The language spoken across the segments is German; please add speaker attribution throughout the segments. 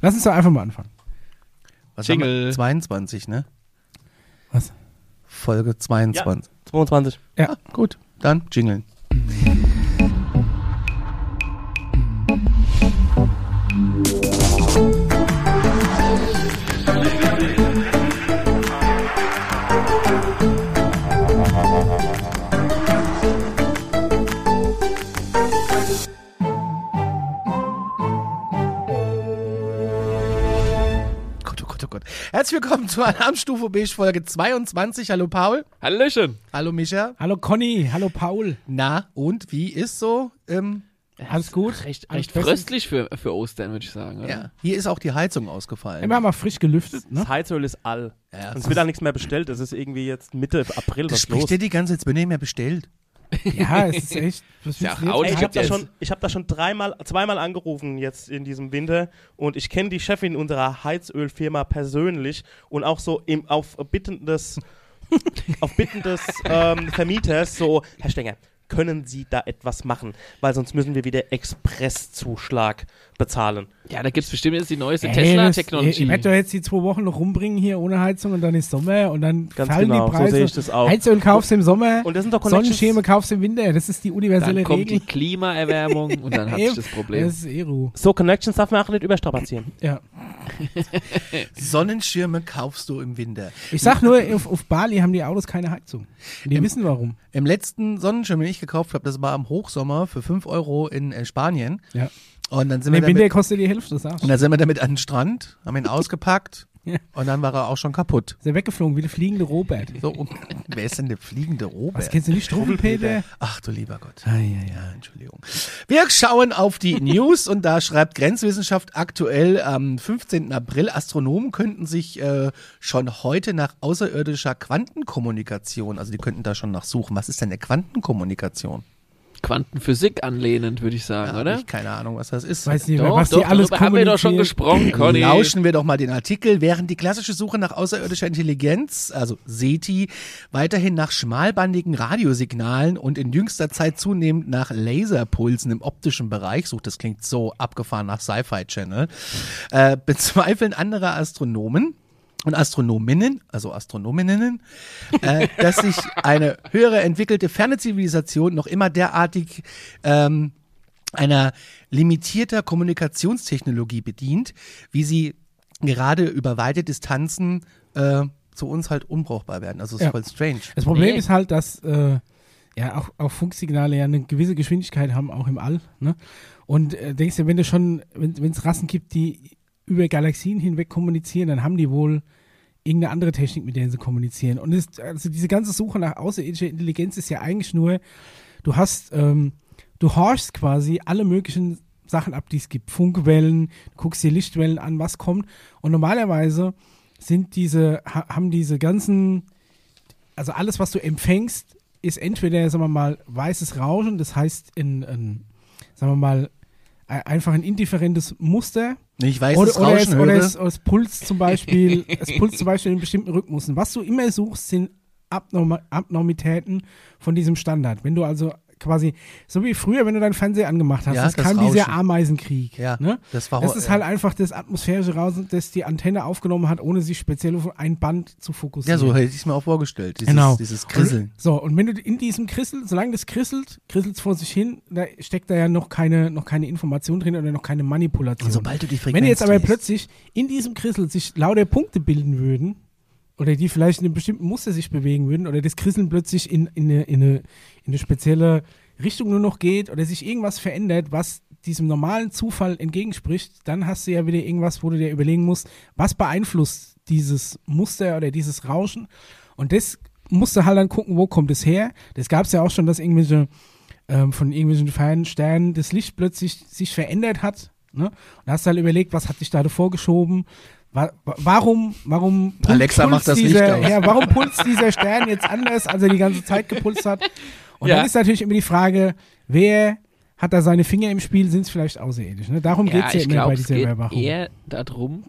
Speaker 1: Lass uns doch einfach mal anfangen.
Speaker 2: Was haben wir?
Speaker 3: Jingle.
Speaker 2: 22, ne?
Speaker 1: Was?
Speaker 2: Folge 22.
Speaker 4: 22.
Speaker 1: Ja.
Speaker 2: Ah, gut, dann jingeln. Gott, oh Gott, oh Gott. Herzlich willkommen zur Alarmstufe B Folge 22. Hallo Paul.
Speaker 3: Hallöchen.
Speaker 2: Hallo Micha.
Speaker 1: Hallo Conny, hallo Paul.
Speaker 2: Na, und wie ist so? Ähm,
Speaker 1: Alles gut?
Speaker 3: Recht,
Speaker 1: Alles
Speaker 3: recht
Speaker 1: bestens?
Speaker 3: fröstlich für, für Ostern, würde ich sagen. Oder?
Speaker 2: ja. Hier ist auch die Heizung ausgefallen.
Speaker 1: Immer mal frisch gelüftet, ne?
Speaker 4: Das Heizöl ist all.
Speaker 2: Ja.
Speaker 4: Und es wird auch nichts mehr bestellt. Es ist irgendwie jetzt Mitte April.
Speaker 2: Das
Speaker 4: Was
Speaker 2: spricht
Speaker 4: los?
Speaker 2: dir die ganze Zeit, wenn ihr mehr bestellt.
Speaker 1: Ja, es ist echt. Was
Speaker 3: Ja,
Speaker 1: willst du
Speaker 3: Audi
Speaker 4: Ey,
Speaker 1: jetzt?
Speaker 4: ich habe da
Speaker 3: jetzt.
Speaker 4: schon, ich hab da schon dreimal, zweimal angerufen jetzt in diesem Winter und ich kenne die Chefin unserer Heizölfirma persönlich und auch so im, auf Bitten des, auf Bitten des ähm, Vermieters so, Herr Stenger, können Sie da etwas machen? Weil sonst müssen wir wieder Expresszuschlag bezahlen.
Speaker 3: Ja, da gibt's bestimmt jetzt die neueste
Speaker 1: Ey, das-
Speaker 3: Tesla-Technologie.
Speaker 1: Ihr werdet doch jetzt die zwei Wochen noch rumbringen hier ohne Heizung und dann ist Sommer und dann
Speaker 4: Ganz
Speaker 1: fallen
Speaker 4: genau,
Speaker 1: die
Speaker 4: so
Speaker 1: Preise.
Speaker 4: sehe ich das auch.
Speaker 1: Heizöl kaufst im Sommer,
Speaker 4: Und das sind doch Connections-
Speaker 1: Sonnenschirme kaufst im Winter. Das ist die universelle
Speaker 3: dann kommt
Speaker 1: Regel.
Speaker 3: die Klimaerwärmung und dann hat sich
Speaker 1: Eben.
Speaker 3: das Problem.
Speaker 1: Das ist Eru.
Speaker 4: So Connections darf man auch nicht überstrapazieren.
Speaker 1: Ja.
Speaker 2: Sonnenschirme kaufst du im Winter.
Speaker 1: Ich sag nur, auf, auf Bali haben die Autos keine Heizung. Und die wissen warum.
Speaker 2: Im letzten Sonnenschirm, den ich gekauft habe, das war am Hochsommer für 5 Euro in äh, Spanien.
Speaker 1: Ja.
Speaker 2: Und dann sind
Speaker 1: Und
Speaker 2: wir
Speaker 1: Im Winter
Speaker 2: damit,
Speaker 1: kostet die Hälfte, das sagst
Speaker 2: und
Speaker 1: du.
Speaker 2: dann sind wir damit an den Strand, haben ihn ausgepackt
Speaker 1: Ja.
Speaker 2: und dann war er auch schon kaputt.
Speaker 1: Ist er weggeflogen wie der fliegende Robert.
Speaker 2: So, und, wer ist denn der fliegende
Speaker 1: Was
Speaker 2: Robert?
Speaker 1: kennst du nicht? Strumpelpeter?
Speaker 2: Ach du lieber Gott. Ja, Entschuldigung. Wir schauen auf die News und da schreibt Grenzwissenschaft aktuell am 15. April, Astronomen könnten sich äh, schon heute nach außerirdischer Quantenkommunikation, also die könnten da schon nachsuchen. Was ist denn eine Quantenkommunikation?
Speaker 3: Quantenphysik anlehnend, würde ich sagen,
Speaker 2: Hab
Speaker 3: oder?
Speaker 2: Ich keine Ahnung, was das ist.
Speaker 1: Weiß nicht,
Speaker 3: Doch,
Speaker 1: was
Speaker 3: doch,
Speaker 1: die alles
Speaker 3: darüber haben wir doch schon
Speaker 1: kommunizieren.
Speaker 3: gesprochen, Conny.
Speaker 2: Äh, Lauschen wir doch mal den Artikel. Während die klassische Suche nach außerirdischer Intelligenz, also SETI, weiterhin nach schmalbandigen Radiosignalen und in jüngster Zeit zunehmend nach Laserpulsen im optischen Bereich sucht, das klingt so abgefahren nach Sci-Fi Channel, äh, bezweifeln andere Astronomen und Astronominnen, also Astronominnen, äh, dass sich eine höhere entwickelte ferne Zivilisation noch immer derartig ähm, einer limitierter Kommunikationstechnologie bedient, wie sie gerade über weite Distanzen äh, zu uns halt unbrauchbar werden. Also es ist
Speaker 1: Ja.
Speaker 2: voll strange.
Speaker 1: Das Problem
Speaker 3: Nee.
Speaker 1: ist halt, dass äh, ja auch, auch Funksignale ja eine gewisse Geschwindigkeit haben, auch im All. Ne? Und äh, denkst du, wenn du schon, wenn es Rassen gibt, die über Galaxien hinweg kommunizieren, dann haben die wohl irgendeine andere Technik, mit der sie kommunizieren. Und es, also diese ganze Suche nach außerirdischer Intelligenz ist ja eigentlich nur, du hast, ähm, du horchst quasi alle möglichen Sachen ab, die es gibt. Funkwellen, du guckst dir Lichtwellen an, was kommt. Und normalerweise sind diese, ha, haben diese ganzen also alles, was du empfängst, ist entweder, sagen wir mal, weißes Rauschen, das heißt in, in sagen wir mal, e- einfach ein indifferentes Muster.
Speaker 2: Ich weiß,
Speaker 1: Oder,
Speaker 2: das
Speaker 1: oder, es,
Speaker 2: Rauschen
Speaker 1: oder,
Speaker 2: höre.
Speaker 1: es, oder es Puls zum Beispiel, es Puls zum Beispiel in bestimmten Rhythmusen. Was du immer suchst, sind Abnorma Abnormitäten von diesem Standard. Wenn du also quasi, so wie früher, wenn du deinen Fernseher angemacht hast,
Speaker 2: Ja,
Speaker 1: das,
Speaker 2: das
Speaker 1: kam dieser
Speaker 2: Rauschen.
Speaker 1: Ameisenkrieg.
Speaker 2: Ja,
Speaker 1: ne?
Speaker 2: das war-
Speaker 1: Das ist
Speaker 2: ja.
Speaker 1: halt einfach das atmosphärische Rauschen, das die Antenne aufgenommen hat, ohne sich speziell auf ein Band zu
Speaker 2: ja,
Speaker 1: fokussieren.
Speaker 2: so hätte ich es mir auch vorgestellt. Dieses,
Speaker 1: Genau.
Speaker 2: dieses Krisseln.
Speaker 1: Und, so, und wenn du in diesem Krisseln, solange das krisselt, krisselt es vor sich hin, da steckt da ja noch keine, noch keine Information drin oder noch keine Manipulation.
Speaker 2: Und sobald du die Frequenz
Speaker 1: wenn jetzt aber
Speaker 2: drehst.
Speaker 1: plötzlich in diesem Krissel sich lauter Punkte bilden würden, oder die vielleicht in einem bestimmten Muster sich bewegen würden, oder das Krisseln plötzlich in, in, eine, in, eine, in eine spezielle Richtung nur noch geht, oder sich irgendwas verändert, was diesem normalen Zufall entgegenspricht, dann hast du ja wieder irgendwas, wo du dir überlegen musst, was beeinflusst dieses Muster oder dieses Rauschen. Und das musst du halt dann gucken, wo kommt es her. Das gab es ja auch schon, dass irgendwelche ähm, von irgendwelchen feinen Sternen das Licht plötzlich sich verändert hat. Ne? Und hast halt überlegt, was hat dich da davor geschoben? Wa wa- warum, warum pul-
Speaker 2: Alexa
Speaker 1: pulst
Speaker 2: macht das Licht
Speaker 1: dieser,
Speaker 2: aus.
Speaker 1: Ja, warum pulst dieser Stern jetzt anders, als er die ganze Zeit gepulst hat? Und
Speaker 3: Ja.
Speaker 1: dann ist natürlich immer die Frage, wer hat da seine Finger im Spiel, sind es vielleicht außerirdisch. Ne? Darum
Speaker 3: ja,
Speaker 1: geht's ja
Speaker 3: ich
Speaker 1: immer bei
Speaker 3: glaube, es
Speaker 1: dieser
Speaker 3: geht
Speaker 1: Überwachung.
Speaker 3: eher darum,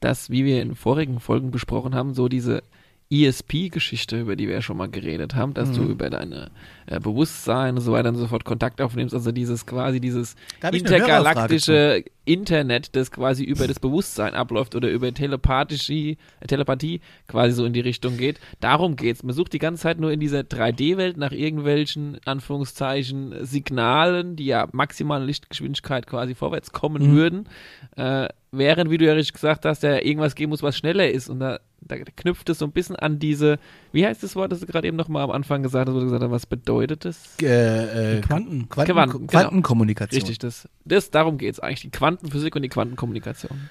Speaker 3: dass, wie wir in vorigen Folgen besprochen haben, so diese ESP-Geschichte, über die wir ja schon mal geredet haben, dass
Speaker 1: Mhm.
Speaker 3: du über deine äh, Bewusstsein und so weiter und so fort Kontakt aufnimmst, also dieses quasi dieses
Speaker 2: Da hab ich eine
Speaker 3: intergalaktische äh, Internet, das quasi über das Bewusstsein abläuft oder über telepathische äh, Telepathie quasi so in die Richtung geht. Darum geht's. Man sucht die ganze Zeit nur in dieser 3D-Welt nach irgendwelchen Anführungszeichen Signalen, die ja maximale Lichtgeschwindigkeit quasi vorwärts kommen würden. Äh, während, wie du ja richtig gesagt hast, da irgendwas geben muss, was schneller ist. Und da, da knüpft es so ein bisschen an diese, wie heißt das Wort, das du gerade eben nochmal am Anfang gesagt hast, wo du gesagt hast, was bedeutet das?
Speaker 2: Äh, äh,
Speaker 1: Quanten.
Speaker 2: Quanten,
Speaker 3: Quanten, genau.
Speaker 2: Quantenkommunikation.
Speaker 3: Richtig, das, das darum geht's eigentlich. Die Quantenphysik und die Quantenkommunikation.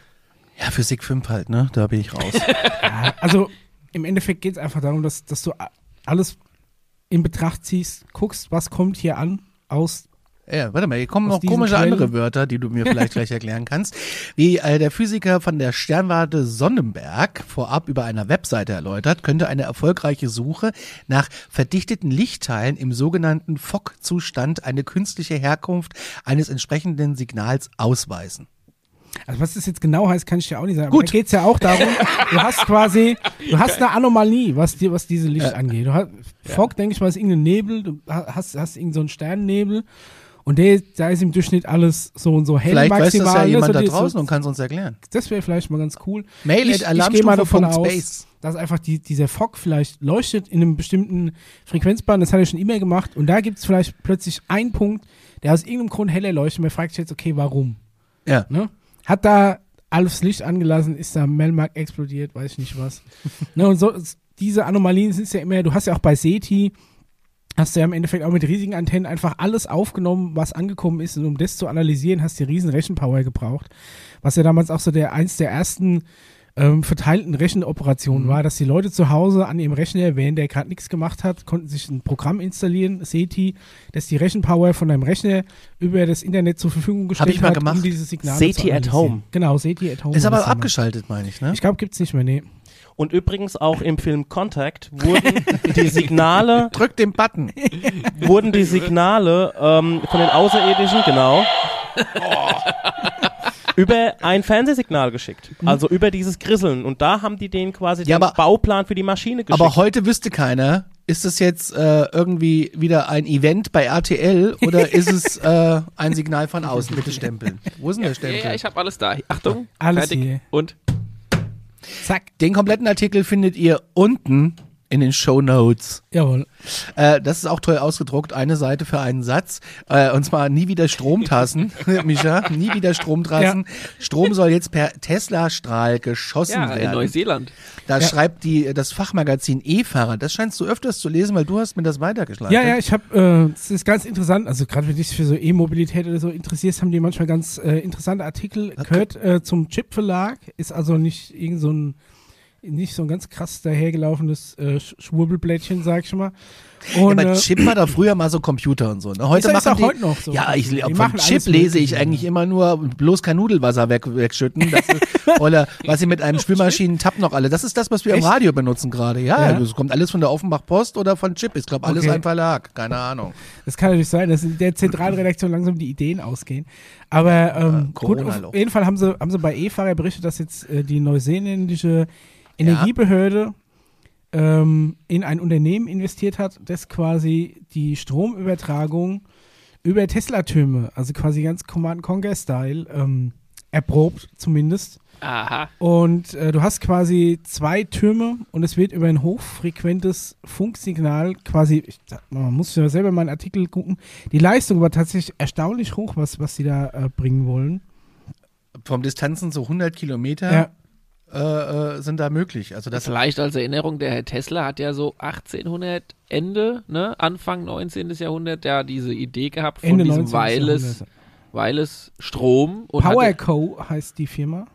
Speaker 2: Ja, Physik 5 halt, ne? Da bin ich raus.
Speaker 1: Ja, also im Endeffekt geht es einfach darum, dass, dass du a- alles in Betracht ziehst, guckst, was kommt hier an aus.
Speaker 2: Ja, warte mal, hier kommen
Speaker 1: Aus
Speaker 2: noch
Speaker 1: diesen
Speaker 2: komische
Speaker 1: Quellen-
Speaker 2: andere Wörter, die du mir vielleicht gleich erklären kannst. Wie äh, der Physiker von der Sternwarte Sonnenberg vorab über einer Webseite erläutert, könnte eine erfolgreiche Suche nach verdichteten Lichtteilen im sogenannten Fog-Zustand eine künstliche Herkunft eines entsprechenden Signals ausweisen.
Speaker 1: Also was das jetzt genau heißt, kann ich dir auch nicht sagen. Aber
Speaker 2: Gut.
Speaker 1: Da geht es ja auch darum, du hast quasi, du hast eine Anomalie, was, dir, was diese Licht angeht. Du hast, Fog, denke ich mal, ist irgendein Nebel, du ha- hast, hast irgendeinen so einen Sternennebel und der, da ist im Durchschnitt alles so und so hell
Speaker 2: Vielleicht weiß
Speaker 1: maximal.
Speaker 2: das ja
Speaker 1: ne?
Speaker 2: jemand
Speaker 1: so,
Speaker 2: da
Speaker 1: die-
Speaker 2: draußen
Speaker 1: so,
Speaker 2: und kann es uns erklären.
Speaker 1: das wäre vielleicht mal ganz cool.
Speaker 2: Mail
Speaker 1: ich,
Speaker 2: at alarmstufe.space.
Speaker 1: ich gehe mal davon aus, dass einfach die, dieser Fog vielleicht leuchtet in einem bestimmten Frequenzband, das hat er schon immer gemacht, und da gibt es vielleicht plötzlich einen Punkt, der aus irgendeinem Grund heller leuchtet, man fragt sich jetzt, okay, warum?
Speaker 2: Ja.
Speaker 1: Ne? Hat da Alfs Licht angelassen, ist da Melmark explodiert, weiß ich nicht was. ne, und so, diese Anomalien sind ja immer, du hast ja auch bei SETI, hast du ja im Endeffekt auch mit riesigen Antennen einfach alles aufgenommen, was angekommen ist. Und um das zu analysieren, hast du riesen Rechenpower gebraucht. Was ja damals auch so der eins der ersten ähm, verteilten
Speaker 2: Mhm.
Speaker 1: Rechenoperationen war, dass die Leute zu Hause an ihrem Rechner, während der gerade nichts gemacht hat, konnten sich ein Programm installieren, SETI, das die Rechenpower von deinem Rechner über das Internet zur Verfügung gestellt
Speaker 2: ich mal
Speaker 1: hat, um
Speaker 2: gemacht.
Speaker 1: dieses Signal
Speaker 4: SETI at home.
Speaker 1: Genau, SETI at home.
Speaker 2: Ist
Speaker 1: war
Speaker 2: aber
Speaker 1: das damals.
Speaker 2: abgeschaltet, meine ich, ne?
Speaker 1: Ich glaube, gibt's nicht mehr, nee.
Speaker 4: Und übrigens auch im Film Contact wurden die Signale,
Speaker 2: Drück den Button.
Speaker 4: wurden die Signale ähm, von den Außerirdischen, genau, über ein Fernsehsignal geschickt. Also über dieses Grisseln. Und da haben die denen quasi
Speaker 2: Ja,
Speaker 4: den
Speaker 2: aber-
Speaker 4: Bauplan für die Maschine geschickt.
Speaker 2: Aber heute wüsste keiner, ist das jetzt äh, irgendwie wieder ein Event bei RTL oder ist es äh, ein Signal von außen? Bitte stempeln. Wo ist denn der
Speaker 3: Ja,
Speaker 2: Stempel?
Speaker 3: ja, ich habe alles da. Achtung,
Speaker 1: Oh, Alles
Speaker 3: fertig
Speaker 1: hier.
Speaker 3: und
Speaker 1: Zack.
Speaker 2: Den kompletten Artikel findet ihr unten in den Show Notes.
Speaker 1: Jawohl.
Speaker 2: Äh, das ist auch toll ausgedruckt, eine Seite für einen Satz. Äh, und zwar nie wieder Stromtassen, Micha, nie wieder Stromtassen. Strom soll jetzt per Tesla-Strahl geschossen
Speaker 3: ja, in
Speaker 2: werden.
Speaker 3: Neuseeland.
Speaker 2: Da
Speaker 1: Ja.
Speaker 2: schreibt die, das Fachmagazin E-Fahrer. Das scheinst du öfters zu lesen, weil du hast mir das weitergeschlagen.
Speaker 1: Ja, ja, ich habe, äh, es ist ganz interessant, also gerade wenn du dich für so E-Mobilität oder so interessierst, haben die manchmal ganz äh, interessante Artikel. Gehört äh, zum Chip-Verlag, ist also nicht irgend so ein, nicht so ein ganz krass dahergelaufenes äh, Sch- Schwurbelblättchen, sag ich mal. Und,
Speaker 2: ja,
Speaker 1: äh,
Speaker 2: bei Chip war da früher mal so Computer und so. Ne? Heute
Speaker 1: Ist-
Speaker 2: machen
Speaker 1: ist auch
Speaker 2: die,
Speaker 1: heute noch so.
Speaker 2: Ja, ich,
Speaker 1: Die
Speaker 2: von
Speaker 1: machen
Speaker 2: Chip
Speaker 1: alles
Speaker 2: lese ich
Speaker 1: Mögliche,
Speaker 2: eigentlich immer nur bloß kein Nudelwasser weg, wegschütten. Das ist, oder was sie mit einem Spülmaschinentab noch alle. Das ist das, was wir im Radio benutzen gerade. Ja,
Speaker 1: Ja?
Speaker 2: das kommt alles von der Offenbach Post oder von Chip. Ist glaube alles
Speaker 1: Okay.
Speaker 2: ein Verlag. Keine Ahnung.
Speaker 1: Das kann natürlich sein, dass in der Zentralredaktion langsam die Ideen ausgehen. Aber ähm, gut,
Speaker 2: Corona-Loch.
Speaker 1: auf jeden Fall haben sie, haben sie bei E-Fahrer berichtet, dass jetzt äh, die neuseeländische Energiebehörde ähm, in ein Unternehmen investiert hat, das quasi die Stromübertragung über Tesla-Türme, also quasi ganz Command Conquer-Style, ähm, erprobt zumindest.
Speaker 3: Aha.
Speaker 1: Und äh, du hast quasi zwei Türme und es wird über ein hochfrequentes Funksignal quasi, ich, sag mal, man muss ja selber mal einen Artikel gucken, die Leistung war tatsächlich erstaunlich hoch, was, was sie da äh, bringen wollen.
Speaker 2: Vom Distanzen so 100 Kilometer
Speaker 1: Ja.
Speaker 2: äh, äh, sind da möglich. Also das
Speaker 3: Vielleicht als Erinnerung, der Herr Tesla hat ja so 1800 Ende, ne, Anfang 19. Jahrhundert, ja, diese Idee gehabt von
Speaker 1: Ende
Speaker 3: diesem
Speaker 1: 19.
Speaker 3: Wireless,
Speaker 1: Jahrhundert.
Speaker 3: Wireless Strom und
Speaker 1: Power
Speaker 3: hatte-
Speaker 1: Co. heißt die Firma.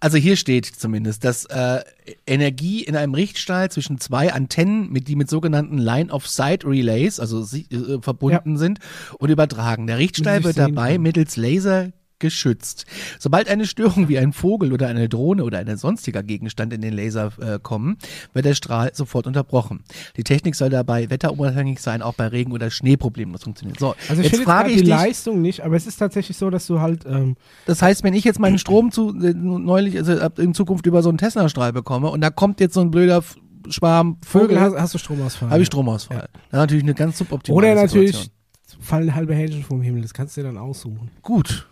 Speaker 2: Also hier steht zumindest, dass äh, Energie in einem Richtstrahl zwischen zwei Antennen, mit, die mit sogenannten Line-of-Sight-Relays, also sie, äh, verbunden sind, und übertragen. Der Richtstrahl
Speaker 1: sich
Speaker 2: wird
Speaker 1: sehen
Speaker 2: dabei
Speaker 1: können.
Speaker 2: mittels Laser geschützt. Sobald eine Störung wie ein Vogel oder eine Drohne oder ein sonstiger Gegenstand in den Laser äh, kommen, wird der Strahl sofort unterbrochen. Die Technik soll dabei wetterunabhängig sein, auch bei Regen- oder Schneeproblemen. Das funktioniert. So,
Speaker 1: Also ich
Speaker 2: jetzt
Speaker 1: finde jetzt
Speaker 2: frage
Speaker 1: gerade
Speaker 2: ich
Speaker 1: die
Speaker 2: dich,
Speaker 1: Leistung nicht, aber es ist tatsächlich so, dass du halt, ähm,
Speaker 2: das heißt, wenn ich jetzt meinen Strom zu äh, neulich, also ab- in Zukunft über so einen Tesla-Strahl bekomme und da kommt jetzt so ein blöder F- Schwarm
Speaker 1: Vögel
Speaker 2: Vögel
Speaker 1: hast, hast du Stromausfall.
Speaker 2: habe ich
Speaker 1: ja.
Speaker 2: Stromausfall. Na, natürlich eine ganz suboptimale
Speaker 1: Oder natürlich
Speaker 2: Situation.
Speaker 1: fallen halbe Hähnchen vom Himmel. Das kannst du dir dann aussuchen.
Speaker 2: Gut.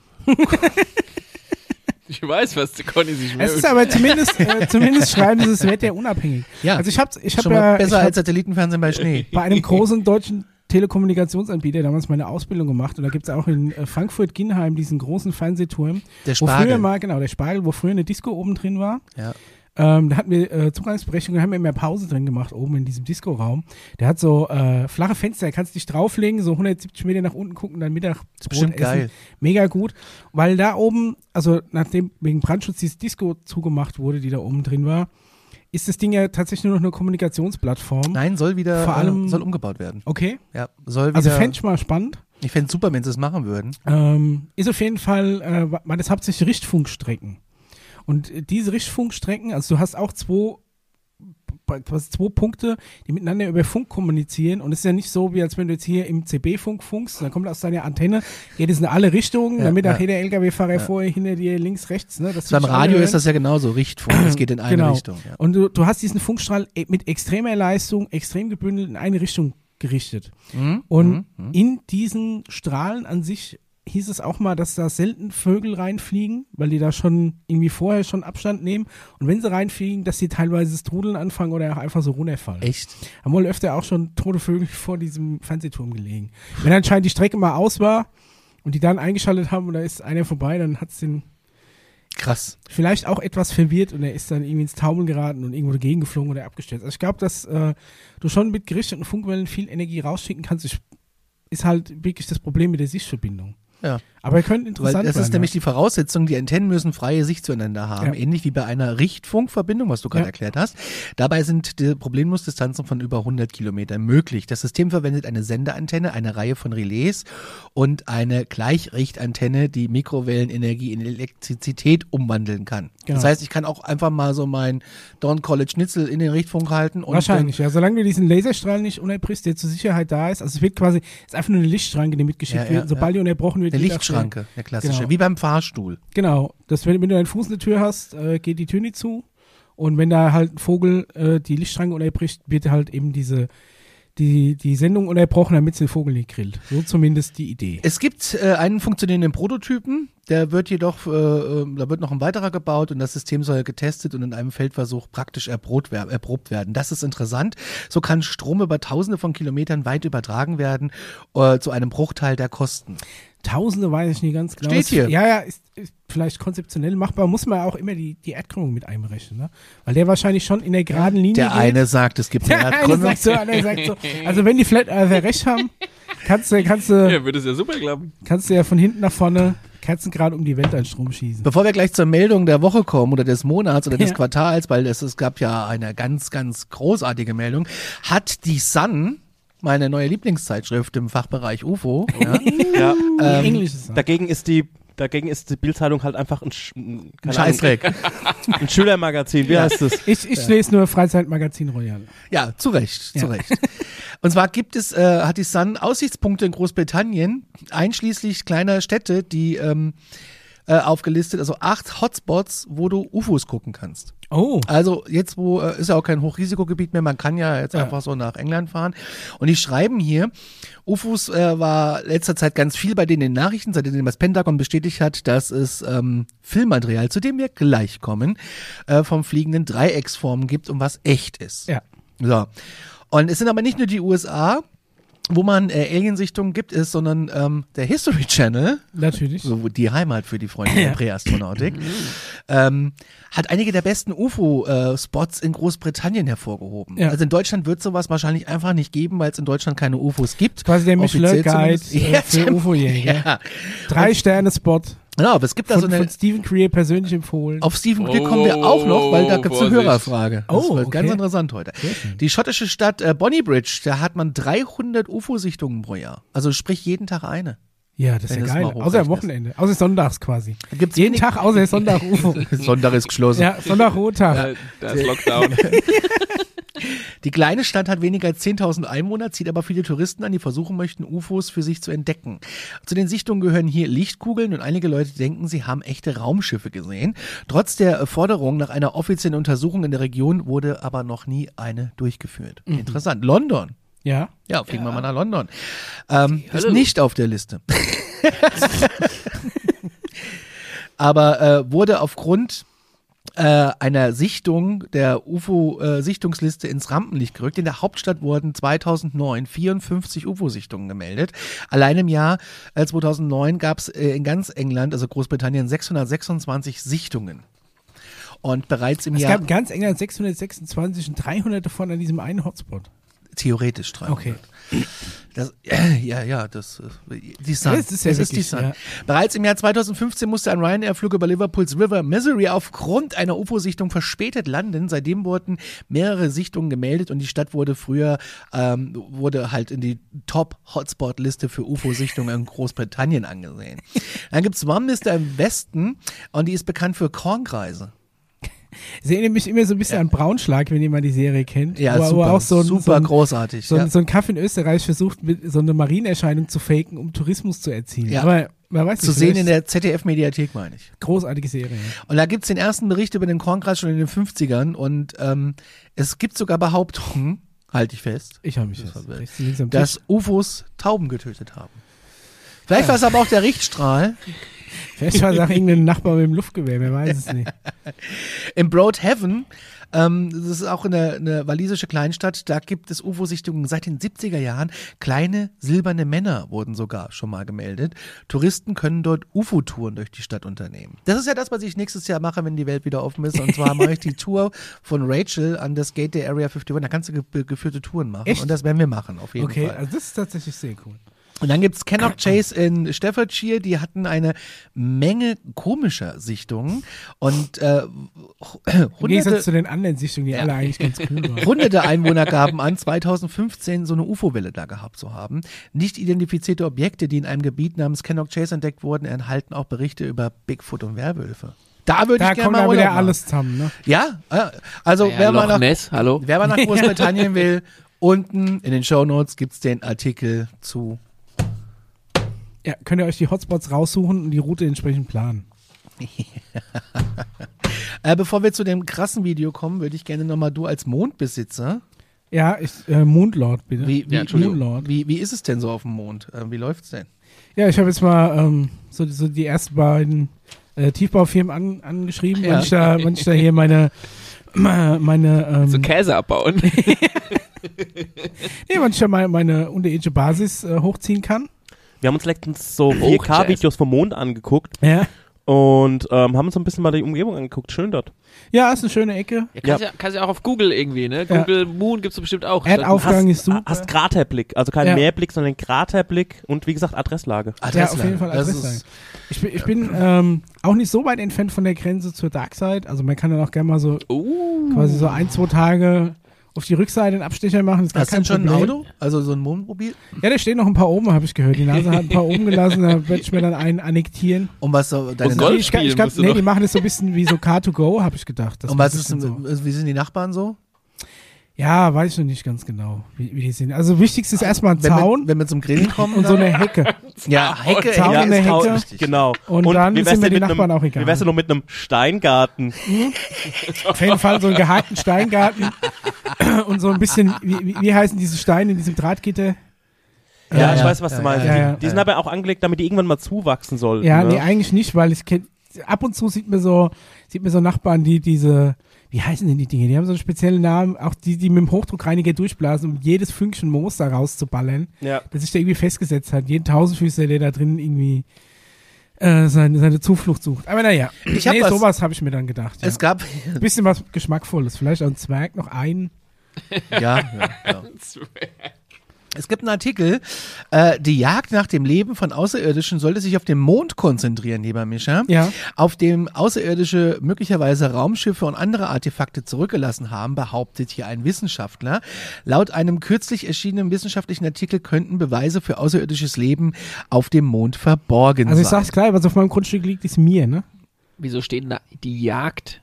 Speaker 3: Ich weiß, was der Conny sich
Speaker 1: Es
Speaker 3: merkt.
Speaker 1: ist aber zumindest, äh, zumindest schreiben sie es wetterunabhängig.
Speaker 2: Ja.
Speaker 1: Also ich habe ich hab
Speaker 2: Schon
Speaker 1: ja,
Speaker 2: mal
Speaker 1: ich
Speaker 2: besser
Speaker 1: hab
Speaker 2: als Satellitenfernsehen bei Schnee.
Speaker 1: bei einem großen deutschen Telekommunikationsanbieter damals meine Ausbildung gemacht und da gibt es auch in äh, Frankfurt-Ginheim diesen großen Fernsehturm,
Speaker 2: Der
Speaker 1: wo früher
Speaker 2: Spargel.
Speaker 1: mal, genau, der Spargel, wo früher eine Disco oben drin war.
Speaker 2: Ja.
Speaker 1: Ähm, da hatten wir äh, Zugangsberechtigung, da haben wir immer Pause drin gemacht, oben in diesem Disco-Raum. Der hat so äh, flache Fenster, kannst dich drauflegen, so 170 Meter nach unten gucken, dann Mittag Brot
Speaker 2: bestimmt
Speaker 1: essen.
Speaker 2: geil.
Speaker 1: Mega gut, weil da oben, also nachdem wegen Brandschutz dieses Disco zugemacht wurde, die da oben drin war, ist das Ding ja tatsächlich nur noch eine Kommunikationsplattform.
Speaker 2: Nein, soll wieder
Speaker 1: Vor allem-
Speaker 2: äh, soll umgebaut werden.
Speaker 1: Okay,
Speaker 2: Ja, soll wieder.
Speaker 1: also fände ich mal spannend.
Speaker 2: ich fände es super, wenn sie es machen würden.
Speaker 1: Ähm, ist auf jeden Fall, äh, waren das hauptsächlich Richtfunkstrecken. Und äh, diese Richtfunkstrecken, also du hast auch zwei, was, zwei Punkte, die miteinander über Funk kommunizieren. Und es ist ja nicht so, wie als wenn du jetzt hier im CB-Funk funkst, dann kommt aus deiner Antenne, geht es in alle Richtungen,
Speaker 2: Ja,
Speaker 1: damit auch
Speaker 2: ja.
Speaker 1: jeder LKW-Fahrer vorher hinter dir links, rechts. Ne? Das
Speaker 2: Beim
Speaker 1: sich
Speaker 2: Radio
Speaker 1: anhören.
Speaker 2: ist das ja genauso, Richtfunk. Es geht in eine
Speaker 1: Genau.
Speaker 2: Richtung. Ja.
Speaker 1: Und du, du hast diesen Funkstrahl e- mit extremer Leistung, extrem gebündelt in eine Richtung gerichtet.
Speaker 2: Mhm,
Speaker 1: Und
Speaker 2: mhm,
Speaker 1: in diesen Strahlen an sich hieß es auch mal, dass da selten Vögel reinfliegen, weil die da schon irgendwie vorher schon Abstand nehmen. Und wenn sie reinfliegen, dass die teilweise strudeln anfangen oder auch einfach so runterfallen.
Speaker 2: Echt?
Speaker 1: Haben wohl öfter auch schon tote Vögel vor diesem Fernsehturm gelegen. Wenn anscheinend die Strecke mal aus war und die dann eingeschaltet haben und da ist einer vorbei, dann hat es den
Speaker 2: Krass.
Speaker 1: vielleicht auch etwas verwirrt und er ist dann irgendwie ins Taumeln geraten und irgendwo dagegen geflogen oder abgestürzt. Also ich glaube, dass äh, du schon mit gerichteten Funkwellen viel Energie rausschicken kannst. Ich, ist halt wirklich das Problem mit der Sichtverbindung.
Speaker 2: Ja.
Speaker 1: Aber er könnte
Speaker 2: Weil
Speaker 1: interessant
Speaker 2: das
Speaker 1: sein.
Speaker 2: ist nämlich die Voraussetzung, die Antennen müssen freie Sicht zueinander haben,
Speaker 1: Ja.
Speaker 2: ähnlich wie bei einer Richtfunkverbindung, was du gerade
Speaker 1: Ja.
Speaker 2: erklärt hast. Dabei sind die Problemlosdistanzen von über 100 Kilometern möglich. Das System verwendet eine Sendeantenne, eine Reihe von Relais und eine Gleichrichtantenne, die Mikrowellenenergie in Elektrizität umwandeln kann.
Speaker 1: Genau.
Speaker 2: Das heißt, ich kann auch einfach mal so mein Don College Schnitzel in den Richtfunk halten und
Speaker 1: Wahrscheinlich, ja. Solange du diesen Laserstrahl nicht unterbrichst, der zur Sicherheit da ist. Also es wird quasi, es ist einfach nur eine Lichtschranke, die mitgeschickt
Speaker 2: Ja, ja,
Speaker 1: wird. Sobald die unterbrochen wird,
Speaker 2: Dann eine
Speaker 1: geht das
Speaker 2: Lichtschranke, eine klassische,
Speaker 1: Genau.
Speaker 2: wie beim Fahrstuhl.
Speaker 1: schnell. Genau. Dass, wenn, wenn du einen Fuß in der Tür hast, äh, geht die Tür nicht zu. Und wenn da halt ein Vogel äh, die Lichtschranke unterbricht, wird halt eben diese, die, die Sendung unterbrochen, damit sie den Vogel nicht grillt. So zumindest die Idee.
Speaker 2: Es gibt äh, einen funktionierenden Prototypen, der wird jedoch, äh, äh, da wird noch ein weiterer gebaut und das System soll getestet und in einem Feldversuch praktisch erprobt, wer erprobt werden. Das ist interessant. So kann Strom über tausende von Kilometern weit übertragen werden äh, zu einem Bruchteil der Kosten.
Speaker 1: Tausende weiß ich nicht ganz genau.
Speaker 2: Steht
Speaker 1: Ist-
Speaker 2: hier.
Speaker 1: Ja, ja, ist, ist vielleicht konzeptionell machbar. Muss man auch immer die, die Erdkrümmung mit einberechnen, ne? Weil der wahrscheinlich schon in der geraden Linie
Speaker 2: Der
Speaker 1: geht.
Speaker 2: eine sagt, es gibt eine
Speaker 1: Der eine
Speaker 2: Erdkrümmung.
Speaker 1: sagt so, der andere sagt so. Also wenn die Flat Earther recht haben, kannst du, kannst du,
Speaker 3: Ja, würde es ja super klappen.
Speaker 1: kannst du ja von hinten nach vorne kerzengerade um die Welt einen Strom schießen.
Speaker 2: Bevor wir gleich zur Meldung der Woche kommen oder des Monats oder des
Speaker 1: Ja.
Speaker 2: Quartals, weil es, es gab ja eine ganz, ganz großartige Meldung, hat die Sun, meine neue Lieblingszeitschrift im Fachbereich UFO, ja,
Speaker 4: Ja.
Speaker 1: Ähm, Englisch ist das.
Speaker 4: Dagegen ist die dagegen ist die Bildzeitung halt einfach ein, Sch ein,
Speaker 2: ein
Speaker 4: keine Ahnung,
Speaker 2: Scheißdreck.
Speaker 4: ein Schülermagazin. Wie heißt das?
Speaker 1: Ich, ich lese nur Freizeitmagazin Royal.
Speaker 2: Ja, zu Recht, zu
Speaker 1: Ja.
Speaker 2: Recht. Und zwar gibt es, äh, hat die Sun Aussichtspunkte in Großbritannien, einschließlich kleiner Städte, die ähm, äh, aufgelistet, also acht Hotspots, wo du UFOs gucken kannst.
Speaker 1: Oh.
Speaker 2: Also jetzt, wo äh, ist ja auch kein Hochrisikogebiet mehr, man kann ja jetzt
Speaker 1: Ja.
Speaker 2: einfach so nach England fahren. Und die schreiben hier, UFOs äh, war letzter Zeit ganz viel bei denen in den Nachrichten, seitdem das Pentagon bestätigt hat, dass es ähm, Filmmaterial, zu dem wir gleich kommen, äh, vom fliegenden Dreiecksformen gibt und was echt ist.
Speaker 1: Ja.
Speaker 2: So. Und es sind aber nicht nur die USA, wo man äh, Aliensichtungen gibt, ist, sondern ähm, der History Channel,
Speaker 1: Natürlich.
Speaker 2: so die Heimat für die Freunde der Präastronautik,
Speaker 1: Mhm.
Speaker 2: ähm, hat einige der besten UFO-Spots äh, in Großbritannien hervorgehoben.
Speaker 1: Ja.
Speaker 2: Also in Deutschland wird sowas wahrscheinlich einfach nicht geben, weil es in Deutschland keine UFOs gibt.
Speaker 1: Quasi der
Speaker 2: Offiziell
Speaker 1: Michelin-Guide
Speaker 2: zumindest.
Speaker 1: äh, für UFO-Jäger.
Speaker 2: Ja,
Speaker 1: Drei Sterne Spot.
Speaker 2: genau, aber es gibt da
Speaker 1: Von,
Speaker 2: so also- eine.
Speaker 1: von Stephen Creer persönlich empfohlen.
Speaker 2: Auf Stephen Glick
Speaker 3: Oh,
Speaker 2: kommen wir auch noch, weil da gibt's eine
Speaker 3: Vorsicht.
Speaker 2: Hörerfrage. Das
Speaker 1: Oh,
Speaker 2: wird ganz
Speaker 1: okay.
Speaker 2: interessant heute.
Speaker 1: schön.
Speaker 2: Die schottische Stadt äh, Bonnybridge, da hat man 300 UFO-Sichtungen pro Jahr. Also sprich jeden Tag eine.
Speaker 1: ja, das ist
Speaker 2: wenn
Speaker 1: ja
Speaker 2: es
Speaker 1: geil.
Speaker 2: mal
Speaker 1: Außer am
Speaker 2: hochrechnest.
Speaker 1: Wochenende. Außer sonntags quasi.
Speaker 2: Gibt's
Speaker 1: Jeden
Speaker 2: wenig-
Speaker 1: Tag außer Sonntag UFO.
Speaker 2: Sonntag ist geschlossen.
Speaker 1: ja, Sonntag Rottag.
Speaker 3: Da, da ist Lockdown.
Speaker 2: Die kleine Stadt hat weniger als 10.000 Einwohner, zieht aber viele Touristen an, die versuchen möchten, UFOs für sich zu entdecken. Zu den Sichtungen gehören hier Lichtkugeln und einige Leute denken, sie haben echte Raumschiffe gesehen. Trotz der Forderung nach einer offiziellen Untersuchung in der Region wurde aber noch nie eine durchgeführt.
Speaker 1: Mhm.
Speaker 2: Interessant. London.
Speaker 1: Ja.
Speaker 2: Ja, fliegen wir mal nach London. Ähm, ist
Speaker 3: Hölle
Speaker 2: nicht auf der Liste. Aber äh, wurde aufgrund äh, einer Sichtung der UFO-Sichtungsliste äh, ins Rampenlicht gerückt. In der Hauptstadt wurden 2009 54 UFO-Sichtungen gemeldet. Allein im Jahr äh, 2009 gab es äh, in ganz England, also Großbritannien, 626 Sichtungen. Und bereits im
Speaker 1: Es
Speaker 2: Jahr
Speaker 1: gab ganz England 626 und 300 davon an diesem einen Hotspot.
Speaker 2: theoretisch 300.
Speaker 1: Okay.
Speaker 2: Das, ja, ja, das, äh, die Sun.
Speaker 1: Ja, das ist ja
Speaker 2: die
Speaker 1: wirklich,
Speaker 2: Sun.
Speaker 1: ja.
Speaker 2: Bereits im Jahr 2015 musste ein Ryanair-Flug über Liverpools River Missouri aufgrund einer UFO-Sichtung verspätet landen. Seitdem wurden mehrere Sichtungen gemeldet und die Stadt wurde früher, ähm, wurde halt in die Top-Hotspot-Liste für UFO-Sichtungen in Großbritannien angesehen. Dann gibt's es Warmlister im Westen und die ist bekannt für Kornkreise.
Speaker 1: Sie erinnert mich immer so ein bisschen an Braunschlag, wenn jemand die Serie kennt.
Speaker 2: Ja,
Speaker 1: wo,
Speaker 2: super,
Speaker 1: wo auch so ein, so
Speaker 2: super
Speaker 1: ein,
Speaker 2: großartig.
Speaker 1: so,
Speaker 2: ja.
Speaker 1: ein, so ein Kaff in Österreich versucht, mit so eine Marienerscheinung zu faken, um Tourismus zu erzielen.
Speaker 2: Ja.
Speaker 1: Aber man weiß
Speaker 2: Zu
Speaker 1: nicht,
Speaker 2: sehen
Speaker 1: vielleicht
Speaker 2: in der ZDF-Mediathek, meine ich.
Speaker 1: großartige Serie. ja.
Speaker 2: Und da gibt's den ersten Bericht über den Kornkreis schon in den 50ern und ähm, es gibt sogar Behauptungen, halte ich fest,
Speaker 1: Ich habe mich
Speaker 2: Das
Speaker 1: jetzt
Speaker 2: war wild.
Speaker 1: rechts links am
Speaker 2: dass UFOs Tauben getötet haben. Vielleicht war es aber auch der Richtstrahl.
Speaker 1: Tisch. Vielleicht war es auch irgendein Nachbar mit dem Luftgewehr, wer weiß es nicht.
Speaker 2: Im Broadhaven, ähm, das ist auch eine, eine walisische Kleinstadt, da gibt es UFO-Sichtungen seit den 70er Jahren. Kleine silberne Männer wurden sogar schon mal gemeldet. Touristen können dort UFO-Touren durch die Stadt unternehmen. Das ist ja das, was ich nächstes Jahr mache, wenn die Welt wieder offen ist. Und zwar mache ich die Tour von Rachel an das Gate der Area 51. Da kannst du ge geführte Touren machen.
Speaker 1: Echt?
Speaker 2: Und das werden wir machen, auf jeden
Speaker 1: Okay,
Speaker 2: Fall.
Speaker 1: also das ist tatsächlich sehr cool.
Speaker 2: Und dann gibt's Cannock Chase in Staffordshire, die hatten eine Menge komischer Sichtungen und äh,
Speaker 1: Im Gegensatz
Speaker 2: hunderte,
Speaker 1: zu den anderen Sichtungen, die alle eigentlich ganz cool waren.
Speaker 2: hunderte Einwohner gaben an, 2015 so eine UFO-Welle da gehabt zu haben. Nicht identifizierte Objekte, die in einem Gebiet namens Cannock Chase entdeckt wurden, enthalten auch Berichte über Bigfoot und Werwölfe. Da würde
Speaker 1: Da
Speaker 2: ich gerne
Speaker 1: kommt
Speaker 2: mal
Speaker 1: dann
Speaker 2: Urlaub
Speaker 1: wieder
Speaker 2: machen.
Speaker 1: alles zusammen, ne?
Speaker 2: Ja, äh, also
Speaker 3: Ja,
Speaker 2: wer mal
Speaker 3: Loch
Speaker 2: nach
Speaker 3: Ness, hallo?
Speaker 2: Wer mal nach Großbritannien will, unten in den Shownotes gibt's den Artikel zu
Speaker 1: Ja, könnt ihr euch die Hotspots raussuchen und die Route entsprechend planen.
Speaker 2: Äh, bevor wir zu dem krassen Video kommen, würde ich gerne nochmal du als Mondbesitzer.
Speaker 1: Ja, ich, äh, Mondlord, bitte.
Speaker 2: Wie, wie,
Speaker 3: Ja, Entschuldigung.
Speaker 1: Moonlord.
Speaker 2: wie, wie ist es denn so auf dem Mond? Äh, wie läuft's denn?
Speaker 1: Ja, ich habe jetzt mal ähm, so, so die ersten beiden äh, Tiefbaufirmen an, angeschrieben,
Speaker 2: Ja.
Speaker 1: wenn, ich da, wenn ich da hier meine, meine ähm,
Speaker 3: So Käse abbauen.
Speaker 1: nee, wenn ich da meine, meine unterirdische Basis äh, hochziehen kann.
Speaker 4: Wir haben uns letztens so
Speaker 3: Hochjazz.
Speaker 4: 4K-Videos vom Mond angeguckt
Speaker 1: Ja.
Speaker 4: und ähm, haben uns so ein bisschen mal die Umgebung angeguckt. Schön dort.
Speaker 1: Ja, ist eine schöne Ecke.
Speaker 3: Ja, kannst, ja. kannst ja auch auf Google irgendwie, ne?
Speaker 1: Ja.
Speaker 3: Google Moon gibt's bestimmt auch.
Speaker 1: Erdaufgang
Speaker 4: Hast-
Speaker 1: ist super.
Speaker 4: Hast Kraterblick, also kein
Speaker 1: Ja.
Speaker 4: Meerblick, sondern Kraterblick und wie gesagt Adresslage.
Speaker 1: Ja, auf jeden Fall
Speaker 2: Das
Speaker 1: Adresslang.
Speaker 2: ist-
Speaker 1: Ich bin, ich bin ähm, auch nicht so weit entfernt von der Grenze zur Dark Side. Also man kann dann auch gerne mal so
Speaker 2: Oh.
Speaker 3: Uh,
Speaker 1: quasi so ein, zwei Tage auf die Rückseite einen Abstecher machen. Ist gar
Speaker 2: Hast du
Speaker 1: kein
Speaker 2: denn schon ein
Speaker 1: Problem.
Speaker 2: Auto? Also so ein Mondmobil?
Speaker 1: Ja, da stehen noch ein paar oben, habe ich gehört. Die NASA hat ein paar oben gelassen, da werde ich mir dann einen annektieren.
Speaker 2: Und was so deine
Speaker 3: Und Golf
Speaker 1: ich, kann- ich
Speaker 3: spielen
Speaker 1: kann,
Speaker 3: musst du
Speaker 1: nee,
Speaker 3: noch.
Speaker 1: die machen das so ein bisschen wie so Car2Go, habe ich gedacht. Das
Speaker 2: Und was
Speaker 1: muss
Speaker 2: ist
Speaker 1: ich
Speaker 2: denn,
Speaker 1: dann so.
Speaker 2: wie sind die Nachbarn so?
Speaker 1: Ja, weiß ich noch nicht ganz genau, wie, wie die sind. Also wichtigst ist erstmal ein
Speaker 2: Wenn
Speaker 1: Zaun
Speaker 2: wir, wenn wir zum Grillen kommen?
Speaker 1: und so
Speaker 2: dann-
Speaker 1: eine Hecke.
Speaker 2: ja, Hecke,
Speaker 1: Zaun
Speaker 2: ja,
Speaker 1: in der
Speaker 2: ist
Speaker 1: Hecke.
Speaker 2: tausend wichtig.
Speaker 4: Genau.
Speaker 1: Und dann
Speaker 4: wie wär's
Speaker 1: sind mir
Speaker 4: denn
Speaker 1: die
Speaker 4: mit
Speaker 1: Nachbarn auch egal.
Speaker 4: Wie wär's denn noch mit einem Steingarten?
Speaker 1: Auf jeden Fall so einen gehackten Steingarten und so ein bisschen, wie, wie, wie heißen diese Steine in diesem Drahtgitter?
Speaker 4: Ja, ich weiß, was du meinst.
Speaker 1: ja, ja.
Speaker 4: die, die sind aber auch angelegt, damit die irgendwann mal zuwachsen sollen.
Speaker 1: Ja,
Speaker 4: ne?
Speaker 1: nee, eigentlich nicht, weil ich kenn, ab und zu sieht man so, sieht man so Nachbarn, die diese, wie heißen denn die Dinge? Die haben so einen speziellen Namen, auch die, die mit dem Hochdruckreiniger durchblasen, um jedes Fünkchen Moos da rauszuballern,
Speaker 4: ja.
Speaker 1: das sich da irgendwie festgesetzt hat. Jeden Tausendfüßler, der da drin irgendwie äh, seine, seine Zuflucht sucht. Aber naja,
Speaker 2: Ich hab
Speaker 1: nee,
Speaker 2: was-
Speaker 1: sowas habe ich mir dann gedacht. Ja.
Speaker 2: Es gab,
Speaker 1: Ein bisschen was Geschmackvolles, vielleicht auch ein Zwerg, noch ein.
Speaker 2: ja, ja, ja. Es gibt einen Artikel, äh, die Jagd nach dem Leben von Außerirdischen sollte sich auf den Mond konzentrieren, lieber Mischa.
Speaker 1: Ja.
Speaker 2: Auf dem Außerirdische möglicherweise Raumschiffe und andere Artefakte zurückgelassen haben, behauptet hier ein Wissenschaftler. Laut einem kürzlich erschienenen wissenschaftlichen Artikel könnten Beweise für außerirdisches Leben auf dem Mond verborgen
Speaker 1: Also ich
Speaker 2: sein.
Speaker 1: sag's gleich, was auf meinem Grundstück liegt, ist mir, ne?
Speaker 3: wieso steht denn da die Jagd?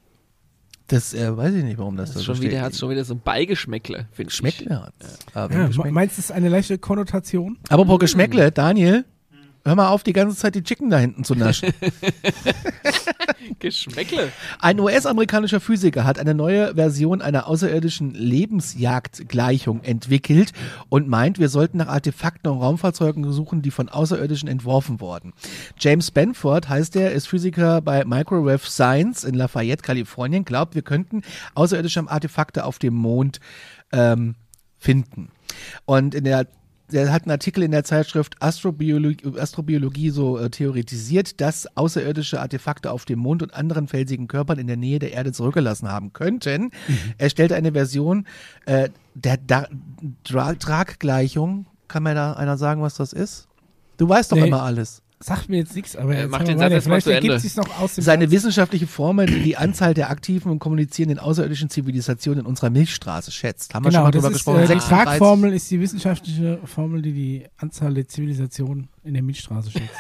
Speaker 2: Das äh, weiß ich nicht, warum das,
Speaker 3: Das
Speaker 2: da
Speaker 3: ist
Speaker 2: so
Speaker 3: schon
Speaker 2: steht.
Speaker 3: wieder, hat schon wieder so ein Beigeschmäckle, finde ich.
Speaker 2: Geschmäckle hat's. Aber
Speaker 1: Ja,
Speaker 2: Geschmäckle.
Speaker 1: meinst du, es ist eine leichte Konnotation?
Speaker 2: Apropos Geschmäckle, Daniel, hör mal auf, die ganze Zeit die Chicken da hinten zu naschen.
Speaker 3: Geschmäckle.
Speaker 2: Ein US-amerikanischer Physiker hat eine neue Version einer außerirdischen Lebensjagdgleichung entwickelt und meint, wir sollten nach Artefakten und Raumfahrzeugen suchen, die von Außerirdischen entworfen wurden. James Benford heißt er, ist Physiker bei Microwave Science in Lafayette, Kalifornien, glaubt, wir könnten außerirdische Artefakte auf dem Mond ähm, finden. Und in der der hat einen Artikel in der Zeitschrift Astrobiologie, Astrobiologie so äh, theoretisiert, dass außerirdische Artefakte auf dem Mond und anderen felsigen Körpern in der Nähe der Erde zurückgelassen haben könnten.
Speaker 1: Mhm.
Speaker 2: Er stellte eine Version äh, der da Dra Traggleichung. Kann mir da einer sagen, was das ist? Du weißt doch
Speaker 1: Nee.
Speaker 2: immer alles.
Speaker 1: Sagt mir jetzt nichts, aber
Speaker 3: Äh,
Speaker 1: jetzt
Speaker 3: mach
Speaker 1: haben wir
Speaker 3: den Satz
Speaker 1: weiter.
Speaker 3: erst mal
Speaker 1: vielleicht
Speaker 3: zu Ende.
Speaker 1: ergibt sich noch aus dem
Speaker 2: Seine wissenschaftliche Formel, die die Anzahl der aktiven und kommunizierenden außerirdischen Zivilisationen in unserer Milchstraße schätzt. Haben wir schon
Speaker 1: Genau,
Speaker 2: mal
Speaker 1: das
Speaker 2: drüber
Speaker 1: ist,
Speaker 2: gesprochen.
Speaker 1: äh, die
Speaker 2: 36.
Speaker 1: Quark-Formel ist die wissenschaftliche Formel, die die Anzahl der Zivilisationen in der Milchstraße schätzt.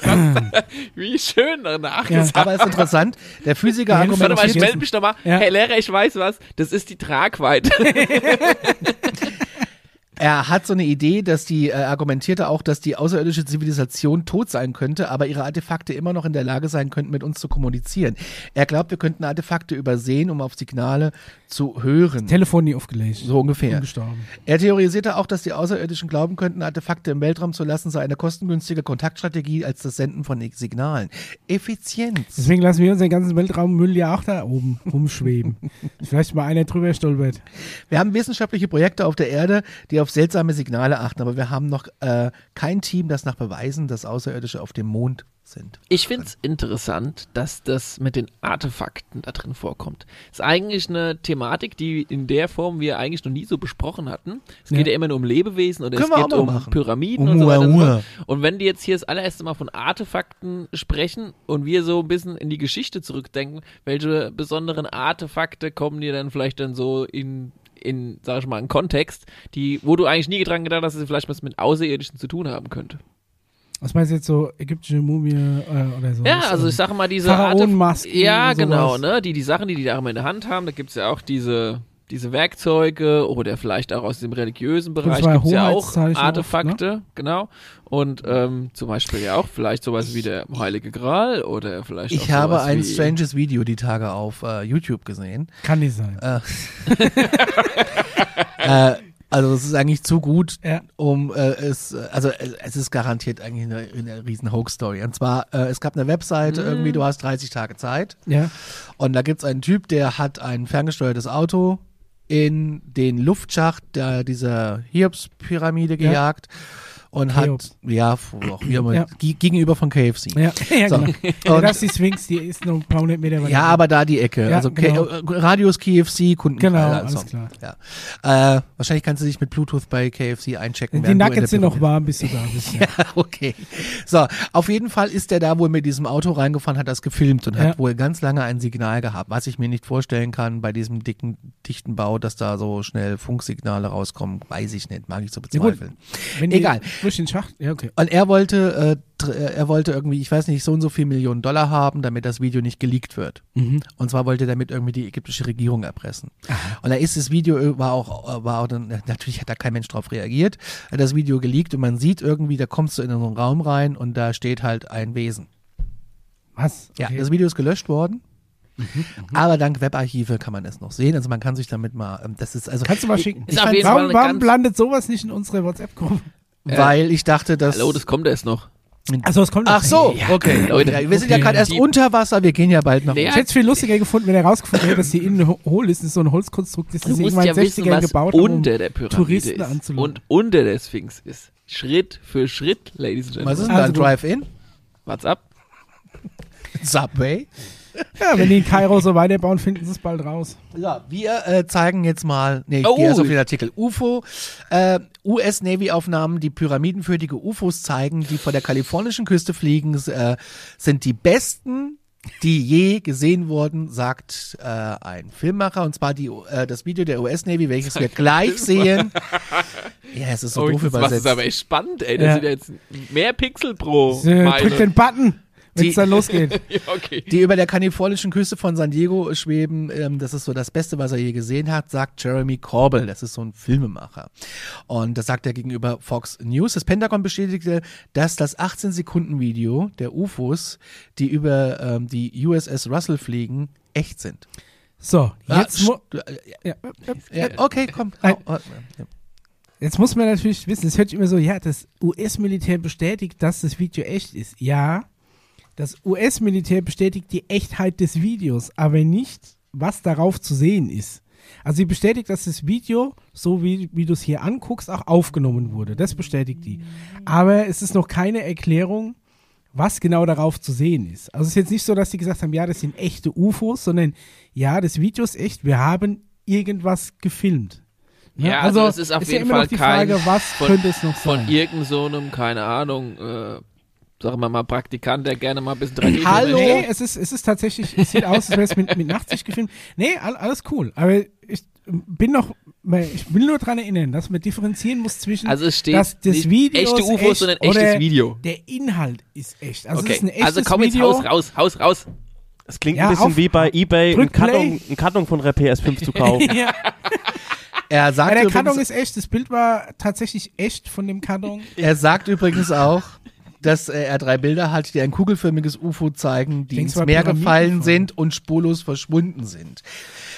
Speaker 3: Wie schön danach.
Speaker 1: Ja.
Speaker 2: Aber ist interessant, der Physiker
Speaker 1: Ja, das
Speaker 3: Warte
Speaker 2: argumentiert.
Speaker 3: mal, ich melde
Speaker 1: vergessen.
Speaker 3: mich nochmal.
Speaker 1: Ja.
Speaker 3: Herr Lehrer, ich weiß was. Das ist die Tragweite.
Speaker 2: Er hat so eine Idee, dass die, äh, argumentierte auch, dass die außerirdische Zivilisation tot sein könnte, aber ihre Artefakte immer noch in der Lage sein könnten, mit uns zu kommunizieren. Er glaubt, wir könnten Artefakte übersehen, um auf Signale zu hören.
Speaker 1: Telefon nie aufgelegt.
Speaker 2: so ungefähr.
Speaker 1: Umgestorben.
Speaker 2: Er theorisierte auch, dass die Außerirdischen glauben könnten, Artefakte im Weltraum zu lassen, sei eine kostengünstige Kontaktstrategie als das Senden von Signalen. Effizienz.
Speaker 1: Deswegen lassen wir unseren ganzen Weltraummüll ja auch da oben rumschweben. vielleicht mal einer drüber stolpert.
Speaker 2: Wir haben wissenschaftliche Projekte auf der Erde, die auf seltsame Signale achten, aber wir haben noch äh, kein Team, das nach Beweisen, dass Außerirdische auf dem Mond sind.
Speaker 3: Ich finde es interessant, dass das mit den Artefakten da drin vorkommt. Ist eigentlich eine Thematik, die in der Form wir eigentlich noch nie so besprochen hatten. Es geht
Speaker 1: Ja.
Speaker 3: ja, immer nur um Lebewesen oder
Speaker 2: Können
Speaker 3: es
Speaker 2: wir
Speaker 3: geht
Speaker 2: auch mal
Speaker 3: um
Speaker 2: machen.
Speaker 3: Pyramiden
Speaker 2: Um
Speaker 3: und so weiter. Und, so.
Speaker 2: Ua-Ua.
Speaker 3: fort. und wenn die jetzt hier das allererste Mal von Artefakten sprechen und wir so ein bisschen in die Geschichte zurückdenken, welche besonderen Artefakte kommen dir dann vielleicht dann so in in, sag ich mal, einen Kontext, die, wo du eigentlich nie dran gedacht hast, dass es vielleicht was mit Außerirdischen zu tun haben könnte.
Speaker 1: Was meinst du jetzt so ägyptische Mumie äh, oder so?
Speaker 3: Ja,
Speaker 1: Das,
Speaker 3: also
Speaker 1: ähm,
Speaker 3: ich sage mal, diese
Speaker 1: Pharaonenmasken
Speaker 3: Artef- Ja,
Speaker 1: und sowas.
Speaker 3: genau, ne? Die, die Sachen, die die da immer in der Hand haben, da gibt's ja auch diese, diese Werkzeuge oder vielleicht auch aus dem religiösen Bereich
Speaker 1: war ja
Speaker 3: gibt's ja auch
Speaker 1: Hoheitszeichen oft, ne?
Speaker 3: Artefakte, genau. Und ähm, zum Beispiel ja auch vielleicht sowas wie der Heilige Gral oder vielleicht auch
Speaker 2: Ich habe
Speaker 3: sowas
Speaker 2: ein
Speaker 3: wie,
Speaker 2: stranges Video die Tage auf äh, YouTube gesehen.
Speaker 1: Kann nicht sein.
Speaker 2: Äh, äh, also es ist eigentlich zu gut,
Speaker 1: Ja.
Speaker 2: um äh, es, äh, also äh, es ist garantiert eigentlich eine, eine riesen Hoax-Story. Und zwar, äh, es gab eine Webseite, irgendwie du hast 30 Tage Zeit
Speaker 1: ja.
Speaker 2: und da gibt's einen Typ, der hat ein ferngesteuertes Auto in den Luftschacht der, dieser Hiobs-Pyramide
Speaker 1: Ja.
Speaker 2: gejagt und
Speaker 1: Cheops.
Speaker 2: hat, ja, auch wie immer,
Speaker 1: Ja.
Speaker 2: ge- gegenüber von KFC.
Speaker 1: Ja, ja
Speaker 2: So.
Speaker 1: genau. Ja, das ist die Sphinx, die ist noch ein paar hundert Meter weiter.
Speaker 2: Ja, aber da die Ecke.
Speaker 1: genau. Ja,
Speaker 2: also K-
Speaker 1: genau.
Speaker 2: äh, Radius KFC, Kunden.
Speaker 1: Genau,
Speaker 2: also.
Speaker 1: alles klar.
Speaker 2: Ja. Äh, wahrscheinlich kannst du dich mit Bluetooth bei KFC einchecken.
Speaker 1: Die
Speaker 2: während du in
Speaker 1: Nuggets
Speaker 2: der
Speaker 1: sind noch
Speaker 2: Pyramide-
Speaker 1: warm, bis du da bist. Ja.
Speaker 2: Okay. So, auf jeden Fall ist der da wohl mit diesem Auto reingefahren, hat das gefilmt und
Speaker 1: Ja.
Speaker 2: hat wohl ganz lange ein Signal gehabt, was ich mir nicht vorstellen kann bei diesem dicken, dichten Bau, dass da so schnell Funksignale rauskommen, weiß ich nicht, mag ich so
Speaker 1: gut.
Speaker 2: bezweifeln.
Speaker 1: Wenn die
Speaker 2: Egal.
Speaker 1: Durch den Schacht. Ja, okay.
Speaker 2: Und er wollte, äh, dr- äh, er wollte irgendwie, ich weiß nicht, so und so viel Millionen Dollar haben, damit das Video nicht geleakt wird.
Speaker 1: Mhm.
Speaker 2: Und zwar wollte er damit irgendwie die ägyptische Regierung erpressen. Und da ist das Video, äh, war auch, äh, war auch dann, natürlich hat da kein Mensch drauf reagiert, hat das Video geleakt und man sieht irgendwie, da kommst du in so einen Raum rein und da steht halt ein Wesen.
Speaker 1: Was?
Speaker 2: Ja,
Speaker 3: also
Speaker 1: Okay. Mhm.
Speaker 2: das Video ist gelöscht worden. Aber dank Webarchive kann man es noch sehen. Also man kann sich damit mal, ähm, das ist also,
Speaker 1: Kannst du mal schicken.
Speaker 3: Ist auf
Speaker 1: fand-
Speaker 3: jeden Fall
Speaker 1: warum
Speaker 3: eine
Speaker 1: warum
Speaker 3: ganz-
Speaker 1: landet sowas nicht in unsere WhatsApp-Gruppe? äh,
Speaker 2: weil ich dachte, dass.
Speaker 3: Hallo, das kommt erst noch.
Speaker 1: Achso, es kommt
Speaker 2: Ach so,
Speaker 3: Ja,
Speaker 2: okay.
Speaker 3: Leute.
Speaker 2: ja, wir sind ja
Speaker 1: Okay.
Speaker 2: gerade erst
Speaker 3: Die-
Speaker 2: unter Wasser, wir gehen ja bald nach
Speaker 3: Nee,
Speaker 1: Ich hätte es viel lustiger gefunden, wenn er rausgefunden hätte, dass hier innen ho- hohl ist. Das ist so ein Holzkonstrukt, das ist
Speaker 3: Du musst
Speaker 1: irgendwann in
Speaker 3: ja
Speaker 1: den
Speaker 3: wissen,
Speaker 1: 60ern
Speaker 3: was
Speaker 1: gebaut haben,
Speaker 3: unter der Pyramide
Speaker 1: Touristen
Speaker 3: ist
Speaker 1: anzulocken.
Speaker 3: und unter der Sphinx ist. Schritt für Schritt, Ladies and
Speaker 2: Was
Speaker 3: Gentlemen.
Speaker 2: ist denn da?
Speaker 1: Also
Speaker 2: ein
Speaker 1: du-
Speaker 2: Drive-In?
Speaker 3: What's up?
Speaker 2: Subway?
Speaker 1: Ja, wenn die in Kairo so weiterbauen, finden sie es bald raus.
Speaker 2: Ja, wir äh, zeigen jetzt mal, nee, ich
Speaker 3: Oh.
Speaker 2: gehe erst auf den Artikel. UFO, äh, US-Navy-Aufnahmen, die pyramidenförmige UFOs zeigen, die vor der kalifornischen Küste fliegen, s- äh, sind die besten, die je gesehen wurden, sagt äh, ein Filmmacher, und zwar die, äh, das Video der US-Navy, welches wir gleich sehen. Ja, es ist so
Speaker 3: oh,
Speaker 2: doof
Speaker 3: das war- das ist
Speaker 2: übersetzt.
Speaker 3: aber echt spannend, ey. Das
Speaker 1: Ja.
Speaker 3: sind ja jetzt mehr Pixel pro
Speaker 1: Sie- Drück
Speaker 3: Meile.
Speaker 1: den Button. wenn es dann losgeht.
Speaker 3: Ja, okay.
Speaker 2: die über der kalifornischen Küste von San Diego schweben. Ähm, das ist so das Beste, was er je gesehen hat, sagt Jeremy Corbell. Das ist so ein Filmemacher. Und das sagt er gegenüber Fox News. Das Pentagon bestätigte, dass das 18-Sekunden-Video der UFOs, die über ähm, die USS Russell fliegen, echt sind.
Speaker 1: So, jetzt, mu
Speaker 2: Ah, st- äh,
Speaker 1: ja,
Speaker 2: ja, okay, komm.
Speaker 1: Nein.
Speaker 2: Hau- hau- ja.
Speaker 1: jetzt muss man natürlich wissen, es hört sich immer so, ja, das US-Militär bestätigt, dass das Video echt ist. Ja, das US-Militär bestätigt die Echtheit des Videos, aber nicht, was darauf zu sehen ist. Also sie bestätigt, dass das Video, so wie, wie du es hier anguckst, auch aufgenommen wurde. Das bestätigt die. Aber es ist noch keine Erklärung, was genau darauf zu sehen ist. Also es ist jetzt nicht so, dass sie gesagt haben, ja, das sind echte UFOs, sondern ja, das Video ist echt, wir haben irgendwas gefilmt. Ne?
Speaker 3: Ja, also es ist auf jeden
Speaker 1: immer noch
Speaker 3: Fall
Speaker 1: die
Speaker 3: kein
Speaker 1: Frage, was
Speaker 3: von-
Speaker 1: könnte es noch sein?
Speaker 3: Von irgend so einem, keine Ahnung, äh, sagen wir mal Praktikant, der gerne mal ein bisschen Tragödie
Speaker 2: Hallo?
Speaker 3: möchte.
Speaker 1: Nee, es ist, es ist tatsächlich, es sieht aus, als wäre es mit, mit Nachtsicht gefilmt. Nee, all, alles cool. Aber ich bin noch, ich will nur daran erinnern, dass man differenzieren muss zwischen
Speaker 3: Also es steht
Speaker 1: dass das
Speaker 3: nicht
Speaker 1: Video
Speaker 3: echte
Speaker 1: ist
Speaker 3: UFOs,
Speaker 1: echt
Speaker 3: sondern
Speaker 1: oder
Speaker 3: echtes Video.
Speaker 1: Der Inhalt ist echt. Also es ist ein
Speaker 3: Okay,
Speaker 1: echtes
Speaker 3: also komm jetzt
Speaker 1: Video.
Speaker 3: haus raus, haus raus.
Speaker 4: Es klingt
Speaker 1: Ja,
Speaker 4: ein bisschen
Speaker 1: auf-
Speaker 4: wie bei eBay, einen
Speaker 1: drück Play.
Speaker 4: Karton, einen Karton von der PS5 zu kaufen.
Speaker 1: ja.
Speaker 2: Er sagt
Speaker 1: Aber der
Speaker 2: übrigens-
Speaker 1: Karton ist echt. Das Bild war tatsächlich echt von dem Karton.
Speaker 2: Er sagt übrigens auch, dass äh, er drei Bilder hat, die ein kugelförmiges UFO zeigen, die
Speaker 1: Denkst
Speaker 2: ins
Speaker 1: du, war
Speaker 2: Meer
Speaker 1: Pyramiden
Speaker 2: gefallen
Speaker 1: von-
Speaker 2: sind und spurlos verschwunden sind.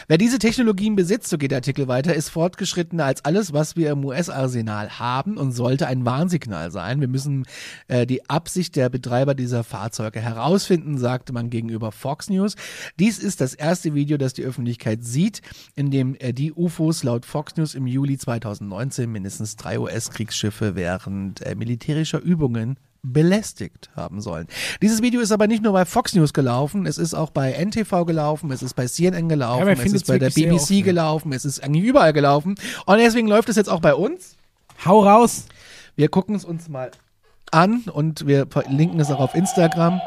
Speaker 2: Wer diese Technologien besitzt, so geht der Artikel weiter, ist fortgeschrittener als alles, was wir im US-Arsenal haben und sollte ein Warnsignal sein. Wir müssen äh, die Absicht der Betreiber dieser Fahrzeuge herausfinden, sagte man gegenüber Fox News. Dies ist das erste Video, das die Öffentlichkeit sieht, in dem äh, die UFOs laut Fox News im Juli 2019 mindestens drei US-Kriegsschiffe während äh, militärischer Übungen belästigt haben sollen. Dieses Video ist aber nicht nur bei Fox News gelaufen, es ist auch bei NTV gelaufen, es ist bei CNN gelaufen,
Speaker 1: aber
Speaker 2: es
Speaker 1: findet's
Speaker 2: ist bei der
Speaker 1: wirklich sehr
Speaker 2: BBC
Speaker 1: oft, ja.
Speaker 2: gelaufen, es ist eigentlich überall gelaufen und deswegen läuft es jetzt auch bei uns.
Speaker 1: Hau raus.
Speaker 2: Wir gucken es uns mal an und wir verlinken es auch auf Instagram.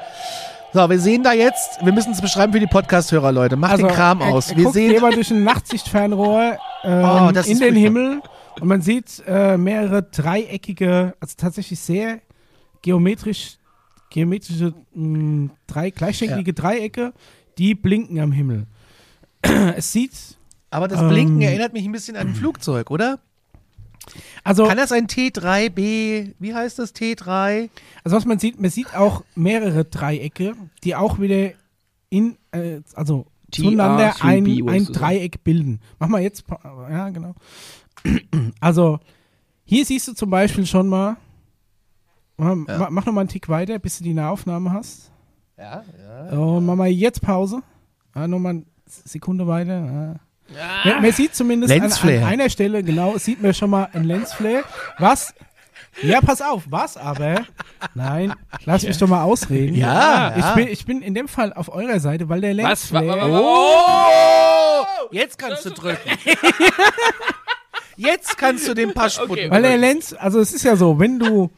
Speaker 2: So, wir sehen da jetzt, wir müssen es beschreiben für die Podcast-Hörer, Leute. Macht den Kram
Speaker 1: Also, er,
Speaker 2: aus.
Speaker 1: Er
Speaker 2: wir
Speaker 1: guckt
Speaker 2: sehen
Speaker 1: jemand durch ein Nachtsichtfernrohr ähm,
Speaker 2: Oh, das
Speaker 1: in
Speaker 2: ist
Speaker 1: den
Speaker 2: furchtbar.
Speaker 1: Himmel und man sieht äh, mehrere dreieckige, also tatsächlich sehr geometrisch, geometrische mh, drei gleichschenklige Dreiecke, die blinken am Himmel. es sieht
Speaker 2: Aber das
Speaker 1: Ähm.
Speaker 2: Blinken erinnert mich ein bisschen an ein Flugzeug, oder?
Speaker 1: also,
Speaker 2: Kann das ein T3B? Wie heißt das T3?
Speaker 1: also was man sieht, man sieht auch mehrere Dreiecke, die auch wieder in äh, also
Speaker 3: TR3B
Speaker 1: zueinander ein,
Speaker 3: wolltest
Speaker 1: ein
Speaker 3: du sagen.
Speaker 1: Dreieck bilden. Mach mal jetzt, pa- ja genau. Also hier siehst du zum Beispiel schon mal, Ma-
Speaker 2: Ja.
Speaker 1: ma- mach noch mal einen Tick weiter, bis du die Nahaufnahme hast.
Speaker 2: Ja, ja.
Speaker 1: Und mach mal jetzt Pause. Ja, noch mal eine Sekunde weiter. Ja. Man, man sieht zumindest an, an
Speaker 2: Lensflare.
Speaker 1: einer Stelle genau, sieht man schon mal ein Lensflare. Was? Ja, pass auf, was aber? Nein, lass mich doch mal ausreden. Ah,
Speaker 2: Ja,
Speaker 1: Ich,
Speaker 2: ja.
Speaker 1: bin, ich bin in dem Fall auf eurer Seite, weil der
Speaker 3: Was? Wa-
Speaker 1: Lensflare.
Speaker 3: wa- wa-
Speaker 2: Oh! Jetzt kannst du drücken. Jetzt kannst du den Paschbutton.
Speaker 1: Weil der Lenz, also es ist ja so, wenn du,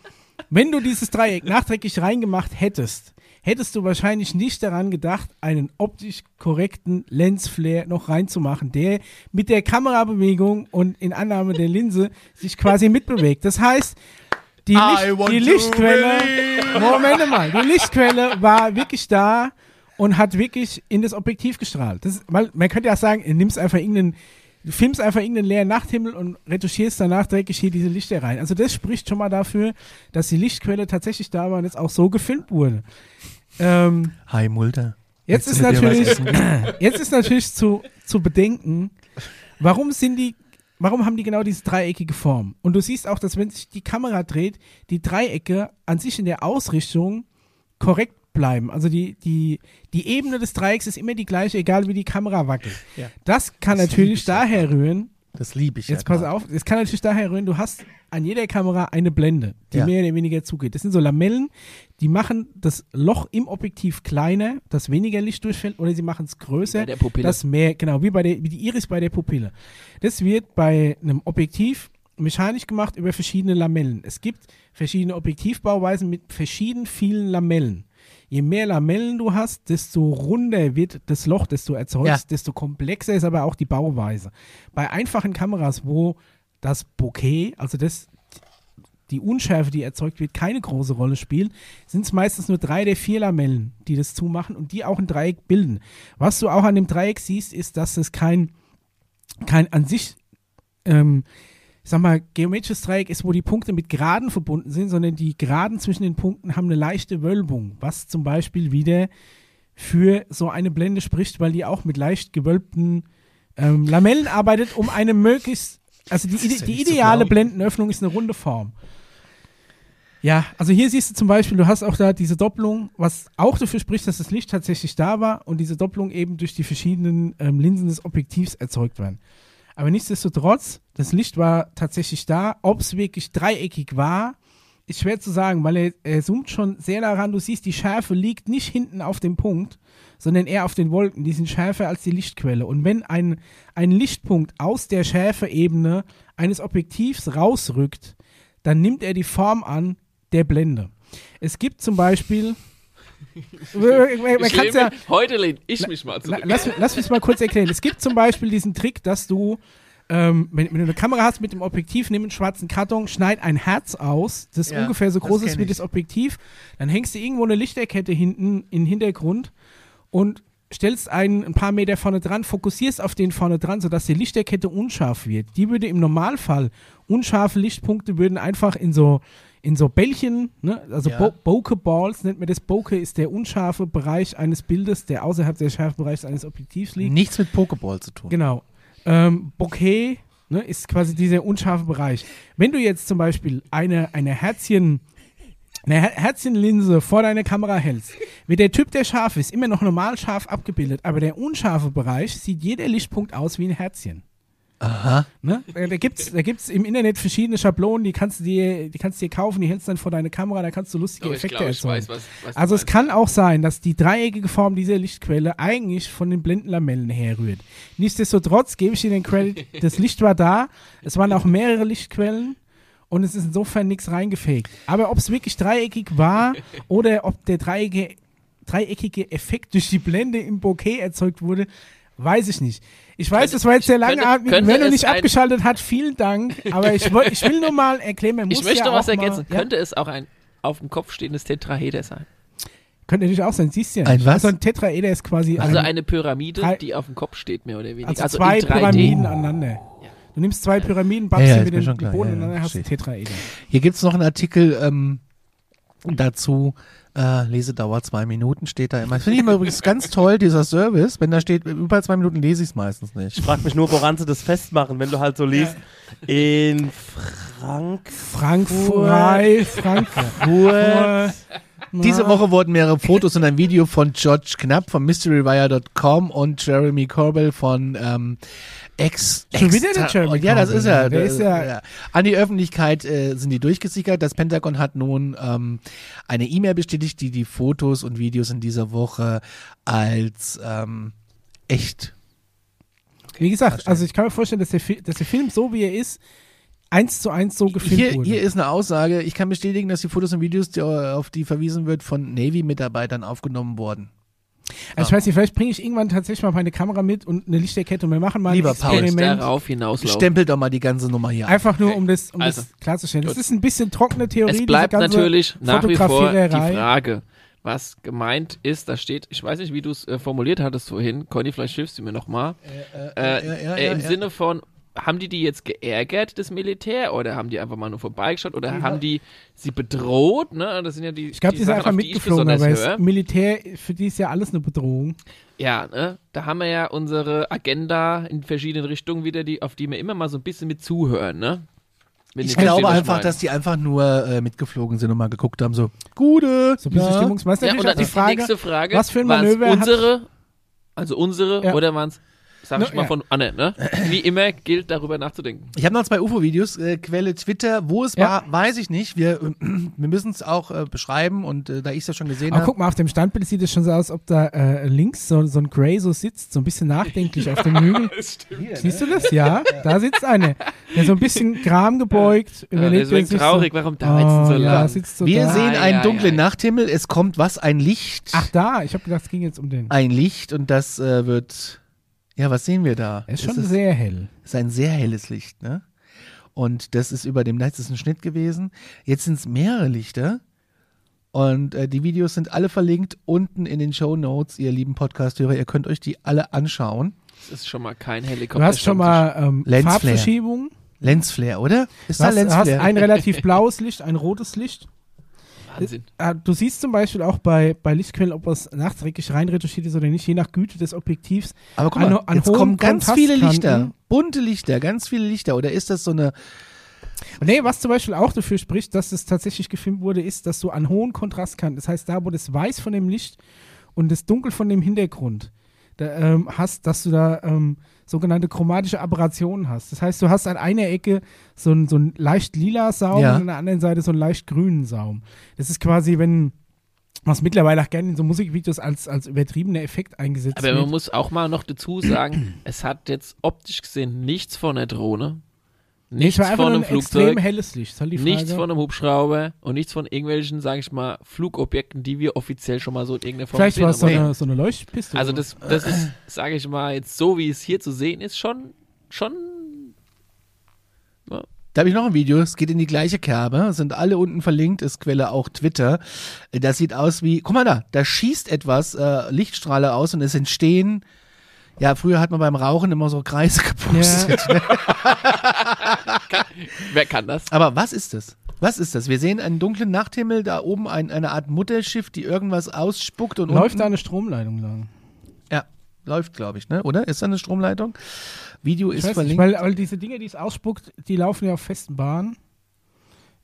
Speaker 1: wenn du dieses Dreieck nachträglich reingemacht hättest, hättest du wahrscheinlich nicht daran gedacht, einen optisch korrekten Lensflare noch reinzumachen, der mit der Kamerabewegung und in Annahme der Linse sich quasi mitbewegt. Das heißt, die,
Speaker 2: I
Speaker 1: Licht,
Speaker 2: want
Speaker 1: die
Speaker 2: to
Speaker 1: Lichtquelle, Moment mal, die Lichtquelle war wirklich da und hat wirklich in das Objektiv gestrahlt. Das, ist- weil man könnte ja auch sagen, nimmst einfach irgendeinen, du filmst einfach irgendeinen leeren Nachthimmel und retuschierst danach dreckig hier diese Lichter rein. Also das spricht schon mal dafür, dass die Lichtquelle tatsächlich da war und jetzt auch so gefilmt wurde. Ähm,
Speaker 2: Hi, Mulder.
Speaker 1: Jetzt ist
Speaker 2: Willst du mit mir was
Speaker 1: natürlich,
Speaker 2: essen
Speaker 1: jetzt ist natürlich zu, zu bedenken, warum sind die, warum haben die genau diese dreieckige Form? Und du siehst auch, dass wenn sich die Kamera dreht, die Dreiecke an sich in der Ausrichtung korrekt bleiben. Also die, die, die Ebene des Dreiecks ist immer die gleiche, egal wie die Kamera wackelt.
Speaker 2: Ja.
Speaker 1: Das kann
Speaker 2: Das lieb
Speaker 1: natürlich
Speaker 2: ich ja.
Speaker 1: daher rühren,
Speaker 2: Das liebe ich.
Speaker 1: Jetzt
Speaker 2: ja
Speaker 1: pass
Speaker 2: gerade.
Speaker 1: auf, es kann natürlich daher rühren, du hast an jeder Kamera eine Blende, die
Speaker 2: Ja.
Speaker 1: mehr oder weniger zugeht. Das sind so Lamellen, die machen das Loch im Objektiv kleiner, dass weniger Licht durchfällt, oder sie machen es größer,
Speaker 3: Bei Oh, der Pupille.
Speaker 1: dass mehr, genau, wie, bei der, wie die Iris bei der Pupille. Das wird bei einem Objektiv mechanisch gemacht über verschiedene Lamellen. Es gibt verschiedene Objektivbauweisen mit verschieden vielen Lamellen. Je mehr Lamellen du hast, desto runder wird das Loch, das du erzeugst,
Speaker 2: Ja.
Speaker 1: desto komplexer ist aber auch die Bauweise. Bei einfachen Kameras, wo das Bokeh, also das die Unschärfe, die erzeugt wird, keine große Rolle spielt, sind es meistens nur drei der vier Lamellen, die das zumachen und die auch ein Dreieck bilden. Was du auch an dem Dreieck siehst, ist, dass es kein, kein an sich, ähm, ich sag mal, geometrisches Dreieck ist, wo die Punkte mit Geraden verbunden sind, sondern die Geraden zwischen den Punkten haben eine leichte Wölbung, was zum Beispiel wieder für so eine Blende spricht, weil die auch mit leicht gewölbten ähm, Lamellen arbeitet, um eine möglichst, also die,
Speaker 2: ist
Speaker 1: ide-
Speaker 2: ja
Speaker 1: die
Speaker 2: nicht so
Speaker 1: ideale
Speaker 2: blau.
Speaker 1: Blendenöffnung ist eine runde Form. Ja, also hier siehst du zum Beispiel, du hast auch da diese Doppelung, was auch dafür spricht, dass das Licht tatsächlich da war und diese Doppelung eben durch die verschiedenen ähm, Linsen des Objektivs erzeugt werden. Aber nichtsdestotrotz, das Licht war tatsächlich da. Ob es wirklich dreieckig war, ist schwer zu sagen, weil er, er zoomt schon sehr daran. Du siehst, die Schärfe liegt nicht hinten auf dem Punkt, sondern eher auf den Wolken. Die sind schärfer als die Lichtquelle. Und wenn ein, ein Lichtpunkt aus der Schärfeebene eines Objektivs rausrückt, dann nimmt er die Form an der Blende. Es gibt zum Beispiel. Man
Speaker 3: Ich
Speaker 1: kann's
Speaker 3: lehne mich- heute lehne ich mich mal
Speaker 1: La-
Speaker 3: zurück.
Speaker 1: Lass, lass mich mal kurz erklären. Es gibt zum Beispiel diesen Trick, dass du, ähm, wenn, wenn du eine Kamera hast mit dem Objektiv, nimm einen schwarzen Karton, schneid ein Herz aus, das
Speaker 2: Ja,
Speaker 1: ungefähr so
Speaker 2: das
Speaker 1: groß ist
Speaker 2: kenn
Speaker 1: wie
Speaker 2: ich.
Speaker 1: das Objektiv, dann hängst du irgendwo eine Lichterkette hinten in den Hintergrund und stellst einen ein paar Meter vorne dran, fokussierst auf den vorne dran, sodass die Lichterkette unscharf wird. Die würde im Normalfall, unscharfe Lichtpunkte würden einfach in so in so Bällchen, ne? also
Speaker 2: Ja.
Speaker 1: Bo Bokeh-Balls nennt man das. Bokeh ist der unscharfe Bereich eines Bildes, der außerhalb des scharfen Bereichs eines Objektivs liegt.
Speaker 2: Nichts mit Pokéball zu tun.
Speaker 1: Genau. Ähm, Bokeh ne, ist quasi dieser unscharfe Bereich. Wenn du jetzt zum Beispiel eine, eine Herzchen eine Her Herzchenlinse vor deine Kamera hältst, wird der Typ, der scharf ist, immer noch normal scharf abgebildet, aber der unscharfe Bereich sieht jeder Lichtpunkt aus wie ein Herzchen.
Speaker 2: Aha.
Speaker 1: Ne? Äh, Da gibt es da gibt's im Internet verschiedene Schablonen, die kannst du dir, die kannst du dir kaufen, die hältst du dann vor deine Kamera, da kannst du lustige
Speaker 3: Aber ich
Speaker 1: Effekte
Speaker 3: glaube, ich
Speaker 1: erzeugen.
Speaker 3: weiß, was, was du
Speaker 1: Also es
Speaker 3: meinst.
Speaker 1: kann auch sein, dass die dreieckige Form dieser Lichtquelle eigentlich von den blinden Lamellen herrührt. Nichtsdestotrotz gebe ich dir den Credit, das Licht war da, es waren auch mehrere Lichtquellen und es ist insofern nichts reingefegt. Aber ob es wirklich dreieckig war oder ob der dreieckige, dreieckige Effekt durch die Blende im Bokeh erzeugt wurde, weiß ich nicht. Ich weiß,
Speaker 3: Könnte-
Speaker 1: das war jetzt sehr
Speaker 3: könnte-
Speaker 1: langatmig.
Speaker 3: könnte
Speaker 1: Wenn du
Speaker 3: es
Speaker 1: nicht
Speaker 3: ein-
Speaker 1: abgeschaltet hat, vielen Dank. Aber ich, woll- ich will nur mal erklären, man muss
Speaker 3: Ich möchte
Speaker 1: ja
Speaker 3: was
Speaker 1: auch mal-
Speaker 3: ergänzen.
Speaker 1: Ja,
Speaker 3: Könnte es auch ein auf dem Kopf stehendes Tetraheder sein?
Speaker 1: könnte natürlich auch sein. Siehst du ja.
Speaker 2: Ein
Speaker 1: nicht.
Speaker 2: was?
Speaker 1: Also ein Tetraeder ist quasi
Speaker 3: Also E
Speaker 1: ein,
Speaker 3: eine Pyramide,
Speaker 1: Drei-
Speaker 3: die auf dem Kopf steht, mehr oder weniger.
Speaker 1: Also,
Speaker 3: in
Speaker 1: zwei
Speaker 3: 3D.
Speaker 1: Pyramiden aneinander. Du nimmst zwei Pyramiden, backst
Speaker 2: Oh. Ja, ja,
Speaker 1: sie
Speaker 2: ist
Speaker 1: mit
Speaker 2: mir
Speaker 1: den
Speaker 2: schon klar.
Speaker 1: Boden
Speaker 2: Ja,
Speaker 1: und
Speaker 2: ja,
Speaker 1: dann hast du
Speaker 2: verstehe.
Speaker 1: Tetraeder.
Speaker 2: Hier gibt es noch einen Artikel ähm, dazu. Äh, Lesedauer zwei Minuten steht da immer. Das finde ich immer übrigens ganz toll, dieser Service. Wenn da steht, über zwei Minuten lese ich es meistens nicht.
Speaker 4: Ich frage mich nur, woran sie das festmachen, wenn du halt so liest. In Frankfurt.
Speaker 1: Frankfurt, Frankfurt.
Speaker 2: Diese Woche wurden mehrere Fotos und ein Video von George Knapp von MysteryWire.com und Jeremy Corbell von ähm, Ex.
Speaker 1: Schon wieder
Speaker 2: Extra-
Speaker 1: der Jeremy
Speaker 2: Ja, das ist er.
Speaker 1: Corbell, der
Speaker 2: Das-
Speaker 1: ist ja-
Speaker 2: An die Öffentlichkeit äh, sind die durchgesickert. Das Pentagon hat nun ähm, eine E-Mail bestätigt, die die Fotos und Videos in dieser Woche als ähm, echt.
Speaker 1: Wie
Speaker 2: Ah,
Speaker 1: gesagt, also ich kann mir vorstellen, dass der, Fi dass der Film so wie er ist, eins zu eins so gefilmt
Speaker 2: Hier,
Speaker 1: wurde.
Speaker 2: hier ist eine Aussage. Ich kann bestätigen, dass die Fotos und Videos, die, auf die verwiesen wird, von Navy-Mitarbeitern aufgenommen wurden.
Speaker 1: also ich weiß nicht, vielleicht bringe ich irgendwann tatsächlich mal meine Kamera mit und eine Lichterkette und wir machen mal
Speaker 2: Lieber
Speaker 1: ein
Speaker 2: Paul,
Speaker 3: Jetzt
Speaker 1: Experiment.
Speaker 3: darauf hinauslaufen.
Speaker 2: Stempel doch mal die ganze Nummer hier
Speaker 1: Einfach nur, um das, um
Speaker 3: Also,
Speaker 1: das klarzustellen. Das
Speaker 3: gut.
Speaker 1: ist ein bisschen trockene Theorie.
Speaker 3: Es bleibt
Speaker 1: diese ganze
Speaker 3: natürlich nach wie vor die
Speaker 1: Fotografiererei.
Speaker 3: Frage, was gemeint ist. Da steht, ich weiß nicht, wie du es äh, formuliert hattest vorhin. Conny, vielleicht hilfst du mir nochmal. Äh,
Speaker 2: ja, ja,
Speaker 3: äh,
Speaker 2: ja,
Speaker 3: Im
Speaker 2: ja.
Speaker 3: Sinne von, haben die die jetzt geärgert, das Militär? Oder haben die einfach mal nur vorbeigeschaut? Oder haben die sie bedroht? Ne? Das sind ja die,
Speaker 1: Ich glaube, die,
Speaker 3: die
Speaker 1: sind
Speaker 3: Sachen,
Speaker 1: einfach
Speaker 3: auf die ich
Speaker 1: mitgeflogen,
Speaker 3: besonders
Speaker 1: aber das
Speaker 3: höre.
Speaker 1: Militär, für die ist ja alles eine Bedrohung.
Speaker 3: Ja, ne? da haben wir ja unsere Agenda in verschiedenen Richtungen wieder, die, auf die wir immer mal so ein bisschen mit zuhören. Ne? Wenn
Speaker 2: Ich
Speaker 3: ihr versteht,
Speaker 2: glaube
Speaker 3: was ich
Speaker 2: einfach,
Speaker 3: meine.
Speaker 2: dass die einfach nur äh, mitgeflogen sind und mal geguckt haben, so, Gude,
Speaker 1: So ein bisschen
Speaker 2: na?
Speaker 1: Stimmungsmeister.
Speaker 3: Ja, und
Speaker 1: Natürlich
Speaker 3: dann
Speaker 1: auch die
Speaker 3: ist die
Speaker 1: Frage,
Speaker 3: nächste Frage,
Speaker 1: was für ein
Speaker 3: waren's
Speaker 1: Manöver hat-
Speaker 3: unsere, also unsere,
Speaker 1: Ja.
Speaker 3: oder waren es, sag
Speaker 1: Na,
Speaker 3: ich mal,
Speaker 1: ja.
Speaker 3: von Anne, ne? Wie immer gilt, darüber nachzudenken.
Speaker 2: Ich habe noch zwei UFO-Videos, äh, Quelle Twitter, wo es
Speaker 1: Ja.
Speaker 2: war, weiß ich nicht. Wir, wir müssen es auch äh, beschreiben und äh, da ich es ja schon gesehen
Speaker 1: aber
Speaker 2: habe.
Speaker 1: guck mal, auf dem Standbild sieht es schon so aus, ob da äh, links so, so ein Grey so sitzt, so ein bisschen nachdenklich auf dem Hügel.
Speaker 2: ne?
Speaker 1: Siehst du das? Ja, da sitzt eine. Der so ein bisschen Gram gebeugt,
Speaker 3: Ja,
Speaker 1: überlegt er
Speaker 3: deswegen
Speaker 1: sich
Speaker 3: traurig,
Speaker 1: so,
Speaker 3: warum
Speaker 1: oh,
Speaker 3: dauert es so
Speaker 1: ja,
Speaker 3: lang?
Speaker 1: sitzt so
Speaker 2: Wir
Speaker 1: da.
Speaker 2: sehen
Speaker 3: Ah,
Speaker 2: einen
Speaker 3: ja,
Speaker 2: dunklen
Speaker 3: ja.
Speaker 2: Nachthimmel, es kommt was, ein Licht.
Speaker 1: Ach da, ich habe gedacht, es ging jetzt um den.
Speaker 2: Ein Licht und das äh, wird, ja, was sehen wir da?
Speaker 1: Er ist schon
Speaker 2: es,
Speaker 1: sehr hell.
Speaker 2: ist ein sehr helles Licht, ne? Und das ist über dem leichtesten Schnitt gewesen. Jetzt sind es mehrere Lichter. Und äh, die Videos sind alle verlinkt unten in den Show Notes, ihr lieben Podcast-Hörer. Ihr könnt euch die alle anschauen.
Speaker 3: Das ist schon mal kein
Speaker 1: Du
Speaker 3: Helikopter.
Speaker 1: hast schon mal ähm,
Speaker 2: Lensflare.
Speaker 1: Farbverschiebung.
Speaker 2: Lensflare, oder? Ist
Speaker 1: Du hast,
Speaker 2: da
Speaker 1: hast
Speaker 2: Lensflare?
Speaker 1: ein relativ blaues Licht, ein rotes Licht.
Speaker 3: Wahnsinn.
Speaker 1: Ah, Du siehst zum Beispiel auch bei, bei Lichtquellen, ob was nachträglich reinretuschiert ist oder nicht, je nach Güte des Objektivs.
Speaker 2: Aber guck
Speaker 1: an-
Speaker 2: mal,
Speaker 1: an
Speaker 2: jetzt
Speaker 1: hohen
Speaker 2: kommen ganz viele
Speaker 1: Kontrastkanten.
Speaker 2: Lichter. Bunte Lichter, ganz viele Lichter. Oder ist das so eine.
Speaker 1: Nee, was zum Beispiel auch dafür spricht, dass das tatsächlich gefilmt wurde, ist, dass du an hohen Kontrastkanten, das heißt, da, wo das Weiß von dem Licht und das Dunkel von dem Hintergrund da, ähm, hast, dass du da ähm, sogenannte chromatische Aberrationen hast. Das heißt, du hast an einer Ecke so einen so einen leicht lila Saum
Speaker 2: Ja.
Speaker 1: und an der anderen Seite so einen leicht grünen Saum. Das ist quasi, wenn was mittlerweile auch gerne in so Musikvideos als, als übertriebener Effekt eingesetzt
Speaker 3: Aber
Speaker 1: wird.
Speaker 3: man muss auch mal noch dazu sagen, es hat jetzt optisch gesehen nichts von einer Drohne,
Speaker 1: es
Speaker 3: nichts
Speaker 1: war einfach
Speaker 3: von
Speaker 1: nur
Speaker 3: einem
Speaker 1: ein extrem
Speaker 3: Flugzeug,
Speaker 1: helles Licht. Das ist halt die Frage.
Speaker 3: nichts von einem Hubschrauber und nichts von irgendwelchen, sage ich mal, Flugobjekten, die wir offiziell schon mal so in irgendeiner Form
Speaker 1: Vielleicht
Speaker 3: gesehen
Speaker 1: war es so
Speaker 3: haben.
Speaker 1: eine, so eine Leuchtpiste.
Speaker 3: Also
Speaker 1: oder
Speaker 3: das, das ist, sage ich mal, jetzt so wie es hier zu sehen ist, schon, schon
Speaker 2: Da habe ich noch ein Video, es geht in die gleiche Kerbe, sind alle unten verlinkt, ist Quelle auch Twitter. Das sieht aus wie, guck mal da, da schießt etwas äh, Lichtstrahler aus und es entstehen, ja, früher hat man beim Rauchen immer so Kreise gepustet.
Speaker 3: Wer kann das?
Speaker 2: Aber was ist das? Was ist das? Wir sehen einen dunklen Nachthimmel, da oben ein, eine Art Mutterschiff, die irgendwas ausspuckt und
Speaker 1: Läuft da
Speaker 2: unten,
Speaker 1: eine Stromleitung lang?
Speaker 2: Ja, läuft, glaube ich, ne? Oder? Ist da eine Stromleitung? Video
Speaker 1: Ich
Speaker 2: ist
Speaker 1: weiß nicht,
Speaker 2: verlinkt.
Speaker 1: weil, weil diese Dinge, die es ausspuckt, die laufen ja auf festen Bahnen.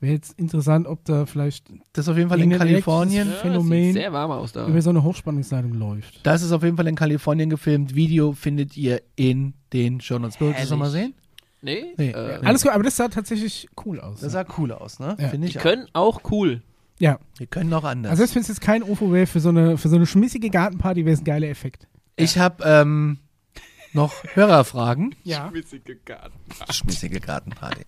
Speaker 1: Wäre jetzt interessant, ob da vielleicht
Speaker 2: Das ist auf jeden Fall in
Speaker 1: irgendein
Speaker 2: Kalifornien.
Speaker 1: elektrisches Phänomen
Speaker 3: sieht sehr warm aus da.
Speaker 1: über so eine Hochspannungsleitung läuft.
Speaker 2: Das ist auf jeden Fall in Kalifornien gefilmt. Video findet ihr in den Show Notes. Willst du das
Speaker 3: Herrlich.
Speaker 2: nochmal sehen?
Speaker 3: Nee,
Speaker 2: Nee,
Speaker 3: äh,
Speaker 1: Alles gut, aber das sah tatsächlich cool aus.
Speaker 2: Das sah cool aus, ne?
Speaker 1: Ja.
Speaker 2: Finde
Speaker 3: die
Speaker 2: ich auch.
Speaker 3: können auch cool.
Speaker 1: ja,
Speaker 2: Wir können noch anders.
Speaker 1: also selbst wenn es jetzt kein UFO wäre, für so eine, für so eine schmissige Gartenparty wäre es ein geiler Effekt.
Speaker 2: ich habe ähm, noch Hörerfragen.
Speaker 1: Ja.
Speaker 2: Schmissige Gartenparty.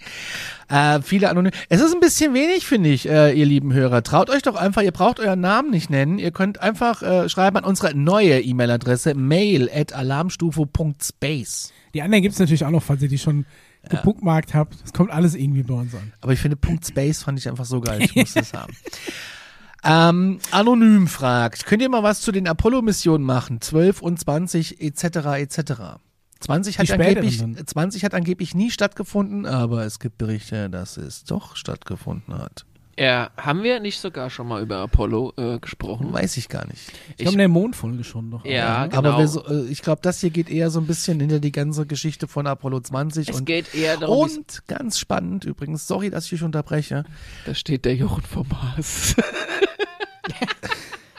Speaker 2: Äh, viele anonyme. Es ist ein bisschen wenig, finde ich, äh, ihr lieben Hörer. Traut euch doch einfach, ihr braucht euren Namen nicht nennen. Ihr könnt einfach äh, schreiben an unsere neue E-Mail-Adresse mail at alarmstufe.space.
Speaker 1: Die anderen gibt es natürlich auch noch, falls ihr die schon gebookmarkt habt. Das kommt alles irgendwie bei uns an.
Speaker 2: Aber ich finde Punkt Space fand ich einfach so geil. Ich muss das haben. Ähm, anonym fragt, könnt ihr mal was zu den Apollo-Missionen machen? 12 und 20 etc. etc. 20 hat,
Speaker 1: Die späteren
Speaker 2: angeblich,
Speaker 1: dann.
Speaker 2: 20 hat angeblich nie stattgefunden, aber es gibt Berichte, dass es doch stattgefunden hat.
Speaker 3: Ja, haben wir nicht sogar schon mal über Apollo äh, gesprochen?
Speaker 2: Weiß ich gar nicht.
Speaker 1: Ich glaube,
Speaker 3: Ich-
Speaker 1: in der Mondfolge schon noch.
Speaker 3: Ja,
Speaker 1: Aber, ne?
Speaker 2: Aber
Speaker 3: Genau.
Speaker 2: wir so, äh, ich glaube, das hier geht eher so ein bisschen hinter die ganze Geschichte von Apollo 20
Speaker 3: Es
Speaker 2: und
Speaker 3: geht eher darum, wie's-
Speaker 2: und ganz spannend übrigens, sorry, dass ich dich unterbreche.
Speaker 3: da steht der Jochen vom Mars.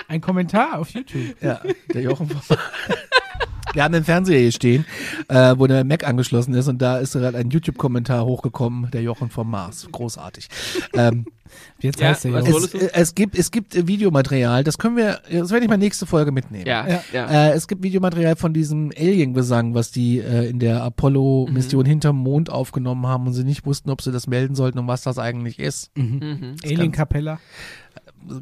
Speaker 1: Ein Kommentar auf YouTube.
Speaker 2: Ja, der Jochen vom Wir haben den Fernseher hier stehen, äh, wo der Mac angeschlossen ist und da ist gerade ein YouTube-Kommentar hochgekommen, der Jochen vom Mars. Großartig. Ähm,
Speaker 1: Jetzt
Speaker 3: Ja,
Speaker 1: heißt der
Speaker 3: was
Speaker 1: Jochen.
Speaker 2: es, äh, es gibt, es gibt äh, Videomaterial, das können wir, das werde ich mal nächste Folge mitnehmen.
Speaker 3: ja,
Speaker 1: Ja.
Speaker 3: ja.
Speaker 2: Äh, es gibt Videomaterial von diesem Alien-Gesang, was die äh, in der Apollo-Mission
Speaker 3: Mhm.
Speaker 2: hinterm Mond aufgenommen haben und sie nicht wussten, ob sie das melden sollten und was das eigentlich ist.
Speaker 3: Mhm.
Speaker 1: Alien Capella.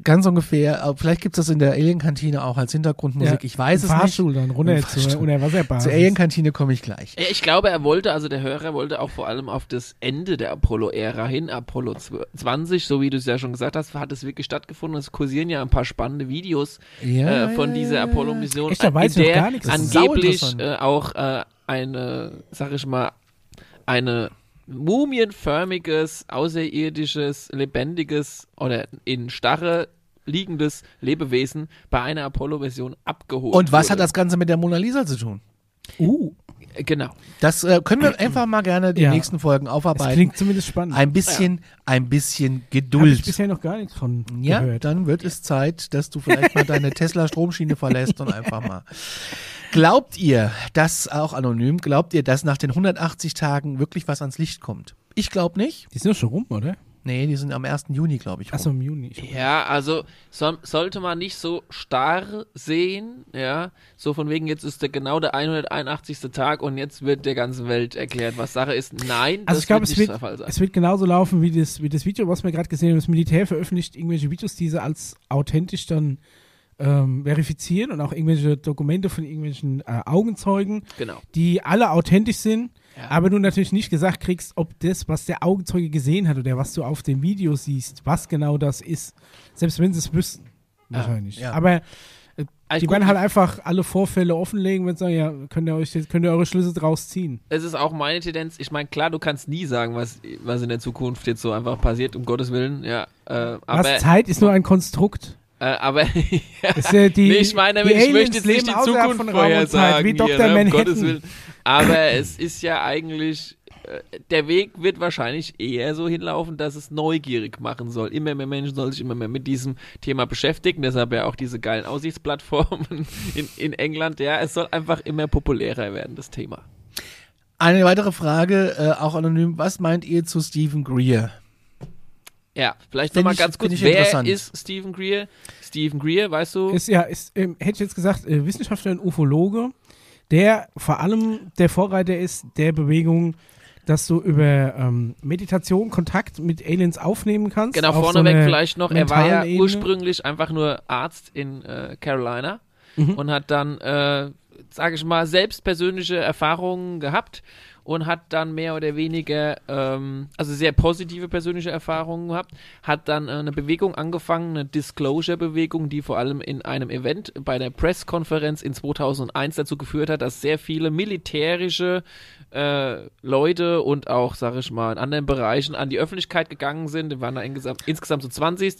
Speaker 2: Ganz ungefähr, äh, vielleicht gibt es das in der Alien-Kantine auch als Hintergrundmusik,
Speaker 1: Ja,
Speaker 2: ich weiß
Speaker 1: Im
Speaker 2: es nicht.
Speaker 1: Fahrstuhl dann runter
Speaker 2: Im
Speaker 1: zur
Speaker 2: Fahrstuhl.
Speaker 1: Unterwasserbasis.
Speaker 2: Zur Alien-Kantine komme ich gleich.
Speaker 3: Ja, Ich glaube, er wollte, also der Hörer wollte auch vor allem auf das Ende der Apollo-Ära hin, Apollo 20, so wie du es ja schon gesagt hast, hat es wirklich stattgefunden. Es kursieren ja ein paar spannende Videos
Speaker 2: Ja,
Speaker 3: äh, von
Speaker 2: ja,
Speaker 3: dieser
Speaker 2: ja,
Speaker 3: Apollo-Mission,
Speaker 1: Echt, da
Speaker 3: an- in
Speaker 1: weiß ich noch
Speaker 3: der
Speaker 1: gar nichts. Das
Speaker 2: ist sau
Speaker 3: angeblich
Speaker 2: interessant.
Speaker 3: äh, auch äh, eine, sag ich mal, eine mumienförmiges, außerirdisches, lebendiges oder in Starre liegendes Lebewesen bei einer Apollo-Version abgeholt
Speaker 2: Und was hat
Speaker 3: wurde.
Speaker 2: das Ganze mit der Mona Lisa zu tun?
Speaker 1: Uh,
Speaker 3: Genau.
Speaker 2: Das äh, können wir einfach mal gerne die
Speaker 1: Hm. Ja.
Speaker 2: nächsten Folgen
Speaker 1: das
Speaker 2: aufarbeiten.
Speaker 1: klingt zumindest spannend.
Speaker 2: Ein bisschen, ein bisschen
Speaker 1: Hab ich
Speaker 2: Geduld.
Speaker 1: bisher noch gar nichts von
Speaker 2: Ja,
Speaker 1: gehört.
Speaker 2: dann wird es Zeit, dass du vielleicht mal deine Tesla-Stromschiene verlässt und einfach mal. Glaubt ihr, dass auch anonym, glaubt ihr, dass nach den 180 Tagen wirklich was ans Licht kommt? Ich glaube nicht.
Speaker 1: Die sind doch schon rum, oder?
Speaker 2: Nee, die sind am 1. Juni, glaube ich. rum.
Speaker 1: Achso, im Juni. Ich-
Speaker 3: Ja, also soll, sollte man nicht so starr sehen, ja, so von wegen jetzt ist der genau der 181. Tag und jetzt wird der ganzen Welt erklärt, was Sache ist. Nein,
Speaker 1: Also
Speaker 3: das
Speaker 1: ich glaube,
Speaker 3: wird
Speaker 1: es,
Speaker 3: nicht
Speaker 1: wird-
Speaker 3: der Fall sein.
Speaker 1: es wird genauso laufen wie das, wie das Video, was wir gerade gesehen haben. Das Militär veröffentlicht irgendwelche Videos, die sie als authentisch dann ähm, verifizieren und auch irgendwelche Dokumente von irgendwelchen äh, Augenzeugen,
Speaker 3: Genau.
Speaker 1: die alle authentisch sind,
Speaker 3: Ja.
Speaker 1: aber du natürlich nicht gesagt kriegst, ob das, was der Augenzeuge gesehen hat oder was du auf dem Video siehst, was genau das ist. Selbst wenn sie es wüssten. Wahrscheinlich.
Speaker 2: ja.
Speaker 1: Aber
Speaker 3: Also
Speaker 1: die
Speaker 3: gut,
Speaker 1: werden halt einfach alle Vorfälle offenlegen und sagen, ja, könnt ihr euch jetzt, könnt ihr eure Schlüsse draus ziehen.
Speaker 3: es ist auch meine Tendenz. Ich meine, klar, du kannst nie sagen, was, was in der Zukunft jetzt so einfach passiert, um Gottes Willen. Ja, äh, aber,
Speaker 1: was Zeit ist nur ein Konstrukt.
Speaker 3: äh, aber
Speaker 1: Das ist ja die,
Speaker 3: nee, ich meine,
Speaker 1: die
Speaker 3: damit, ich
Speaker 1: Aliens
Speaker 3: möchte jetzt nicht
Speaker 1: leben
Speaker 3: die
Speaker 1: außerhalb
Speaker 3: Zukunft
Speaker 1: von Raum und Zeit,
Speaker 3: vorhersagen.
Speaker 1: Wie Dr.
Speaker 3: Hier, ne, um Gottes
Speaker 1: Manhattan.
Speaker 3: Willen. Aber es ist ja eigentlich, äh, der Weg wird wahrscheinlich eher so hinlaufen, dass es neugierig machen soll. Immer mehr Menschen sollen sich immer mehr mit diesem Thema beschäftigen. Deshalb ja auch diese geilen Aussichtsplattformen in, in England. Ja, es soll einfach immer populärer werden, das Thema.
Speaker 2: Eine weitere Frage, äh, auch anonym. Was meint ihr zu Stephen Greer?
Speaker 3: Ja, vielleicht
Speaker 2: Find
Speaker 3: nochmal
Speaker 2: ich-
Speaker 3: ganz kurz.
Speaker 2: find ich
Speaker 3: Wer
Speaker 2: interessant.
Speaker 3: ist Stephen Greer? Stephen Greer, weißt du?
Speaker 1: Ist ja, ist, ähm, hätte ich jetzt gesagt, äh, Wissenschaftler und Ufologe, der vor allem der Vorreiter ist der Bewegung, dass du über ähm, Meditation Kontakt mit Aliens aufnehmen kannst.
Speaker 3: Genau,
Speaker 1: auf so
Speaker 3: vorneweg
Speaker 1: einer
Speaker 3: vielleicht noch, er war ja
Speaker 1: mentalen Ebene.
Speaker 3: ursprünglich einfach nur Arzt in äh, Carolina
Speaker 1: Mhm.
Speaker 3: und hat dann, äh, sage ich mal, selbst persönliche Erfahrungen gehabt und hat dann mehr oder weniger, ähm, also sehr positive persönliche Erfahrungen gehabt, hat dann äh, eine Bewegung angefangen, eine Disclosure-Bewegung, die vor allem in einem Event bei der Pressekonferenz in 2001 dazu geführt hat, dass sehr viele militärische äh, Leute und auch, sag ich mal, in anderen Bereichen an die Öffentlichkeit gegangen sind. Wir waren da insgesamt, insgesamt so 20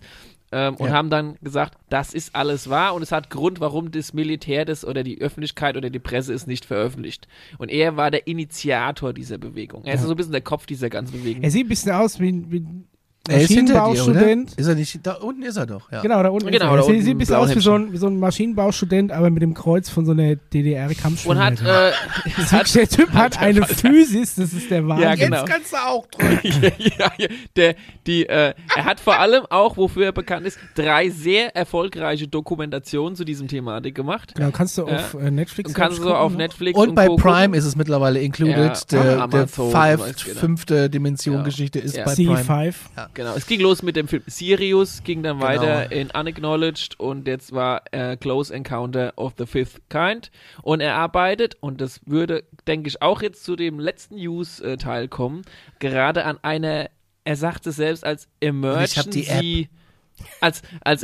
Speaker 3: ähm, und
Speaker 2: Ja.
Speaker 3: haben dann gesagt, das ist alles wahr und es hat Grund, warum das Militär das oder die Öffentlichkeit oder die Presse es nicht veröffentlicht. Und er war der Initiator dieser Bewegung. Er ist so ein bisschen der Kopf dieser ganzen Bewegung.
Speaker 1: Er sieht ein bisschen aus wie ein, wie ein
Speaker 2: Er ist hinter dir, oder?
Speaker 1: Maschinenbaustudent.
Speaker 2: Ist er nicht? Da unten ist er doch, ja.
Speaker 1: Genau, da unten.
Speaker 3: Genau,
Speaker 1: ist er.
Speaker 3: da
Speaker 1: er sieht-
Speaker 3: unten
Speaker 1: sieht ein bisschen
Speaker 3: blaue
Speaker 1: aus wie so, ein, wie so ein Maschinenbaustudent, aber mit dem Kreuz von so einer
Speaker 3: und
Speaker 1: DDR-Kampfschule.
Speaker 3: hat, äh, hat
Speaker 1: der Typ hat eine Physis, das ist der Wahnsinn.
Speaker 3: Ja, genau.
Speaker 2: Jetzt kannst du auch drücken.
Speaker 3: ja, ja, ja. Der, die, äh, er hat vor allem auch, wofür er bekannt ist, drei sehr erfolgreiche Dokumentationen zu diesem Thematik gemacht.
Speaker 1: Genau, kannst du
Speaker 3: Ja.
Speaker 1: auf äh, Netflix
Speaker 3: Und kannst du
Speaker 1: gucken,
Speaker 3: auf
Speaker 1: ne?
Speaker 3: Netflix
Speaker 2: Und bei
Speaker 3: Co.
Speaker 2: Prime ist es mittlerweile included.
Speaker 3: Ja,
Speaker 2: der der
Speaker 3: Amazon,
Speaker 2: five,
Speaker 3: weiß jeder.
Speaker 2: fünfte Dimension-Geschichte ist
Speaker 3: Ja.
Speaker 2: bei Prime.
Speaker 1: C5.
Speaker 3: Genau, es ging los mit dem Film Sirius, ging dann
Speaker 2: Genau.
Speaker 3: weiter in Unacknowledged und jetzt war äh, Close Encounter of the Fifth Kind. Und er arbeitet, und das würde, denke ich, auch jetzt zu dem letzten News-Teil kommen, gerade an einer, er sagt es selbst als
Speaker 2: ich hab die
Speaker 3: Emergency. Als, als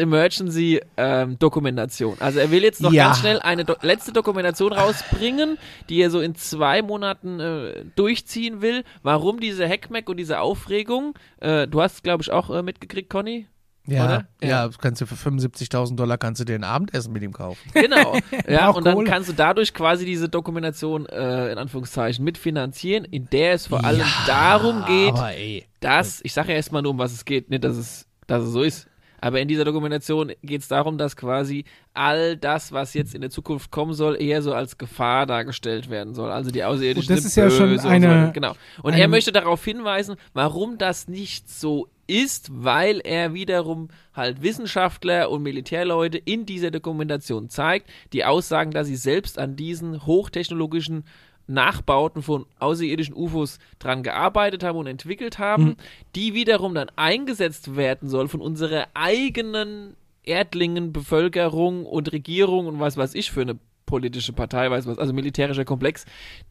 Speaker 3: Emergency-Dokumentation. also er will jetzt noch
Speaker 2: Ja.
Speaker 3: ganz schnell eine do letzte Dokumentation rausbringen, die er so in zwei Monaten äh, durchziehen will. Warum diese Hackmack und diese Aufregung? Äh, du hast, glaube ich, auch äh, mitgekriegt, Conny.
Speaker 2: Ja,
Speaker 3: Oder?
Speaker 2: ja.
Speaker 3: Ja.
Speaker 2: kannst du für 75.000 Dollar kannst du dir ein Abendessen mit ihm kaufen.
Speaker 3: Genau. ja,
Speaker 1: Braucht
Speaker 3: und dann
Speaker 1: Kohle.
Speaker 3: kannst du dadurch quasi diese Dokumentation äh, in Anführungszeichen mitfinanzieren, in der es vor allem darum geht,
Speaker 2: Aber ey.
Speaker 3: dass, ich sage ja erstmal nur, um was es geht, nicht, dass es, dass es so ist. Aber in dieser Dokumentation geht es darum, dass quasi all das, was jetzt in der Zukunft kommen soll, eher so als Gefahr dargestellt werden soll. Also die Außerirdischen
Speaker 1: Und das
Speaker 3: sind
Speaker 1: ist ja
Speaker 3: böse
Speaker 1: schon
Speaker 3: und so
Speaker 1: eine-
Speaker 3: weiter. Genau. Und er
Speaker 1: eine-
Speaker 3: möchte darauf hinweisen, warum das nicht so ist, weil er wiederum halt Wissenschaftler und Militärleute in dieser Dokumentation zeigt, die aussagen, dass sie selbst an diesen hochtechnologischen Nachbauten von außerirdischen UFOs dran gearbeitet haben und entwickelt haben, die wiederum dann eingesetzt werden soll von unserer eigenen Erdlingen, Bevölkerung und Regierung und was weiß ich für eine politische Partei, weiß was, also militärischer Komplex,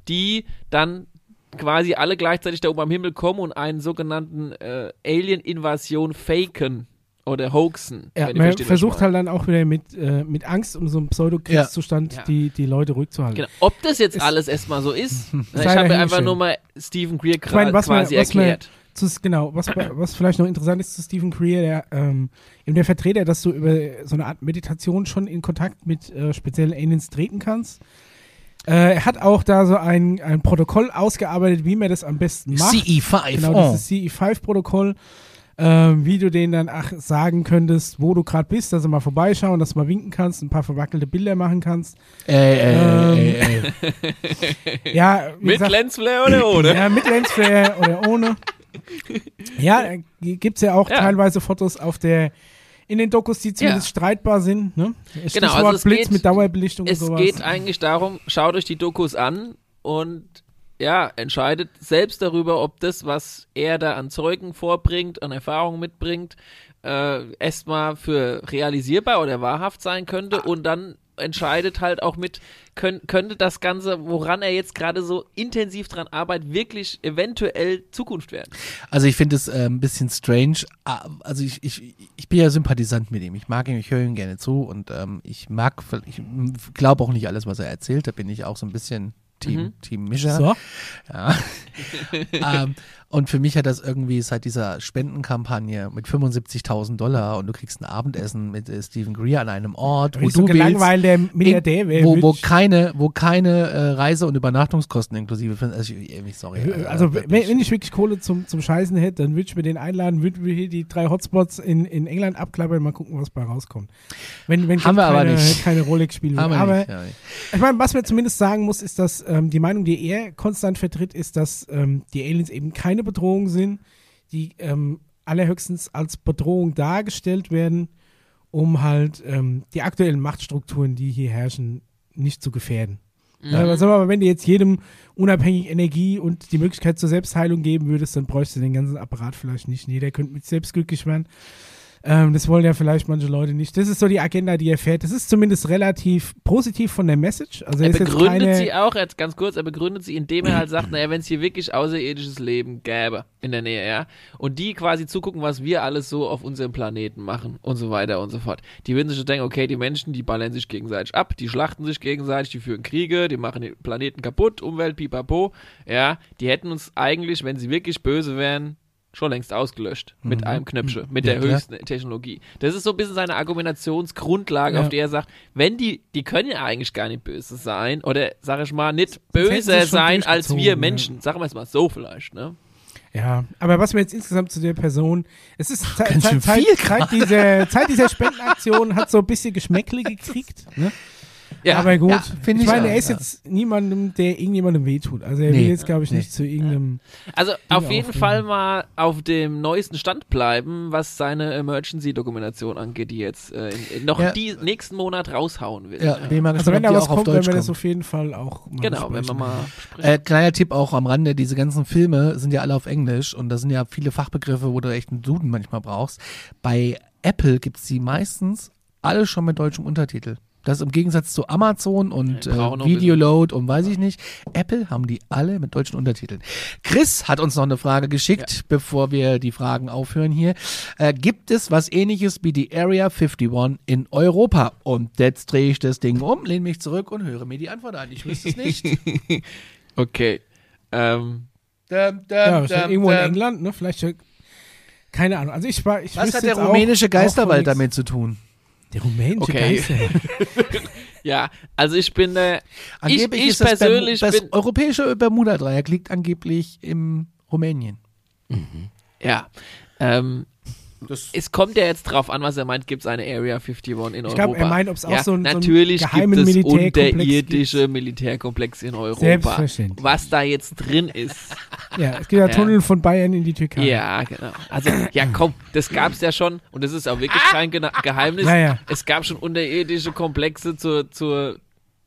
Speaker 3: die dann quasi alle gleichzeitig da oben am Himmel kommen und einen sogenannten äh, Alien-Invasion faken oder hoaxen.
Speaker 1: Ja, man
Speaker 3: wenn ihr versteht, was ich
Speaker 1: versucht
Speaker 3: meine.
Speaker 1: halt dann auch wieder mit, äh, mit Angst um so einen Pseudokriegszustand
Speaker 3: Ja. Ja.
Speaker 1: die, die Leute rückzuhalten.
Speaker 3: Genau. Ob das jetzt
Speaker 1: Es-
Speaker 3: alles erstmal so ist, na, ich
Speaker 1: sei
Speaker 3: habe einfach
Speaker 1: dahingestellt.
Speaker 3: nur mal Stephen Greer
Speaker 1: Ich meine, was man,
Speaker 3: quasi
Speaker 1: was man,
Speaker 3: erklärt.
Speaker 1: zu, genau, was, was vielleicht noch interessant ist zu Stephen Greer, der, ähm, eben der Vertreter, dass du über so eine Art Meditation schon in Kontakt mit äh, speziellen Aliens treten kannst. Äh, er hat auch da so ein, ein Protokoll ausgearbeitet, wie man das am besten macht.
Speaker 3: E
Speaker 2: CE5.
Speaker 1: Genau,
Speaker 2: oh.
Speaker 1: das ist CE5-Protokoll, ähm, wie du denen dann ach, sagen könntest, wo du gerade bist, dass du mal vorbeischauen, dass du mal winken kannst, ein paar verwackelte Bilder machen kannst.
Speaker 2: Ey, ey, ey, ey, ey.
Speaker 1: Ja, wie
Speaker 3: Äh, Mit
Speaker 1: gesagt,
Speaker 3: Lensflare oder ohne?
Speaker 1: ja, mit Lensflare oder ohne. Ja, äh, gibt es ja auch
Speaker 3: Ja.
Speaker 1: teilweise Fotos auf der in den Dokus, die zumindest
Speaker 3: Ja.
Speaker 1: streitbar sind. Ne? Stichwort
Speaker 3: also es
Speaker 1: Blitz
Speaker 3: geht-
Speaker 1: mit Dauerbelichtung
Speaker 3: es
Speaker 1: und sowas.
Speaker 3: geht eigentlich darum, schaut euch die Dokus an und ja, entscheidet selbst darüber, ob das, was er da an Zeugen vorbringt, an Erfahrungen mitbringt, äh, erstmal für realisierbar oder wahrhaft sein könnte und dann entscheidet halt auch mit, könn, könnte das Ganze, woran er jetzt gerade so intensiv dran arbeitet, wirklich eventuell Zukunft werden.
Speaker 2: Also ich finde es äh, ein bisschen strange. Ah, Also ich, ich, ich bin ja Sympathisant mit ihm. Ich mag ihn, ich höre ihm gerne zu und ähm, ich mag, ich glaube auch nicht alles, was er erzählt. Da bin ich auch so ein bisschen Team, Team Mischer.
Speaker 1: Mhm. So,
Speaker 2: Ja. ähm, und für mich hat das irgendwie seit dieser Spendenkampagne mit 75.000 Dollar und du kriegst ein Abendessen mit äh, Stephen Greer an einem Ort, wo
Speaker 1: ich so
Speaker 2: du willst,
Speaker 1: gelangweilter Milliardär wäre.
Speaker 2: wo, wo keine, wo keine äh, Reise- und Übernachtungskosten inklusive sind. Also, ich, ich, sorry. äh,
Speaker 1: Also wenn,
Speaker 2: wirklich.
Speaker 1: wenn ich wirklich Kohle zum, zum Scheißen hätte, dann würde ich mir den einladen, würden wir hier die drei Hotspots in, in England abklappern, mal gucken, was bei rauskommt. Wenn, wenn
Speaker 2: Haben
Speaker 1: Kind
Speaker 2: wir aber
Speaker 1: keine,
Speaker 2: nicht.
Speaker 1: keine Rolex spielen will.
Speaker 2: Aber,
Speaker 1: Aber
Speaker 2: nicht, ja, nicht.
Speaker 1: ich meine, was man zumindest sagen muss, ist, dass ähm, die Meinung, die er konstant vertritt, ist, dass ähm, die Aliens eben keine Bedrohung sind, die ähm, allerhöchstens als Bedrohung dargestellt werden, um halt ähm, die aktuellen Machtstrukturen, die hier herrschen, nicht zu gefährden. Ja, aber sag mal, wenn du jetzt jedem unabhängig Energie und die Möglichkeit zur Selbstheilung geben würdest, dann bräuchst du den ganzen Apparat vielleicht nicht. Jeder könnte mit sich selbst glücklich werden. Ähm, das wollen ja vielleicht manche Leute nicht. Das ist so die Agenda, die er fährt. Das ist zumindest relativ positiv von der Message. Also er
Speaker 3: Er
Speaker 1: ist jetzt
Speaker 3: begründet
Speaker 1: keine,
Speaker 3: sie auch, jetzt ganz kurz, er begründet sie, indem er halt sagt, naja, wenn es hier wirklich außerirdisches Leben gäbe in der Nähe, ja, und die quasi zugucken, was wir alles so auf unserem Planeten machen und so weiter und so fort. Die würden sich schon denken, okay, die Menschen, die ballern sich gegenseitig ab, die schlachten sich gegenseitig, die führen Kriege, die machen den Planeten kaputt, Umwelt, pipapo, ja, die hätten uns eigentlich, wenn sie wirklich böse wären, schon längst ausgelöscht
Speaker 1: Mhm.
Speaker 3: mit einem Knöpfchen, mit
Speaker 2: Ja,
Speaker 3: der
Speaker 2: klar.
Speaker 3: höchsten Technologie. Das ist so ein bisschen seine Argumentationsgrundlage,
Speaker 1: Ja.
Speaker 3: auf die er sagt, wenn die, die können ja eigentlich gar nicht böse sein oder sag ich mal, nicht
Speaker 1: hätten sie
Speaker 3: böser
Speaker 1: schon
Speaker 3: sein als
Speaker 1: durchgezogen,
Speaker 3: wir
Speaker 1: ja.
Speaker 3: Menschen. Sagen wir es mal so vielleicht, ne?
Speaker 1: Ja, aber was wir jetzt insgesamt zu der Person, es ist Zeit,
Speaker 2: ganz schön
Speaker 1: Zeit, Zeit,
Speaker 2: viel
Speaker 1: Zeit, dieser, Zeit dieser Spendenaktion hat so ein bisschen Geschmäckle gekriegt. Ne?
Speaker 3: Ja,
Speaker 1: aber gut,
Speaker 2: ja,
Speaker 1: ich,
Speaker 2: finde ich
Speaker 1: meine,
Speaker 2: auch,
Speaker 1: er ist
Speaker 2: ja.
Speaker 1: jetzt niemandem, der irgendjemandem wehtut. Also er
Speaker 2: Nee,
Speaker 1: will jetzt, glaube ich,
Speaker 2: nee.
Speaker 1: nicht zu irgendeinem.
Speaker 3: also auf jeden
Speaker 1: aufnehmen.
Speaker 3: Fall mal auf dem neuesten Stand bleiben, was seine Emergency-Dokumentation angeht, die jetzt äh, in, in noch
Speaker 2: Ja.
Speaker 3: die nächsten Monat raushauen will.
Speaker 2: Ja, bin mal
Speaker 1: Also
Speaker 2: gespannt,
Speaker 1: wenn
Speaker 2: ob
Speaker 1: da
Speaker 2: die
Speaker 1: was
Speaker 2: auch auf
Speaker 1: kommt, werden
Speaker 2: Deutsch
Speaker 1: wir das
Speaker 2: kommen.
Speaker 1: auf jeden Fall auch mal
Speaker 3: Genau, wenn
Speaker 1: besprechen.
Speaker 3: man mal spricht.
Speaker 2: Äh, kleiner Tipp auch am Rande, diese ganzen Filme sind ja alle auf Englisch und da sind ja viele Fachbegriffe, wo du echt einen Duden manchmal brauchst. Bei Apple gibt's die meistens alle schon mit deutschem Untertitel. Das im Gegensatz zu Amazon und
Speaker 3: Die
Speaker 2: äh,
Speaker 3: brauchen noch ein
Speaker 2: Videoload und weiß ich nicht. Apple haben die alle mit deutschen Untertiteln. Chris hat uns noch eine Frage geschickt, bevor wir die Fragen aufhören hier. Äh, gibt es was ähnliches wie die Area 51 in Europa? Und jetzt drehe ich das Ding um, lehne mich zurück und höre mir die Antwort an. Ich wüsste es nicht.
Speaker 3: Okay. Ähm,
Speaker 2: Dum, dum,
Speaker 1: Ja, wahrscheinlich
Speaker 2: dum,
Speaker 1: irgendwo in
Speaker 2: dum.
Speaker 1: England, ne? Vielleicht. äh, Keine Ahnung. Also ich war. Ich
Speaker 2: Was
Speaker 1: wüsste
Speaker 2: hat der
Speaker 1: jetzt auch-
Speaker 2: rumänische
Speaker 1: auch
Speaker 2: Geisterwald
Speaker 1: von
Speaker 2: damit zu tun?
Speaker 1: nichts. Der rumänische
Speaker 3: Okay.
Speaker 1: Geisterwald.
Speaker 3: ja, also ich bin der. Ich,
Speaker 2: Angeblich
Speaker 3: ich
Speaker 2: ist das,
Speaker 3: persönlich
Speaker 2: Bermu-
Speaker 3: bin.
Speaker 2: das europäische Bermuda-Dreieck liegt angeblich im Rumänien.
Speaker 3: Ja. Ähm, es kommt ja jetzt drauf an, was er meint, gibt es eine Area 51 in Europa.
Speaker 1: Ich glaube, er meint, ob es auch
Speaker 3: ja,
Speaker 1: so ein- so einen
Speaker 3: Natürlich
Speaker 1: geheimen
Speaker 3: gibt es
Speaker 1: Militärkomplex
Speaker 3: unterirdische Militärkomplexe in Europa.
Speaker 1: Selbstverständlich.
Speaker 3: Was da jetzt drin ist.
Speaker 1: Ja, es gibt ja
Speaker 3: Ja.
Speaker 1: Tunnel von Bayern in die Türkei.
Speaker 3: ja, genau. Also, ja, komm, das gab es ja schon und das ist auch wirklich
Speaker 1: Ah!
Speaker 3: kein Gena- Geheimnis.
Speaker 1: Naja.
Speaker 3: Es gab schon unterirdische Komplexe zur, zur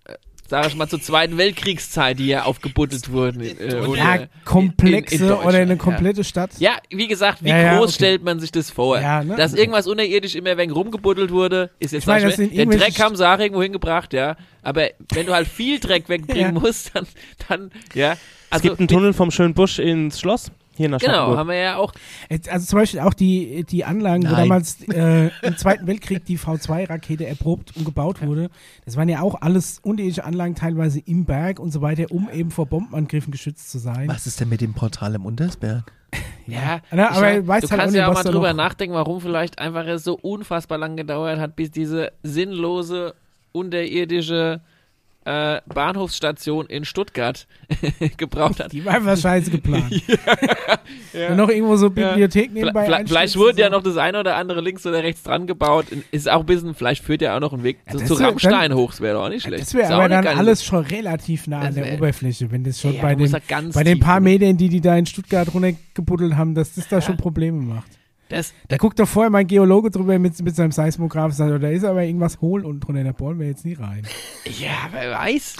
Speaker 3: äh, sag ich mal, zur Zweiten Weltkriegszeit, die ja aufgebuddelt wurden. äh, oder in-
Speaker 1: Ja,
Speaker 3: in-
Speaker 1: Komplexe
Speaker 3: in Deutschland,
Speaker 1: oder eine
Speaker 3: ja.
Speaker 1: komplette Stadt.
Speaker 3: Ja, wie gesagt, wie
Speaker 1: Ja, ja,
Speaker 3: groß
Speaker 1: okay.
Speaker 3: stellt man sich das vor?
Speaker 1: Ja, ne?
Speaker 3: Dass irgendwas unterirdisch immer wegen rumgebuddelt wurde, ist jetzt
Speaker 1: Ich meine,
Speaker 3: nicht
Speaker 1: das sind
Speaker 3: Den
Speaker 1: irgendwelche
Speaker 3: Dreck haben sie auch irgendwo hingebracht, ja. Aber wenn du halt viel Dreck wegbringen
Speaker 1: Ja.
Speaker 3: musst, dann, dann, ja.
Speaker 4: Es
Speaker 3: Also,
Speaker 4: gibt einen Tunnel vom schönen Busch ins Schloss, hier nach
Speaker 3: genau,
Speaker 4: Stadtburg.
Speaker 3: haben wir ja auch.
Speaker 1: Jetzt, Also zum Beispiel auch die, die Anlagen, wo
Speaker 2: Nein.
Speaker 1: damals äh, im Zweiten Weltkrieg die V2-Rakete erprobt und gebaut wurde. Das waren ja auch alles unterirdische Anlagen, teilweise im Berg und so weiter, um eben vor Bombenangriffen geschützt zu sein.
Speaker 2: Was ist denn mit dem Portal im Untersberg?
Speaker 3: Ja,
Speaker 1: Na,
Speaker 3: ich
Speaker 1: aber
Speaker 3: mein,
Speaker 1: weiß
Speaker 3: du
Speaker 1: halt auch
Speaker 3: kannst
Speaker 1: nicht,
Speaker 3: ja auch
Speaker 1: was
Speaker 3: mal
Speaker 1: da
Speaker 3: drüber
Speaker 1: noch-
Speaker 3: nachdenken, warum vielleicht einfach es so unfassbar lang gedauert hat, bis diese sinnlose unterirdische äh, Bahnhofsstation in Stuttgart gebraucht hat.
Speaker 1: Die war einfach scheiße geplant. Wenn noch irgendwo so Bibliothek nebenbei
Speaker 3: Vielleicht, vielleicht
Speaker 1: einstürzen
Speaker 3: wurde ja
Speaker 1: soll.
Speaker 3: noch das eine oder andere links oder rechts dran gebaut. Ist auch ein bisschen, vielleicht führt ja auch noch ein Weg zu,
Speaker 1: das
Speaker 3: zu
Speaker 1: wär-
Speaker 3: Rammstein hoch. Das wäre doch auch nicht schlecht.
Speaker 1: Das wäre
Speaker 3: Ist auch
Speaker 1: aber
Speaker 3: nicht
Speaker 1: dann
Speaker 3: gar nicht
Speaker 1: alles schon relativ nah
Speaker 3: Das
Speaker 1: an
Speaker 3: wär-
Speaker 1: der Oberfläche, wenn das schon
Speaker 3: äh, Ja,
Speaker 1: bei,
Speaker 3: du musst
Speaker 1: den,
Speaker 3: da ganz
Speaker 1: bei den
Speaker 3: tief
Speaker 1: paar
Speaker 3: runter.
Speaker 1: Medien, die die da in Stuttgart runtergebuddelt haben, dass das da schon Probleme macht.
Speaker 3: so. Das,
Speaker 1: Da guckt doch vorher mein Geologe drüber mit, mit seinem Seismograph und sagt, oh, da ist aber irgendwas hohl und drunter, da bohren wir jetzt nie rein.
Speaker 3: ja, wer weiß.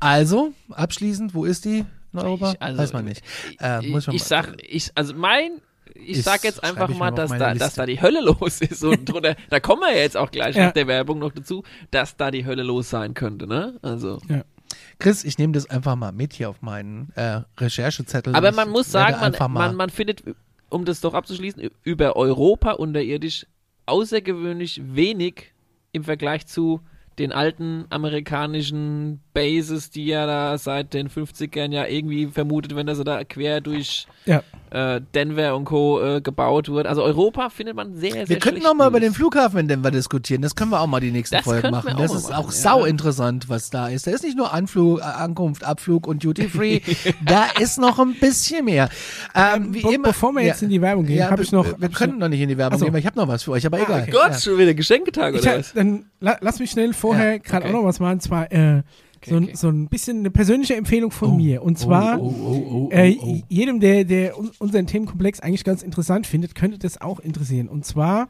Speaker 2: Also, abschließend, wo ist die in Europa? Weiß man nicht. Äh,
Speaker 3: also, ich,
Speaker 2: muss man
Speaker 3: ich
Speaker 2: mal-
Speaker 3: sag, ich, also mein ich
Speaker 2: Ist-
Speaker 3: sag jetzt
Speaker 2: schreib
Speaker 3: einfach
Speaker 2: ich mir
Speaker 3: mal,
Speaker 2: auf
Speaker 3: dass
Speaker 2: meine
Speaker 3: da,
Speaker 2: Liste.
Speaker 3: dass da die Hölle los ist und drunter, da kommen wir ja jetzt auch gleich
Speaker 1: Ja.
Speaker 3: nach der Werbung noch dazu, dass da die Hölle los sein könnte, ne? Also.
Speaker 2: Chris, ich nehme das einfach mal mit hier auf meinen äh, Recherchezettel.
Speaker 3: Aber
Speaker 2: Ich
Speaker 3: man muss
Speaker 2: werde
Speaker 3: sagen,
Speaker 2: einfach
Speaker 3: man,
Speaker 2: mal-
Speaker 3: man, man findet, um das doch abzuschließen, ü- über Europa unterirdisch außergewöhnlich wenig im Vergleich zu den alten amerikanischen Bases, die ja da seit den 50ern ja irgendwie vermutet werden, dass sie da quer durch
Speaker 1: Ja.
Speaker 3: äh, Denver und Co. Äh, gebaut wurden. Also Europa findet man sehr, sehr
Speaker 2: wir könnten
Speaker 3: schlecht
Speaker 2: noch mal über den
Speaker 3: News.
Speaker 2: Flughafen in Denver diskutieren. Das können wir auch mal die nächste
Speaker 3: Das
Speaker 2: Folge
Speaker 3: könnten wir
Speaker 2: machen.
Speaker 3: auch
Speaker 2: Das
Speaker 3: mal
Speaker 2: ist
Speaker 3: machen,
Speaker 2: auch
Speaker 3: ja.
Speaker 2: sau interessant, was da ist. Da ist nicht nur Anflug, äh, Ankunft, Abflug und Duty Free. da ist noch ein bisschen mehr. Ähm, wie
Speaker 1: Be
Speaker 2: immer,
Speaker 1: bevor wir
Speaker 2: ja.
Speaker 1: jetzt in die Werbung gehen, habe
Speaker 2: wir-
Speaker 1: ich noch.
Speaker 2: Wir
Speaker 1: hab ich
Speaker 2: können noch nicht in die Werbung
Speaker 1: Ach so. Ah,
Speaker 2: gehen, weil ich habe noch was für euch, aber egal.
Speaker 3: Gott,
Speaker 2: Ja.
Speaker 3: schon wieder Geschenketag
Speaker 1: Ich
Speaker 3: oder
Speaker 1: hab,
Speaker 3: was?
Speaker 1: dann la, lass mich schnell vorher gerade
Speaker 3: okay.
Speaker 1: auch noch was machen. Und zwar äh, so,
Speaker 3: okay.
Speaker 1: so ein bisschen eine persönliche Empfehlung von
Speaker 3: Oh,
Speaker 1: mir. Und zwar äh, jedem, der, der un- unseren Themenkomplex eigentlich ganz interessant findet, könnte das auch interessieren. Und zwar,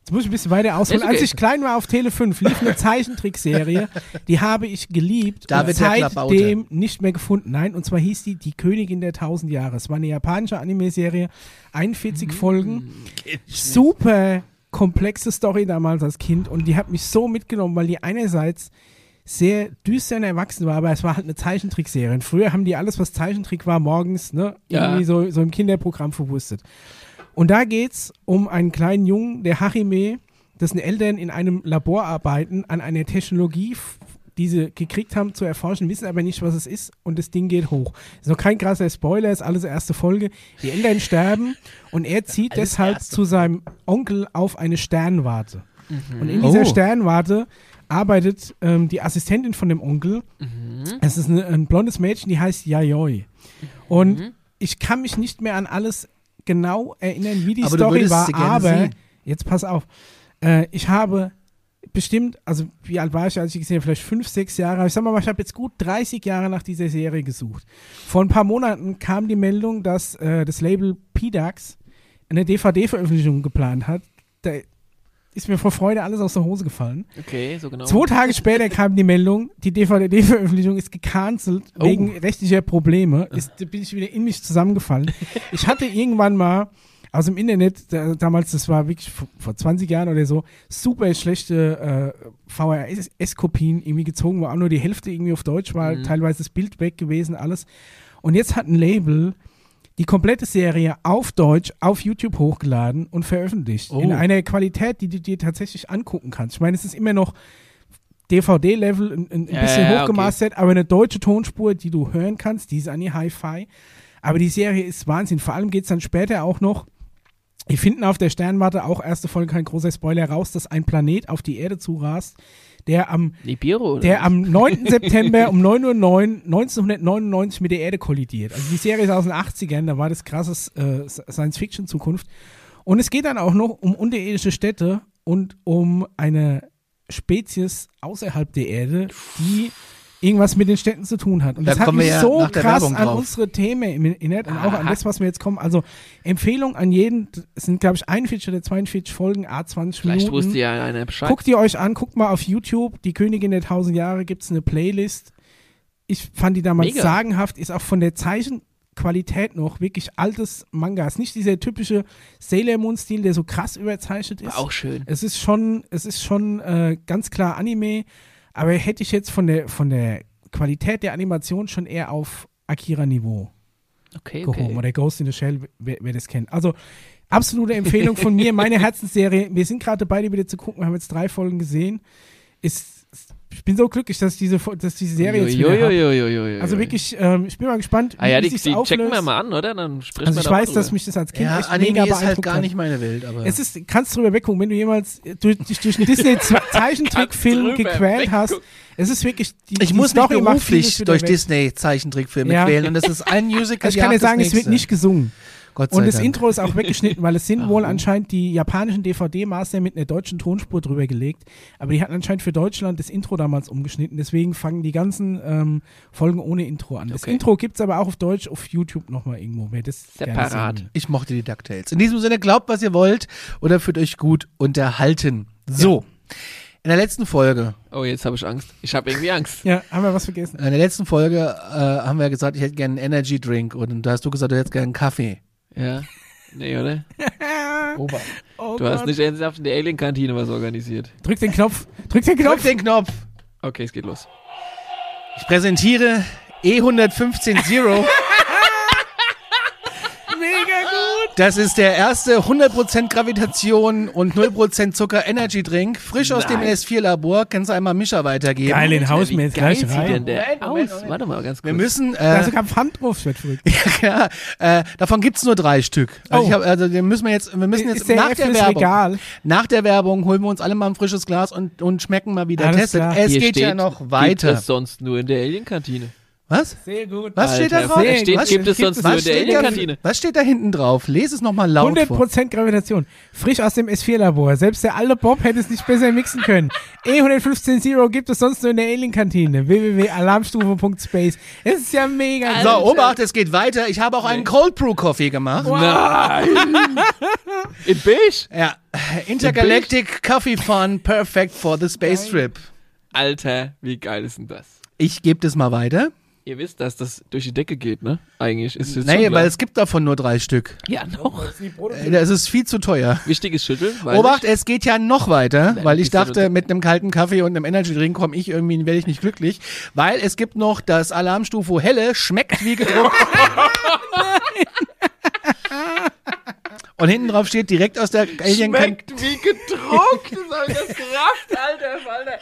Speaker 1: jetzt muss ich ein bisschen weiter ausholen.
Speaker 3: Ist okay.
Speaker 1: Als ich klein war auf Tele 5, lief eine Zeichentrickserie, die habe ich geliebt
Speaker 2: David
Speaker 1: und
Speaker 2: der Klabaute.
Speaker 1: seitdem nicht mehr gefunden. Nein, und zwar hieß die Die Königin der Tausend Jahre. Es war eine japanische Anime-Serie, 41 Folgen super komplexe Story damals als Kind und die hat mich so mitgenommen, weil die einerseits sehr düster und erwachsen war, aber es war halt eine Zeichentrickserie. Und früher haben die alles, was Zeichentrick war, morgens, ne,
Speaker 3: Ja.
Speaker 1: irgendwie so, so im Kinderprogramm verwurstet. Und da geht's um einen kleinen Jungen, der Hachime, dessen Eltern in einem Labor arbeiten, an einer Technologie, f- die sie gekriegt haben, zu erforschen, wissen aber nicht, was es ist und das Ding geht hoch. Ist noch kein krasser Spoiler, ist alles erste Folge. Die Eltern sterben und er zieht deshalb zu seinem Onkel auf eine Sternwarte. Und in dieser
Speaker 2: Oh.
Speaker 1: Sternwarte arbeitet ähm, die Assistentin von dem Onkel.
Speaker 3: Hm,
Speaker 2: Mhm.
Speaker 1: Es ist eine, ein blondes Mädchen, die heißt Yayoi. Und
Speaker 2: Mhm.
Speaker 1: ich kann mich nicht mehr an alles genau erinnern, wie die
Speaker 2: Aber du
Speaker 1: Story
Speaker 2: würdest
Speaker 1: war,
Speaker 2: sie gerne
Speaker 1: aber
Speaker 2: sehen.
Speaker 1: jetzt pass auf. Äh, ich habe bestimmt, also wie alt war ich, als ich gesehen habe, vielleicht fünf, sechs Jahre, aber ich sag mal, ich habe jetzt gut 30 Jahre nach dieser Serie gesucht. Vor ein paar Monaten kam die Meldung, dass äh, das Label PDAX eine DVD-Veröffentlichung geplant hat. Da ist mir vor Freude alles aus der Hose gefallen.
Speaker 3: Okay, so genau.
Speaker 1: Zwei Tage später kam die Meldung, die DVD-Veröffentlichung ist gecancelt
Speaker 2: Oh.
Speaker 1: wegen rechtlicher Probleme. Ist, da bin ich wieder in mich zusammengefallen. Ich hatte irgendwann mal aus dem Internet, da, damals, das war wirklich vor, vor 20 Jahren oder so, super schlechte äh, VHS-Kopien irgendwie gezogen, wo auch nur die Hälfte irgendwie auf Deutsch war,
Speaker 2: Mhm.
Speaker 1: teilweise das Bild weg gewesen, alles. Und jetzt hat ein Label die komplette Serie auf Deutsch auf YouTube hochgeladen und veröffentlicht.
Speaker 2: Oh.
Speaker 1: In einer Qualität, die du dir tatsächlich angucken kannst. Ich meine, es ist immer noch DVD-Level ein, ein
Speaker 3: Ja,
Speaker 1: bisschen
Speaker 3: ja, ja,
Speaker 1: hochgemastert, aber eine deutsche Tonspur, die du hören kannst, die ist an die Hi-Fi. Aber die Serie ist Wahnsinn. Vor allem geht es dann später auch noch. Wir finden auf der Sternwarte auch erste Folge kein großer Spoiler raus, dass ein Planet auf die Erde zurast, der am
Speaker 3: Nibiru, oder?
Speaker 1: der am 9. September um 9.09 Uhr 1999 mit der Erde kollidiert. Also die Serie ist aus den 80ern, da war das krasses äh, Science-Fiction-Zukunft. Und es geht dann auch noch um unterirdische Städte und um eine Spezies außerhalb der Erde, die irgendwas mit den Städten zu tun hat. Und
Speaker 2: Da
Speaker 1: das hat
Speaker 2: kommen wir
Speaker 1: mich
Speaker 2: ja
Speaker 1: so
Speaker 2: nach der
Speaker 1: krass
Speaker 2: Werbung
Speaker 1: an
Speaker 2: drauf.
Speaker 1: unsere Themen erinnert und auch an das, was wir jetzt kommen. Also Empfehlung an jeden, es sind glaube ich 41 oder 42 Folgen, A20
Speaker 3: Vielleicht
Speaker 1: Minuten.
Speaker 3: wusste ja einer Bescheid.
Speaker 1: Guckt ihr euch an, guckt mal auf YouTube, die Königin der tausend Jahre gibt's eine Playlist. Ich fand die damals
Speaker 3: Mega.
Speaker 1: sagenhaft, ist auch von der Zeichenqualität noch wirklich altes Manga. Ist nicht dieser typische Sailor Moon-Stil, der so krass überzeichnet ist.
Speaker 3: War auch schön.
Speaker 1: Es ist schon, es ist schon äh, ganz klar Anime, aber hätte ich jetzt von der, von der Qualität der Animation schon eher auf Akira-Niveau
Speaker 3: Okay,
Speaker 1: gehoben.
Speaker 3: okay.
Speaker 1: Oder Ghost in the Shell, wer, wer das kennt. Also, absolute Empfehlung von mir, meine Herzensserie. Wir sind gerade dabei, die wieder zu gucken. Wir haben jetzt drei Folgen gesehen. Ist, ist- ich bin so glücklich, dass ich diese, Fol- dass ich diese Serie jetzt wieder hab.
Speaker 3: Uiuiuiuiui.
Speaker 1: Also wirklich, ähm, ich bin mal gespannt,
Speaker 3: Ah ja, die,
Speaker 1: sich's
Speaker 3: die checken wir
Speaker 1: auflöst.
Speaker 3: mal an, oder? Dann sprechen
Speaker 1: Also
Speaker 3: wir
Speaker 1: ich
Speaker 3: da
Speaker 1: weiß,
Speaker 3: drüber.
Speaker 1: dass mich das als Kind
Speaker 2: Ja,
Speaker 1: echt mega
Speaker 2: Anime ist
Speaker 1: beeindruckt
Speaker 2: halt gar
Speaker 1: hat.
Speaker 2: nicht meine Welt, aber.
Speaker 1: Es ist, kannst drüber weggucken, wenn du jemals durch, durch, durch einen Disney-Zeichentrickfilm
Speaker 3: Kannst drüber
Speaker 1: gequält hast.
Speaker 3: weggucken.
Speaker 1: Es ist wirklich, die,
Speaker 2: ich
Speaker 1: die
Speaker 2: muss mich
Speaker 1: Story macht vieles
Speaker 2: beruflich
Speaker 1: wieder
Speaker 2: durch
Speaker 1: weg.
Speaker 2: Disney-Zeichentrickfilme
Speaker 1: Ja.
Speaker 2: quälen und das ist ein Musical.
Speaker 1: Also ich kann dir
Speaker 2: jagt das
Speaker 1: sagen, es wird
Speaker 2: nächste.
Speaker 1: nicht gesungen.
Speaker 2: Gott sei
Speaker 1: Und das
Speaker 2: Dank.
Speaker 1: Intro ist auch weggeschnitten, weil es sind wohl anscheinend die japanischen DVD-Master mit einer deutschen Tonspur drüber gelegt. Aber die hatten anscheinend für Deutschland das Intro damals umgeschnitten. Deswegen fangen die ganzen ähm, Folgen ohne Intro an. Das
Speaker 3: Okay.
Speaker 1: Intro gibt's aber auch auf Deutsch auf YouTube nochmal irgendwo. Wer das gerne sehen
Speaker 3: Separat.
Speaker 1: will.
Speaker 2: Ich mochte die DuckTales. In diesem Sinne, glaubt, was ihr wollt oder fühlt euch gut unterhalten. So. In der letzten Folge,
Speaker 3: Oh, jetzt habe ich Angst. Ich habe irgendwie Angst.
Speaker 1: Ja, haben wir was vergessen?
Speaker 2: in der letzten Folge äh, haben wir gesagt, ich hätte gerne einen Energy Drink und da hast du gesagt, du hättest gerne einen Kaffee.
Speaker 3: ja. Nee, oder?
Speaker 2: Ober.
Speaker 1: Oh
Speaker 3: Du hast nicht ernsthaft in der Alien-Kantine was organisiert.
Speaker 1: Drück den Knopf. Drück den
Speaker 2: Knopf
Speaker 1: Knopf.
Speaker 2: den Knopf.
Speaker 3: Okay, es geht los.
Speaker 2: Ich präsentiere E115 Zero.
Speaker 1: Mega gut.
Speaker 2: Das ist der erste 100% Gravitation und 0% Zucker Energy Drink. Frisch aus dem S4-Labor. Kannst du einmal Mischa weitergeben.
Speaker 1: Geil, den haus mir jetzt
Speaker 3: Wie geil
Speaker 1: gleich
Speaker 3: sieht denn
Speaker 1: rein.
Speaker 3: der
Speaker 2: Moment,
Speaker 3: aus?
Speaker 2: Moment, Moment.
Speaker 3: Warte mal ganz kurz.
Speaker 2: Wir müssen,
Speaker 1: Da
Speaker 2: äh,
Speaker 1: ist sogar Pfand drauf, ich werd verrückt.
Speaker 2: ja, äh, davon gibt's nur drei Stück. Also,
Speaker 1: Oh.
Speaker 2: ich hab, also den müssen wir jetzt, wir müssen jetzt
Speaker 1: Ist der
Speaker 2: nach
Speaker 1: F für
Speaker 2: der
Speaker 1: das
Speaker 2: Werbung,
Speaker 1: Regal?
Speaker 2: nach der Werbung holen wir uns alle mal ein frisches Glas und, und schmecken mal, wie der
Speaker 1: Alles
Speaker 2: testet.
Speaker 1: klar.
Speaker 2: Es
Speaker 3: Hier
Speaker 2: geht
Speaker 3: steht,
Speaker 2: ja noch
Speaker 3: Gibt
Speaker 2: weiter.
Speaker 3: es sonst nur in der Alien-Kantine.
Speaker 2: Was?
Speaker 1: Sehr gut.
Speaker 2: Was steht da
Speaker 3: Alter,
Speaker 2: drauf?
Speaker 3: es steht,
Speaker 2: was,
Speaker 3: gibt es sonst nur in
Speaker 2: was,
Speaker 3: der
Speaker 2: steht da,
Speaker 3: Alien-Kantine.
Speaker 2: was steht da hinten drauf? Lese es nochmal laut vor.
Speaker 1: 100% Gravitation. Frisch aus dem S4-Labor. Selbst der alte Bob hätte es nicht besser mixen können. E115 Zero gibt es sonst nur in der Alien-Kantine. www.alarmstufe.space. Es ist ja mega.
Speaker 2: So, Obacht, es geht weiter. Ich habe auch einen Cold Brew Coffee gemacht.
Speaker 3: Nein! in beige?
Speaker 2: Ja, Intergalactic Coffee Fun, perfect for the space trip.
Speaker 3: Alter, wie geil ist denn das?
Speaker 2: Ich gebe das mal weiter.
Speaker 3: Ihr wisst, dass das durch die Decke geht, ne? Eigentlich ist es
Speaker 2: Nee, weil es gibt davon nur drei Stück.
Speaker 3: ja noch.
Speaker 2: Äh, Das ist viel zu teuer.
Speaker 3: Wichtig ist Schütteln. Weil
Speaker 2: Obacht, es geht ja noch weiter, weil ich
Speaker 3: ist das
Speaker 2: dachte, mit einem kalten Kaffee und einem Energy Drink komme ich irgendwie, werde ich nicht glücklich, weil es gibt noch das Alarmstufe Helle, schmeckt wie gedruckt. und hinten drauf steht direkt aus der Alien
Speaker 3: Schmeckt wie gedruckt. Das hab ich das gerafft, Alter, Alter.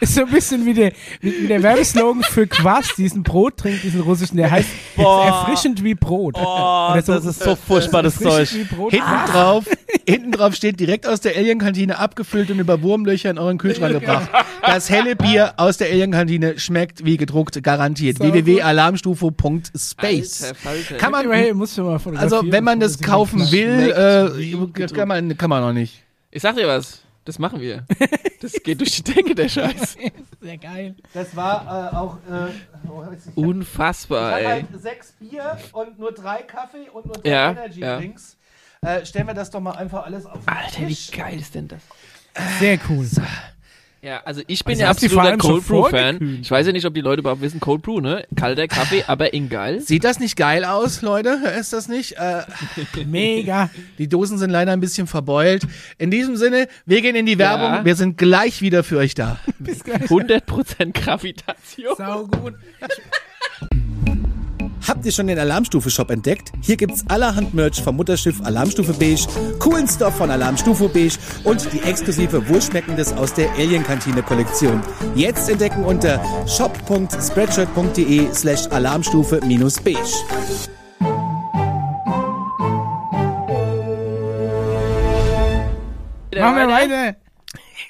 Speaker 1: Ist so ein bisschen wie der, wie, wie der Werbeslogan für Quass, diesen Brot trinkt, diesen russischen, der heißt
Speaker 4: Boah.
Speaker 1: erfrischend wie Brot.
Speaker 4: Oh,
Speaker 1: Oder
Speaker 4: das ist so furchtbar, das
Speaker 1: erfrischend wie
Speaker 4: Zeug.
Speaker 1: Brot.
Speaker 2: Hinten drauf, hinten drauf steht direkt aus der Alien-Kantine abgefüllt und über Wurmlöcher in euren Kühlschrank gebracht. Das helle Bier aus der Alien-Kantine schmeckt wie gedruckt, garantiert.
Speaker 1: So gut.
Speaker 2: www.alarmstufo.space.
Speaker 3: Alter, Falter.
Speaker 2: Kann man,
Speaker 1: Immerhin, muss schon mal
Speaker 2: also
Speaker 1: fotografieren,
Speaker 2: wenn man das
Speaker 1: bevor
Speaker 2: kaufen
Speaker 1: das
Speaker 2: will,
Speaker 3: Schmeckt wie
Speaker 2: äh,
Speaker 3: gedruckt.
Speaker 2: kann man, kann man noch nicht.
Speaker 3: Ich sag dir was. Das machen wir. Das geht durch die Decke, der Scheiß.
Speaker 1: Sehr geil.
Speaker 2: Das war äh, auch, ich halt
Speaker 3: Unfassbar, ey.
Speaker 2: sechs Bier und nur drei Kaffee und nur
Speaker 3: drei Ja, Energy-Drinks.
Speaker 2: stellen wir das doch mal einfach alles auf
Speaker 3: Alter, wie geil ist denn das?
Speaker 1: Sehr cool.
Speaker 3: Ja, also ich bin
Speaker 1: Also
Speaker 3: ja
Speaker 1: hast du vor
Speaker 3: absoluter
Speaker 1: allem schon
Speaker 3: Cold Brew Fan.
Speaker 1: vorgekühlt.
Speaker 3: Ich weiß ja nicht, ob die Leute überhaupt wissen, Cold Brew, ne? Kalter Kaffee, aber in geil.
Speaker 2: Sieht das nicht geil aus, Leute? Ist das nicht? Äh,
Speaker 1: Mega.
Speaker 2: Die Dosen sind leider ein bisschen verbeult. In diesem Sinne, wir gehen in die Werbung.
Speaker 3: Ja.
Speaker 2: Wir sind gleich wieder für euch da.
Speaker 1: Bis gleich.
Speaker 3: 100% Gravitation.
Speaker 1: Sau gut.
Speaker 5: Habt ihr schon den Alarmstufe-Shop entdeckt? Hier gibt's allerhand Merch vom Mutterschiff Alarmstufe Beige, coolen Stuff von Alarmstufe Beige und die exklusive Wohlschmeckendes aus der Alien-Kantine-Kollektion. Jetzt entdecken unter shop.spreadshirt.de slash alarmstufe-beige.
Speaker 1: Machen wir weiter.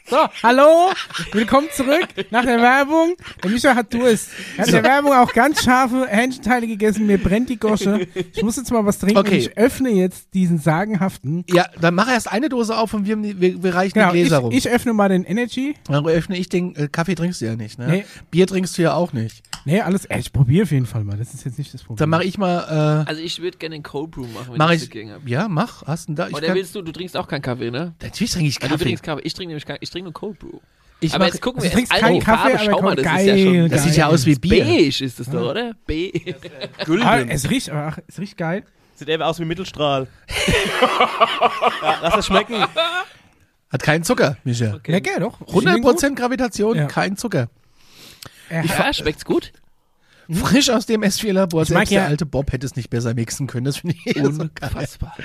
Speaker 1: So, hallo, willkommen zurück nach der Werbung. Der Micha hat Durst. Er hat in der Werbung auch ganz scharfe Hähnchenteile gegessen. Mir brennt die Gosche. Ich muss jetzt mal was trinken.
Speaker 2: Okay.
Speaker 1: Ich öffne jetzt diesen sagenhaften.
Speaker 2: Ja, dann mach erst eine Dose auf und wir, wir, wir reichen
Speaker 1: Genau,
Speaker 2: die Gläser rum.
Speaker 1: ich, ich öffne mal den Energy.
Speaker 2: dann öffne ich den äh, Kaffee trinkst du ja nicht, ne?
Speaker 1: Nee.
Speaker 2: Bier trinkst du ja auch nicht.
Speaker 1: Nee, alles. Ey, ich probiere auf jeden Fall mal. Das ist jetzt nicht das Problem.
Speaker 2: Dann mache ich mal äh,
Speaker 3: Also ich würde gerne den Cold Brew machen, wenn
Speaker 2: mach
Speaker 3: ich
Speaker 2: ich
Speaker 3: dagegen habe.
Speaker 2: Ja, mach. Hast du da? Ich
Speaker 3: Oder
Speaker 2: kann,
Speaker 3: Oh, willst du, du trinkst auch keinen Kaffee, ne?
Speaker 2: natürlich trinke ich
Speaker 3: Ja, Du
Speaker 2: Kaffee.
Speaker 3: trinkst Kaffee. Ich trinke nämlich kein, ich trinke nur Cold Brew.
Speaker 2: Ich
Speaker 3: aber
Speaker 2: mach-
Speaker 3: jetzt gucken
Speaker 1: also
Speaker 3: wir
Speaker 1: du trinkst
Speaker 3: erst
Speaker 1: keinen
Speaker 3: alle
Speaker 1: Kaffee,
Speaker 3: Farbe.
Speaker 1: aber
Speaker 3: Schau mal,
Speaker 1: Cold-
Speaker 3: das ist ja schon
Speaker 1: geil.
Speaker 2: das sieht ja aus wie Bier.
Speaker 3: beige ist das doch, oder? Beige.
Speaker 1: ah, es riecht, ach, es riecht geil.
Speaker 4: Sieht eher aus wie Mittelstrahl. ja, lass es schmecken.
Speaker 2: Hat keinen Zucker, Micha.
Speaker 1: Lecker, doch.
Speaker 2: 100% Gravitation,
Speaker 1: Ja.
Speaker 2: kein Zucker.
Speaker 1: Er hat,
Speaker 3: Ja, schmeckt's gut? Hm?
Speaker 2: Frisch aus dem S4-Labor.
Speaker 1: mag
Speaker 2: Selbst der
Speaker 1: ja-
Speaker 2: alte Bob hätte es nicht besser mixen können. Das finde ich eher so geil.
Speaker 3: Unfassbar.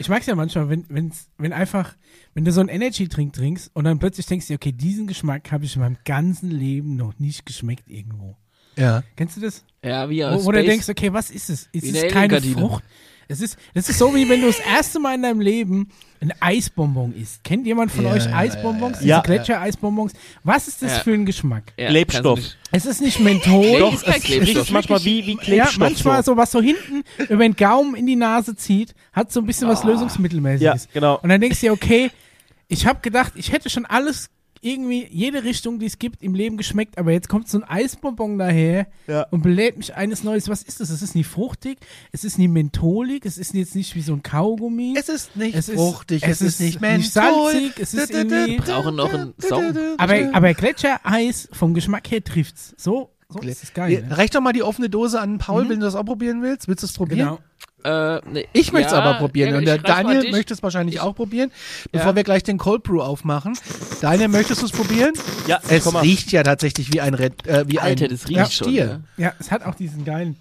Speaker 1: ich mag es ja manchmal, wenn, wenn's, wenn einfach, wenn du so einen Energy-Drink trinkst und dann plötzlich denkst du, dir, okay, diesen Geschmack habe ich in meinem ganzen Leben noch nicht geschmeckt irgendwo.
Speaker 2: Ja.
Speaker 1: Kennst du das?
Speaker 3: Ja, wie aus
Speaker 1: Wo, wo du
Speaker 3: Space.
Speaker 1: denkst, okay, was ist es? Es
Speaker 3: Wie
Speaker 1: ist
Speaker 3: eine
Speaker 1: keine
Speaker 3: Alienkantine.
Speaker 1: Frucht. Es ist, das ist so, wie wenn du das erste Mal in deinem Leben ein Eisbonbon isst. Kennt jemand von
Speaker 2: Ja,
Speaker 1: euch
Speaker 2: ja, ja,
Speaker 1: Eisbonbons?
Speaker 4: ja, ja.
Speaker 1: Diese Gletscher-Eisbonbons? Was ist das
Speaker 3: Ja.
Speaker 1: für ein Geschmack?
Speaker 2: äh,
Speaker 3: ja,
Speaker 4: Klebstoff.
Speaker 3: kannst du nicht.
Speaker 1: Es ist nicht Menthol.
Speaker 3: Nee,
Speaker 4: Doch,
Speaker 3: ist kein
Speaker 4: es
Speaker 3: Klebstoff.
Speaker 4: riecht es manchmal wie, wie
Speaker 1: Ja,
Speaker 4: Klebstoff.
Speaker 1: manchmal
Speaker 4: so.
Speaker 1: so, was so hinten über den Gaumen in die Nase zieht, hat so ein bisschen
Speaker 3: Ah.
Speaker 1: was Lösungsmittelmäßiges.
Speaker 4: Ja, genau.
Speaker 1: Und dann denkst du dir, okay, ich habe gedacht, ich hätte schon alles irgendwie, jede Richtung, die es gibt, im Leben geschmeckt, aber jetzt kommt so ein Eisbonbon daher
Speaker 4: Ja.
Speaker 1: und belädt mich eines Neues. Was ist das? Es ist nie fruchtig, es ist nie mentholig, es ist jetzt nicht wie so ein Kaugummi.
Speaker 2: Es ist nicht
Speaker 1: Es ist-
Speaker 2: fruchtig,
Speaker 1: es
Speaker 2: es, ist,
Speaker 1: ist nicht
Speaker 2: nicht Menthol.
Speaker 1: salzig, es ist
Speaker 2: Da, da, da,
Speaker 1: irgendwie-
Speaker 2: da,
Speaker 3: brauchen noch einen
Speaker 2: da, da,
Speaker 3: Song.
Speaker 2: da, da.
Speaker 1: aber aber Gletschereis vom Geschmack her trifft's. So, So, das ist geil. Ne? Mhm.
Speaker 2: Reich doch mal die offene Dose an Paul, wenn du das auch probieren willst. Willst du es probieren?
Speaker 1: Genau.
Speaker 3: Äh, nee,
Speaker 2: Ich möchte es
Speaker 3: ja,
Speaker 2: aber probieren.
Speaker 3: ja,
Speaker 2: und
Speaker 3: ich
Speaker 2: der
Speaker 3: greif mal
Speaker 2: Daniel
Speaker 3: dich.
Speaker 2: möchte es wahrscheinlich auch probieren, bevor
Speaker 3: Ja.
Speaker 2: wir gleich den Cold Brew aufmachen. Daniel, möchtest du es probieren?
Speaker 4: Ja,
Speaker 2: Es
Speaker 4: komm mal.
Speaker 2: riecht ja tatsächlich wie ein Red, äh, wie
Speaker 3: Alter,
Speaker 2: ein
Speaker 3: das
Speaker 2: ja,
Speaker 3: riecht schon.
Speaker 2: Stier.
Speaker 3: ne?
Speaker 1: Ja, es hat auch diesen geilen.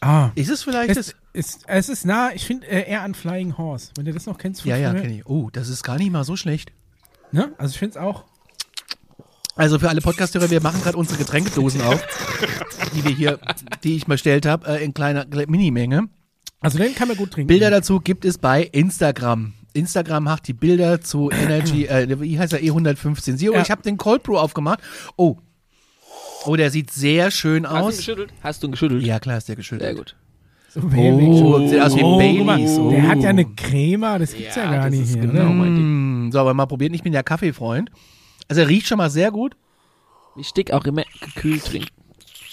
Speaker 1: Ah.
Speaker 2: Ist es vielleicht das?
Speaker 1: Es ist, es ist nah, ich finde äh, eher an Flying Horse. Wenn ihr das noch kennst, von
Speaker 2: Ja, ja,
Speaker 1: früher.
Speaker 2: kenne ich. Oh, das ist gar nicht mal so schlecht.
Speaker 1: Ne? Also ich finde es auch.
Speaker 2: Also für alle Podcasthörer, wir machen gerade unsere Getränkedosen auf, die wir hier, die ich bestellt habe, äh, in kleiner kle- Minimenge.
Speaker 1: Also den kann man gut trinken.
Speaker 2: Bilder dazu gibt es bei Instagram. Instagram macht die Bilder zu Energy, äh, wie heißt er, E115. Sieh, oh,
Speaker 1: Ja.
Speaker 2: ich habe den Cold Brew aufgemacht. Oh. Oh, der sieht sehr schön
Speaker 3: Hast du ihn
Speaker 2: aus.
Speaker 3: geschüttelt? Hast du ihn geschüttelt?
Speaker 2: Ja, klar, ist der geschüttelt.
Speaker 3: Sehr gut.
Speaker 1: So Baileys.
Speaker 2: Oh, sieht aus wie
Speaker 1: Oh, guck mal,
Speaker 2: Baileys. Oh.
Speaker 1: Der hat ja eine Crema, das gibt's ja, gar
Speaker 3: das
Speaker 1: nicht
Speaker 3: ist
Speaker 1: hier.
Speaker 3: genau
Speaker 1: ne?
Speaker 3: mein Ding.
Speaker 2: Mm, So, aber mal probieren. Ich bin ja Kaffeefreund. Also er riecht schon mal sehr gut.
Speaker 3: Wichtig auch immer gekühlt trinken.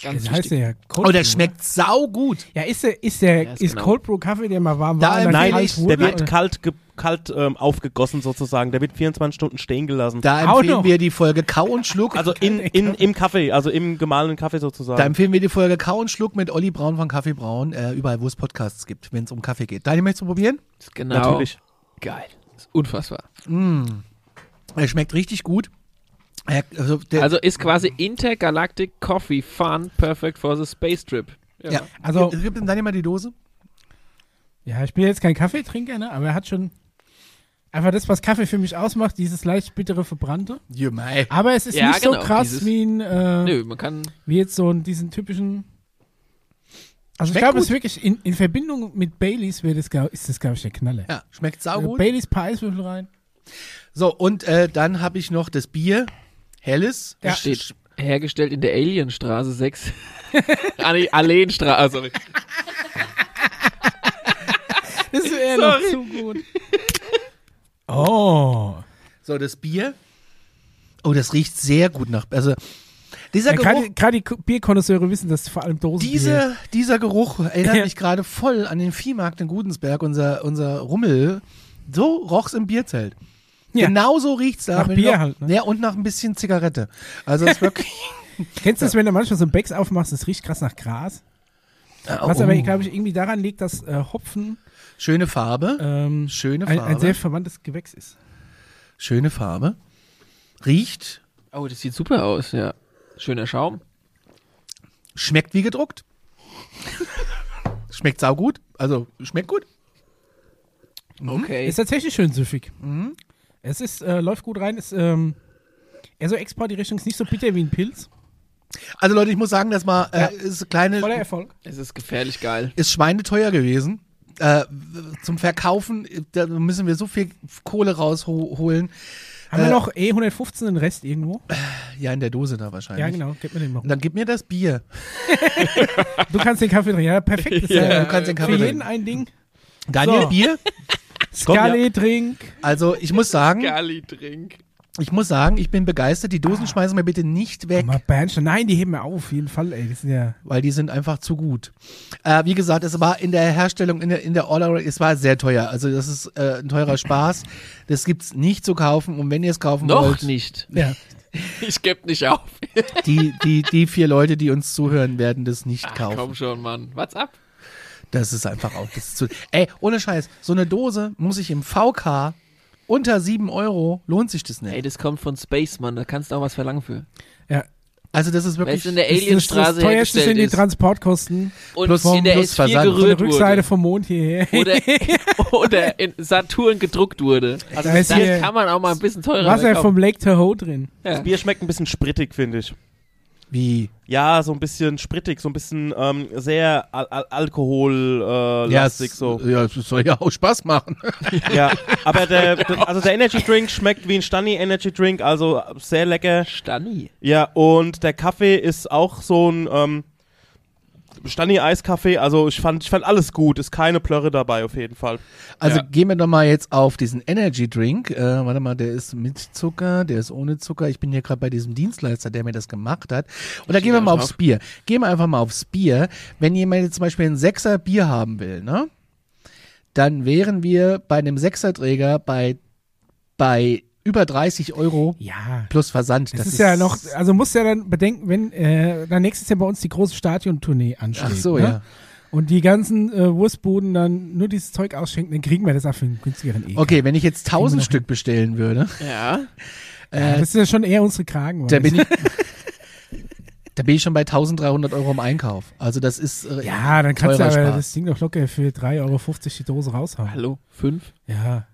Speaker 3: Ganz
Speaker 1: Das heißt
Speaker 3: wichtig.
Speaker 1: der ja Cold
Speaker 2: Oh, der
Speaker 1: Brew,
Speaker 2: schmeckt saugut.
Speaker 1: oder? Ja, ist der, ist der
Speaker 3: Ja,
Speaker 1: ist
Speaker 3: ist genau.
Speaker 1: Cold Brew Kaffee, der mal warm
Speaker 2: Da
Speaker 1: war, und dann
Speaker 2: empfehle
Speaker 1: kalt
Speaker 2: ich-
Speaker 1: wurde,
Speaker 4: Der wird
Speaker 1: oder?
Speaker 4: kalt, ge kalt ähm, aufgegossen sozusagen. Der wird 24 Stunden stehen gelassen.
Speaker 2: Da
Speaker 1: Auch
Speaker 2: empfehlen
Speaker 1: noch.
Speaker 2: wir die Folge Kau und Schluck.
Speaker 4: also in, in, im Kaffee, also im gemahlenen Kaffee sozusagen.
Speaker 2: da empfehlen wir die Folge Kau und Schluck mit Olli Braun von Kaffee Braun, äh, überall, wo es Podcasts gibt, wenn es um Kaffee geht. Daniel, möchtest du probieren?
Speaker 3: Ist Genau.
Speaker 4: Natürlich.
Speaker 3: Geil. Ist unfassbar.
Speaker 2: Er schmeckt richtig gut. Er, also, der,
Speaker 3: Also ist quasi Intergalactic Coffee Fun perfect for the space trip.
Speaker 2: ja.
Speaker 1: Also-
Speaker 2: Gib- Gib ihm Daniel mal die Dose.
Speaker 1: Ja, ich bin jetzt kein Kaffeetrinker, ne? aber er hat schon einfach das, was Kaffee für mich ausmacht, dieses leicht bittere Verbrannte.
Speaker 2: Jumei.
Speaker 1: Aber es ist
Speaker 3: Ja,
Speaker 1: nicht
Speaker 3: genau,
Speaker 1: so krass
Speaker 3: dieses-
Speaker 1: wie ein, äh,
Speaker 3: Nö, man kann.
Speaker 1: wie jetzt so ein, diesen typischen. Also ich
Speaker 2: Schmeckt
Speaker 1: glaube,
Speaker 2: gut.
Speaker 1: es ist wirklich in, in Verbindung mit Baileys wäre das, glaub- ist das glaube ich der Knaller.
Speaker 2: Ja, schmeckt
Speaker 1: Also
Speaker 2: saugut.
Speaker 1: Baileys paar Eiswürfel rein.
Speaker 2: So, und äh, dann habe ich noch das Bier. Helles.
Speaker 1: Ja.
Speaker 3: Steht hergestellt in der Alienstraße 6. ah, nee, Alleenstraße, sorry.
Speaker 1: Das ist eher noch zu gut. Oh.
Speaker 2: So, das Bier. Oh, das riecht sehr gut nach. Also, dieser
Speaker 1: Ja,
Speaker 2: Geruch.
Speaker 1: Gerade gerade die K- Bierkonnoisseure wissen, dass vor allem Dosen.
Speaker 2: Diese, dieser Geruch erinnert
Speaker 1: Ja.
Speaker 2: mich gerade voll an den Viehmarkt in Gudensberg, unser, unser Rummel. So roch's im Bierzelt.
Speaker 1: Ja.
Speaker 2: Genauso riecht's da.
Speaker 1: Nach
Speaker 2: wenn du
Speaker 1: Bier
Speaker 2: noch,
Speaker 1: halt, ne?
Speaker 2: Ja, und nach ein bisschen Zigarette. Also, es ist wirklich.
Speaker 1: Kennst du das, wenn du manchmal so ein Becks aufmachst, das riecht krass nach Gras?
Speaker 2: Oh.
Speaker 1: Was aber, glaube ich, irgendwie daran liegt, dass äh, Hopfen
Speaker 2: Schöne Farbe.
Speaker 1: ähm,
Speaker 2: Schöne
Speaker 1: ein,
Speaker 2: Farbe.
Speaker 1: ein sehr verwandtes Gewächs ist.
Speaker 2: Schöne Farbe. Riecht.
Speaker 3: Oh, das sieht super aus, ja. Schöner Schaum.
Speaker 2: Schmeckt wie gedruckt. schmeckt saugut. Also, schmeckt gut.
Speaker 3: Okay.
Speaker 1: Ist tatsächlich schön süffig.
Speaker 2: Mhm.
Speaker 1: Es ist, äh, läuft gut rein, ist ähm, eher so Export, die Richtung ist nicht so bitter wie ein Pilz.
Speaker 2: Also, Leute, ich muss sagen, das war äh, ist kleine.
Speaker 1: Voller Erfolg.
Speaker 3: Es ist gefährlich geil.
Speaker 2: ist schweineteuer gewesen. Äh, zum Verkaufen, äh, da müssen wir so viel Kohle rausholen.
Speaker 1: Haben
Speaker 2: Äh,
Speaker 1: wir noch E115 den Rest irgendwo?
Speaker 2: Ja, in der Dose da wahrscheinlich.
Speaker 1: Ja, genau, gib mir den mal.
Speaker 2: Und dann gib mir das Bier.
Speaker 1: Du kannst den Kaffee trinken. Ja, perfekt. Ist äh,
Speaker 2: Ja, du kannst den Kaffee
Speaker 1: Für jeden
Speaker 2: trinken.
Speaker 1: ein Ding.
Speaker 2: Daniel,
Speaker 1: So.
Speaker 2: Bier?
Speaker 1: Skale, trink.
Speaker 2: Also, ich muss sagen,
Speaker 3: Galli-Drink.
Speaker 2: ich muss sagen, ich bin begeistert. Die Dosen schmeißen wir bitte nicht weg,
Speaker 1: Mal Bernstein. Nein, die heben wir auf, auf jeden Fall, ey. Das sind ja.
Speaker 2: weil die sind einfach zu gut. Äh, wie gesagt, es war in der Herstellung, in der, in der Order, es war sehr teuer. Also, das ist äh, ein teurer Spaß. Das gibt's nicht zu kaufen. Und wenn ihr es kaufen
Speaker 3: Noch
Speaker 2: wollt,
Speaker 3: nicht.
Speaker 1: ja.
Speaker 3: Ich geb nicht auf.
Speaker 2: Die, die, die vier Leute, die uns zuhören, werden das nicht
Speaker 3: Ach,
Speaker 2: kaufen.
Speaker 3: komm schon, Mann. What's up?
Speaker 2: Das ist einfach auch. Das ist zu, ey, ohne Scheiß, so eine Dose muss ich im VK unter 7 Euro lohnt sich das
Speaker 3: Ey,
Speaker 2: nicht.
Speaker 3: das kommt von Space, Mann. Da kannst du auch was verlangen für.
Speaker 1: ja.
Speaker 2: Also das ist
Speaker 3: Weil
Speaker 2: wirklich.
Speaker 3: es in der
Speaker 1: Das- das-
Speaker 3: Alienstraße
Speaker 1: Das teuerste
Speaker 3: hergestellt
Speaker 1: sind die
Speaker 3: ist.
Speaker 1: Transportkosten.
Speaker 3: Und
Speaker 2: Plus-
Speaker 3: in der
Speaker 2: plus
Speaker 3: S4
Speaker 2: Versand.
Speaker 1: Von der
Speaker 3: gerührt
Speaker 1: Rückseite
Speaker 3: wurde.
Speaker 1: vom Mond hierher.
Speaker 3: Oder, oder in Saturn gedruckt wurde.
Speaker 1: Also da ist
Speaker 3: Das
Speaker 1: hier
Speaker 3: kann man auch mal ein bisschen teurer
Speaker 1: Wasser
Speaker 3: verkaufen.
Speaker 1: vom Lake Tahoe drin.
Speaker 4: Das Bier schmeckt ein bisschen sprittig, finde ich.
Speaker 2: wie?
Speaker 4: Ja, so ein bisschen sprittig, so ein bisschen ähm, sehr al al alkohollastig äh,
Speaker 2: Ja,
Speaker 4: lastig
Speaker 2: es-
Speaker 4: so.
Speaker 2: ja, es soll ja auch Spaß machen.
Speaker 4: Ja, aber der, der, also der Energy Drink schmeckt wie ein Stani Energy Drink, also sehr lecker.
Speaker 3: Stani.
Speaker 4: Ja, und der Kaffee ist auch so ein ähm, Stani Eiskaffee, also ich fand ich fand alles gut, ist keine Plörre dabei auf jeden Fall.
Speaker 2: Also
Speaker 4: Ja.
Speaker 2: gehen wir doch mal jetzt auf diesen Energy Drink. Äh, warte mal, der ist mit Zucker, der ist ohne Zucker. Ich bin hier gerade bei diesem Dienstleister, der mir das gemacht hat. Und da gehen wir
Speaker 3: da
Speaker 2: mal
Speaker 3: drauf.
Speaker 2: aufs Bier. Gehen wir einfach mal aufs Bier. Wenn jemand jetzt zum Beispiel ein Sechser Bier haben will, ne? Dann wären wir bei einem Sechserträger bei, bei über 30 Euro
Speaker 1: Ja.
Speaker 2: plus Versand.
Speaker 1: Das, ist, ja noch, also musst ja dann bedenken, wenn äh, dann nächstes Jahr bei uns die große Stadiontournee ansteht.
Speaker 2: Ach so,
Speaker 1: ne?
Speaker 2: ja.
Speaker 1: Und die ganzen äh, Wurstbuden dann nur dieses Zeug ausschenken, dann kriegen wir das auch für einen günstigeren Ekel.
Speaker 2: Okay, wenn ich jetzt 1000 Stück bestellen würde, äh,
Speaker 3: Ja.
Speaker 1: Das ist ja schon eher unsere Kragen.
Speaker 2: da bin ich, da bin ich schon bei 1300 Euro im Einkauf. Also das ist äh,
Speaker 1: ja, dann kannst du
Speaker 2: teurer
Speaker 1: aber
Speaker 2: Spaß.
Speaker 1: das Ding doch locker für 3,50 Euro die Dose raushauen.
Speaker 3: Hallo, fünf.
Speaker 1: Ja.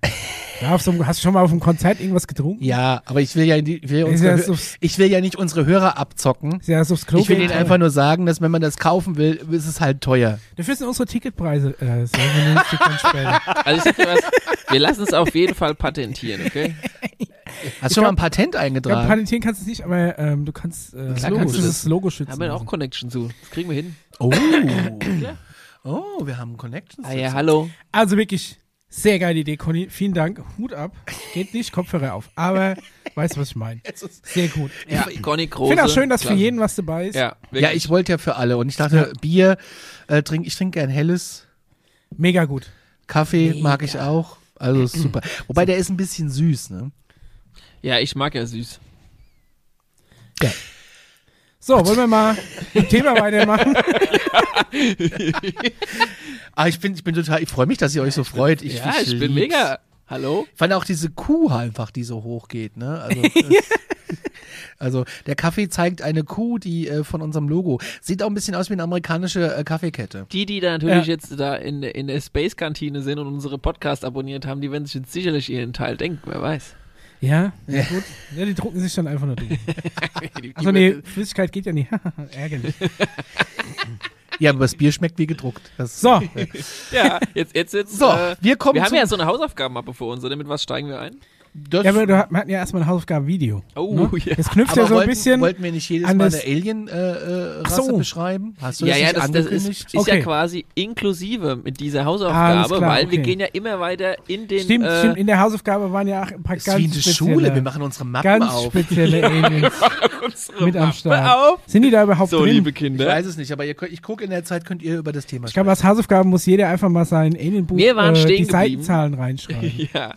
Speaker 1: ja auf so, einem- hast du schon mal auf einem Konzert irgendwas getrunken?
Speaker 2: Ja, aber ich will ja, die- ich will ja,
Speaker 1: Ist
Speaker 2: unsere,
Speaker 1: ja
Speaker 2: Hö-
Speaker 1: so-
Speaker 2: ich will ja nicht unsere Hörer abzocken.
Speaker 1: Ist ja erst aufs Klo
Speaker 2: Ich will
Speaker 1: gehen,
Speaker 2: ihnen
Speaker 1: aber-
Speaker 2: einfach nur sagen, dass wenn man das kaufen will, ist es halt teuer.
Speaker 1: Dafür sind unsere Ticketpreise äh, sehr vernünftig und später.
Speaker 3: Also ich sag dir was, wir lassen es auf jeden Fall patentieren, okay?
Speaker 2: Hast du schon mal ein Patent eingetragen?
Speaker 1: Ja, patentieren kannst du es nicht, aber ähm, du kannst, äh,
Speaker 3: Logo
Speaker 1: kannst du
Speaker 3: schützen.
Speaker 1: das Logo
Speaker 3: Da
Speaker 1: schützen.
Speaker 3: haben wir auch
Speaker 1: lassen.
Speaker 3: Connection zu. Das kriegen wir hin.
Speaker 2: Oh. oh, wir haben Connections.
Speaker 3: Ah ja, hallo.
Speaker 1: also wirklich, sehr geile Idee, Conny. Vielen Dank. Hut ab. Geht nicht, Kopfhörer auf. Aber weißt du, was ich meine. Sehr gut.
Speaker 3: Ja, Conny
Speaker 1: Ich
Speaker 3: Große.
Speaker 1: finde auch schön, dass für
Speaker 3: Klasse.
Speaker 1: jeden was dabei ist.
Speaker 3: Ja,
Speaker 2: Ja, ich wollte ja für alle und ich dachte, Bier, äh, trink, ich trinke gern helles,
Speaker 1: Mega gut.
Speaker 2: Kaffee mag ich auch. Also ist super. Wobei der ist ein bisschen süß, ne?
Speaker 3: ja, ich mag ja süß.
Speaker 1: So, wollen wir mal ein Thema weitermachen?
Speaker 2: Ah, ich bin, ich bin total, ich freue mich, dass ihr euch so freut. Ich,
Speaker 3: ja, ich bin
Speaker 2: lieb's.
Speaker 3: mega. Hallo?
Speaker 2: Ich fand auch diese Kuh einfach, die so hoch geht, ne? Also, also der Kaffee zeigt eine Kuh, die äh, von unserem Logo. Sieht auch ein bisschen aus wie eine amerikanische äh, Kaffeekette.
Speaker 3: Die, die da natürlich
Speaker 1: Ja.
Speaker 3: jetzt da in, der- in der Space-Kantine sind und unsere Podcast abonniert haben, die werden sich jetzt sicherlich ihren Teil denken, wer weiß.
Speaker 1: ja, ja, gut. Ja, die drucken sich dann einfach nur durch.
Speaker 3: Die-
Speaker 1: Achso,
Speaker 3: die-
Speaker 1: Also nee, Flüssigkeit geht ja nicht. Ärgerlich.
Speaker 2: Ja, aber das Bier schmeckt wie gedruckt. Das,
Speaker 1: So,
Speaker 3: Ja, jetzt, jetzt, jetzt.
Speaker 2: So,
Speaker 3: äh,
Speaker 2: wir kommen
Speaker 3: Wir haben
Speaker 2: zum-
Speaker 3: ja so eine Hausaufgabenmappe vor uns, oder? Mit was steigen wir ein?
Speaker 2: das
Speaker 1: ja, aber du, wir hatten ja erstmal ein Hausaufgaben-Video.
Speaker 3: Oh, ja.
Speaker 1: Das knüpft
Speaker 2: aber
Speaker 1: ja so ein
Speaker 2: wollten,
Speaker 1: bisschen.
Speaker 2: wollten wir nicht jedes
Speaker 1: an
Speaker 2: Mal
Speaker 1: das-
Speaker 2: eine Alien-Rasse äh,
Speaker 1: Ach
Speaker 2: Rasse
Speaker 1: so.
Speaker 2: beschreiben? Hast du
Speaker 3: ja,
Speaker 2: das
Speaker 3: ja,
Speaker 2: nicht
Speaker 3: das, das ist,
Speaker 2: angekündigt?
Speaker 3: ist
Speaker 1: Okay.
Speaker 3: ja quasi inklusive mit dieser
Speaker 1: Alles
Speaker 3: Hausaufgabe,
Speaker 1: klar,
Speaker 3: weil wir
Speaker 1: okay.
Speaker 3: gehen ja immer weiter in den.
Speaker 1: Stimmt,
Speaker 3: äh,
Speaker 1: stimmt. In der Hausaufgabe waren ja auch ein paar
Speaker 2: Das ist
Speaker 1: ganz
Speaker 2: wie eine
Speaker 1: spezielle,
Speaker 2: Schule, wir machen unsere Mappen
Speaker 1: ganz
Speaker 2: auf.
Speaker 1: spezielle Aliens
Speaker 3: unsere
Speaker 1: mit am
Speaker 3: Mappe
Speaker 1: Start.
Speaker 3: auf.
Speaker 1: Sind die da überhaupt
Speaker 3: So,
Speaker 1: drin?
Speaker 3: liebe
Speaker 2: Ich
Speaker 3: Kinder.
Speaker 2: weiß es nicht, aber ihr, könnt- ich gucke in der Zeit, könnt ihr über das Thema
Speaker 1: ich glaube, als Hausaufgaben muss jeder einfach mal sein Alienbuch
Speaker 3: Wir
Speaker 1: äh,
Speaker 3: waren
Speaker 1: die
Speaker 3: stehen geblieben.
Speaker 1: Seitenzahlen reinschreiben.
Speaker 3: Ja.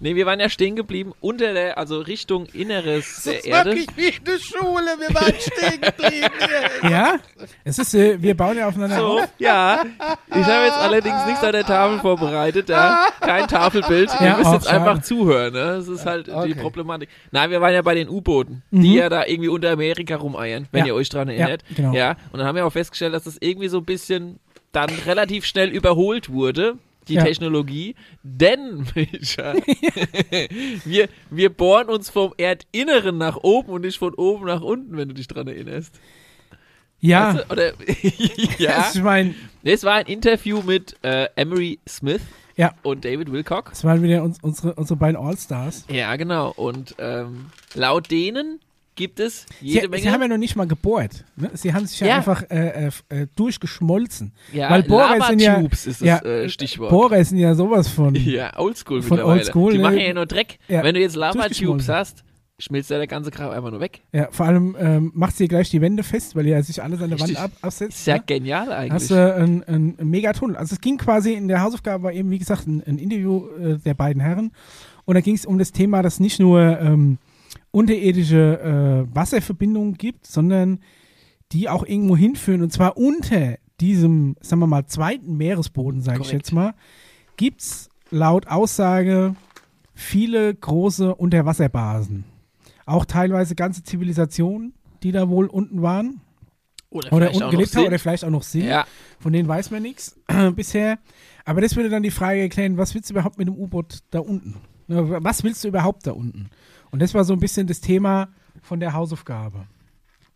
Speaker 3: Nee, wir waren ja stehen geblieben unter der, also Richtung Inneres
Speaker 2: Das
Speaker 3: der
Speaker 2: ist
Speaker 3: Erde.
Speaker 2: wirklich wie eine Schule, wir waren stehen geblieben.
Speaker 1: ja? Es ist, äh, wir bauen ja aufeinander
Speaker 3: So,
Speaker 1: auf.
Speaker 3: ja. Ich habe jetzt allerdings nichts an der Tafel vorbereitet, ja. Kein Tafelbild. Ihr
Speaker 1: Ja,
Speaker 3: müsst
Speaker 1: auch
Speaker 3: jetzt
Speaker 1: schade.
Speaker 3: einfach zuhören, ne? Das ist halt
Speaker 2: Okay.
Speaker 3: die Problematik. Nein, wir waren ja bei den U-Booten, die ja da irgendwie unter Amerika rumeiern, wenn
Speaker 1: Mhm. Ja.
Speaker 3: ihr euch dran
Speaker 1: Ja,
Speaker 3: erinnert.
Speaker 1: genau.
Speaker 3: ja. Und dann haben wir auch festgestellt, dass das irgendwie so ein bisschen dann relativ schnell überholt wurde. Die
Speaker 1: Ja.
Speaker 3: Technologie, denn Micha, wir, wir bohren uns vom Erdinneren nach oben und nicht von oben nach unten, wenn du dich dran erinnerst.
Speaker 1: Ja.
Speaker 3: Weißt du? Oder, ja.
Speaker 1: Ich meine,
Speaker 3: Nee, es war ein Interview mit äh, Emery Smith
Speaker 1: ja.
Speaker 3: und David Wilcock.
Speaker 1: Das waren wieder uns, unsere, unsere beiden All-Stars.
Speaker 3: Ja, genau. Und ähm, laut denen gibt es
Speaker 1: Sie,
Speaker 3: jede Menge.
Speaker 1: sie haben ja noch nicht mal gebohrt. Ne? Sie haben sich ja,
Speaker 3: Ja.
Speaker 1: einfach äh, äh, f- äh, durchgeschmolzen.
Speaker 3: Ja,
Speaker 1: Weil Bohrer sind ja,
Speaker 3: Lava-Tubes ist das,
Speaker 1: ja,
Speaker 3: äh, Stichwort.
Speaker 1: Bohrer sind ja sowas von.
Speaker 3: ja, oldschool
Speaker 1: Von
Speaker 3: mittlerweile.
Speaker 1: oldschool,
Speaker 3: die
Speaker 1: ne?
Speaker 3: machen ja nur Dreck.
Speaker 1: Ja.
Speaker 3: Wenn du jetzt Lava-Tubes
Speaker 1: Durchgeschmolzen.
Speaker 3: hast, schmilzt ja der ganze Kram einfach nur weg.
Speaker 1: Ja, vor allem ähm, macht sie gleich die Wände fest, weil ja sich alles an der
Speaker 3: Richtig.
Speaker 1: Wand ab absetzt.
Speaker 3: Ist ja,
Speaker 1: ne?
Speaker 3: genial eigentlich.
Speaker 1: Hast du einen, einen Megatunnel. Also es ging quasi in der Hausaufgabe war eben, wie gesagt, ein, ein Interview äh, der beiden Herren. Und da ging es um das Thema, dass nicht nur ähm, unterirdische äh, Wasserverbindungen gibt, sondern die auch irgendwo hinführen. Und zwar unter diesem, sagen wir mal, zweiten Meeresboden, sage ich
Speaker 3: Korrekt.
Speaker 1: jetzt mal, gibt es laut Aussage viele große Unterwasserbasen. Auch teilweise ganze Zivilisationen, die da wohl unten waren oder
Speaker 3: vielleicht
Speaker 1: unten
Speaker 3: auch
Speaker 1: gelebt
Speaker 3: noch
Speaker 1: haben
Speaker 3: Sinn.
Speaker 1: oder vielleicht auch noch sind.
Speaker 3: Ja,
Speaker 1: Von denen weiß man nichts bisher. Aber das würde dann die Frage erklären, was willst du überhaupt mit dem U-Boot da unten? Ne, Was willst du überhaupt da unten? Und das war so ein bisschen das Thema von der Hausaufgabe.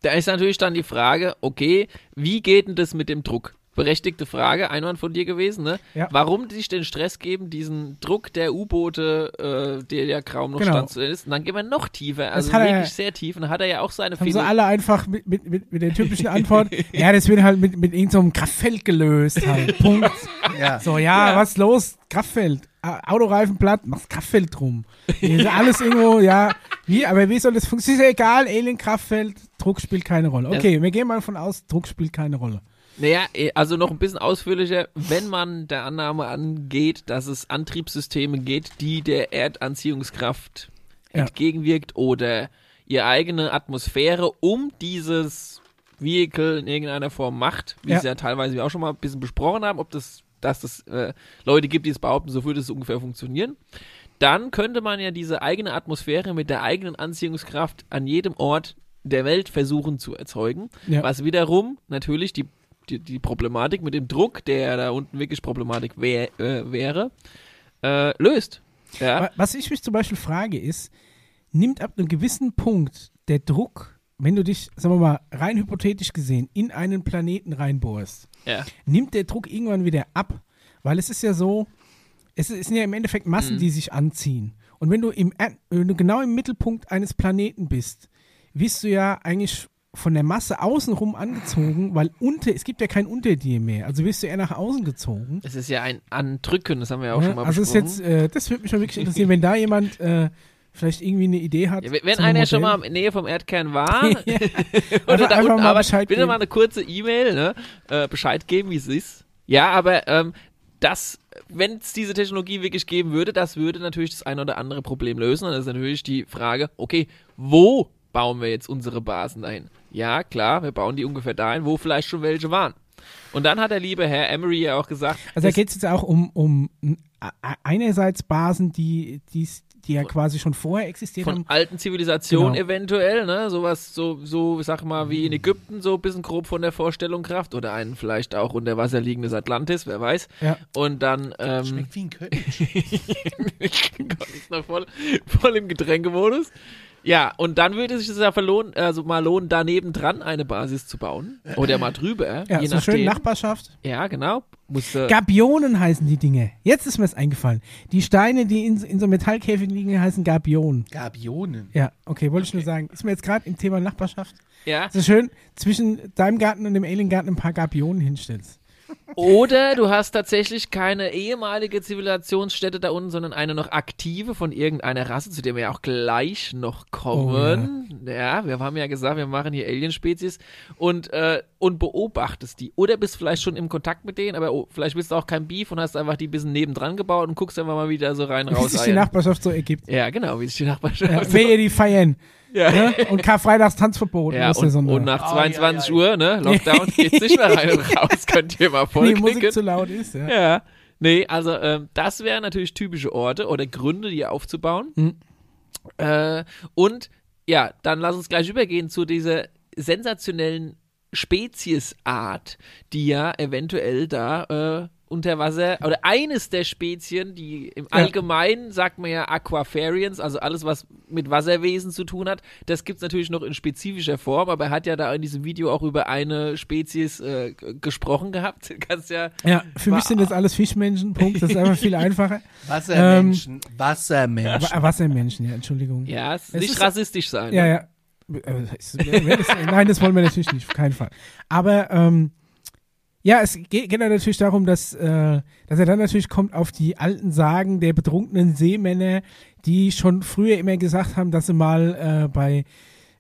Speaker 3: Da ist natürlich dann die Frage, okay, wie geht denn das mit dem Druck? Berechtigte Frage, Einwand von dir gewesen, ne?
Speaker 1: Ja.
Speaker 3: Warum die sich den Stress geben, diesen Druck der U-Boote, äh, der ja kaum noch
Speaker 1: Genau.
Speaker 3: standzuhält ist, und dann gehen wir noch tiefer, also
Speaker 1: hat er-
Speaker 3: wirklich sehr tief, und dann hat er ja auch seine
Speaker 1: Haben
Speaker 3: viele.
Speaker 1: sie alle einfach mit, mit, mit, mit der typischen Antwort, ja, das wird halt mit, mit irgendeinem Kraftfeld gelöst halt. Punkt.
Speaker 2: Ja.
Speaker 1: So, ja, was los? Kraftfeld. A- Autoreifen platt, machst Kraftfeld drum. Hier Ist alles irgendwo, ja. Wie, aber wie soll das funktionieren? Ist ja egal, Alien Kraftfeld, Druck spielt keine Rolle. Okay, wir gehen mal davon aus, Druck spielt keine Rolle.
Speaker 3: Naja, eh, also noch ein bisschen ausführlicher, wenn man der Annahme angeht, dass es Antriebssysteme geht, die der Erdanziehungskraft
Speaker 1: Ja.
Speaker 3: entgegenwirkt oder ihre eigene Atmosphäre um dieses Vehicle in irgendeiner Form macht, wie
Speaker 1: Ja.
Speaker 3: es ja teilweise wir auch schon mal ein bisschen besprochen haben, ob das, dass es äh, Leute gibt, die es behaupten, so würde es ungefähr funktionieren, dann könnte man ja diese eigene Atmosphäre mit der eigenen Anziehungskraft an jedem Ort der Welt versuchen zu erzeugen,
Speaker 1: Ja.
Speaker 3: was wiederum natürlich die, die, die Problematik mit dem Druck, der da unten wirklich Problematik wär, äh, wäre, äh, löst. Ja,
Speaker 1: Wa- Was ich mich zum Beispiel frage ist, nimmt ab einem gewissen Punkt der Druck, wenn du dich, sagen wir mal, rein hypothetisch gesehen, in einen Planeten reinbohrst,
Speaker 3: ja.
Speaker 1: nimmt der Druck irgendwann wieder ab. Weil es ist ja so, es ist- es sind ja im Endeffekt Massen, die sich anziehen. Und wenn du, im, Erd- wenn du genau im Mittelpunkt eines Planeten bist, wirst du ja eigentlich von der Masse außenrum angezogen, weil unter, es gibt ja kein unter dir mehr. Also wirst du eher nach außen gezogen.
Speaker 3: Es ist ja ein Andrücken, das haben wir ja auch
Speaker 1: Ja,
Speaker 3: schon mal
Speaker 1: also ist
Speaker 3: besprochen.
Speaker 1: jetzt, äh, das würde mich mal wirklich interessieren, wenn da jemand äh, vielleicht irgendwie eine Idee hat.
Speaker 3: Ja, wenn- wenn
Speaker 1: zu einem
Speaker 3: einer schon mal
Speaker 1: Modell.
Speaker 3: in der Nähe vom Erdkern war,
Speaker 1: Ja. Also
Speaker 3: oder
Speaker 1: Einfach-
Speaker 3: da
Speaker 1: einfach
Speaker 3: unten
Speaker 1: mal
Speaker 3: arbeitet,
Speaker 1: Bescheid
Speaker 3: bitte
Speaker 1: geben.
Speaker 3: mal eine kurze E-Mail, ne? äh, Bescheid geben, wie es ist. Ja, aber ähm, das, wenn es diese Technologie wirklich geben würde, das würde natürlich das ein oder andere Problem lösen. Und das ist natürlich die Frage, okay, wo bauen wir jetzt unsere Basen dahin? Ja, klar, wir bauen die ungefähr dahin, wo vielleicht schon welche waren. Und dann hat der liebe Herr Emery ja auch gesagt,
Speaker 1: Also da
Speaker 3: es-
Speaker 1: geht es jetzt auch um, um n- a- a- einerseits Basen, die, die's- die ja quasi schon vorher existiert
Speaker 3: von
Speaker 1: haben.
Speaker 3: alten Zivilisationen
Speaker 1: Genau. Hm.
Speaker 3: eventuell, ne? Sowas, so, so, ich sag mal, wie in Ägypten, so ein bisschen grob von der Vorstellung Kraft oder ein vielleicht auch unter Wasser liegendes Atlantis, wer weiß.
Speaker 1: Ja.
Speaker 3: Und dann, ähm,
Speaker 2: Schmeckt wie ein König.
Speaker 3: Gott, ist noch voll, voll im Getränkemodus. Ja, und dann würde sich das ja verlohnen, also mal lohnen, daneben dran eine Basis zu bauen. Oder mal drüber.
Speaker 1: Äh. Ja,
Speaker 3: je
Speaker 1: so schön
Speaker 3: nachdem.
Speaker 1: Nachbarschaft.
Speaker 3: Ja, genau. Musste,
Speaker 1: Gabionen heißen die Dinge. Jetzt ist mir das eingefallen. Die Steine, die in, in so Metallkäfigen liegen, heißen Gabionen.
Speaker 2: Gabionen.
Speaker 1: Ja, okay, wollte ich nur sagen. Ist mir jetzt gerade im Thema Nachbarschaft.
Speaker 3: ja.
Speaker 1: So schön zwischen deinem Garten und dem Aliengarten ein paar Gabionen hinstellst.
Speaker 3: Oder du hast tatsächlich keine ehemalige Zivilisationsstätte da unten, sondern eine noch aktive von irgendeiner Rasse, zu der wir ja auch gleich noch kommen.
Speaker 1: Oh
Speaker 3: ja. wir haben ja gesagt, wir machen hier Alien-Spezies und, äh, und beobachtest die. Oder bist vielleicht schon im Kontakt mit denen, aber oh, vielleicht bist du auch kein Beef und hast einfach die ein bisschen nebendran gebaut und guckst einfach mal wieder so rein,
Speaker 1: Wie
Speaker 3: raus.
Speaker 1: sich die
Speaker 3: eiern.
Speaker 1: Nachbarschaft so ergibt.
Speaker 3: ja, genau, wie sich die Nachbarschaft.
Speaker 1: Ja, Wehe, die feiern.
Speaker 3: Ja.
Speaker 1: Ne? Und Karfreitags Tanzverbot.
Speaker 3: Ja,
Speaker 1: muss der
Speaker 3: und,
Speaker 1: Sonder-
Speaker 3: und nach
Speaker 2: Oh,
Speaker 3: 22
Speaker 2: ja, ja,
Speaker 3: Uhr, ne, Lockdown, geht's nicht mehr rein und raus, könnt ihr mal voll
Speaker 1: nee, Musik
Speaker 3: knicken.
Speaker 1: zu laut ist. Ja.
Speaker 3: Ja. Nee, also ähm, das wären natürlich typische Orte oder Gründe, die aufzubauen. Äh, und ja, dann lass uns gleich übergehen zu dieser sensationellen Speziesart, die ja eventuell da äh, unter Wasser oder eines der Spezien, die im Allgemeinen sagt man ja Aquafarians, also alles, was mit Wasserwesen zu tun hat, das gibt es natürlich noch in spezifischer Form, aber er hat ja da in diesem Video auch über eine Spezies äh, g- gesprochen gehabt. Kannst ja
Speaker 1: Ja, für
Speaker 3: War-
Speaker 1: mich sind das alles Fischmenschen, Punkt. Das ist einfach viel einfacher.
Speaker 2: Wassermenschen. Wassermenschen.
Speaker 1: Wa- Wassermenschen, ja, Entschuldigung.
Speaker 3: Ja, es
Speaker 1: Es
Speaker 3: nicht
Speaker 1: ist-
Speaker 3: rassistisch sein.
Speaker 1: ja.
Speaker 3: ne?
Speaker 1: ja. Äh, es- Nein, das wollen wir natürlich nicht, auf keinen Fall. Aber ähm, ja, es geht, geht dann natürlich darum, dass, äh, dass er dann natürlich kommt auf die alten Sagen der betrunkenen Seemänner, die schon früher immer gesagt haben, dass sie mal äh, bei,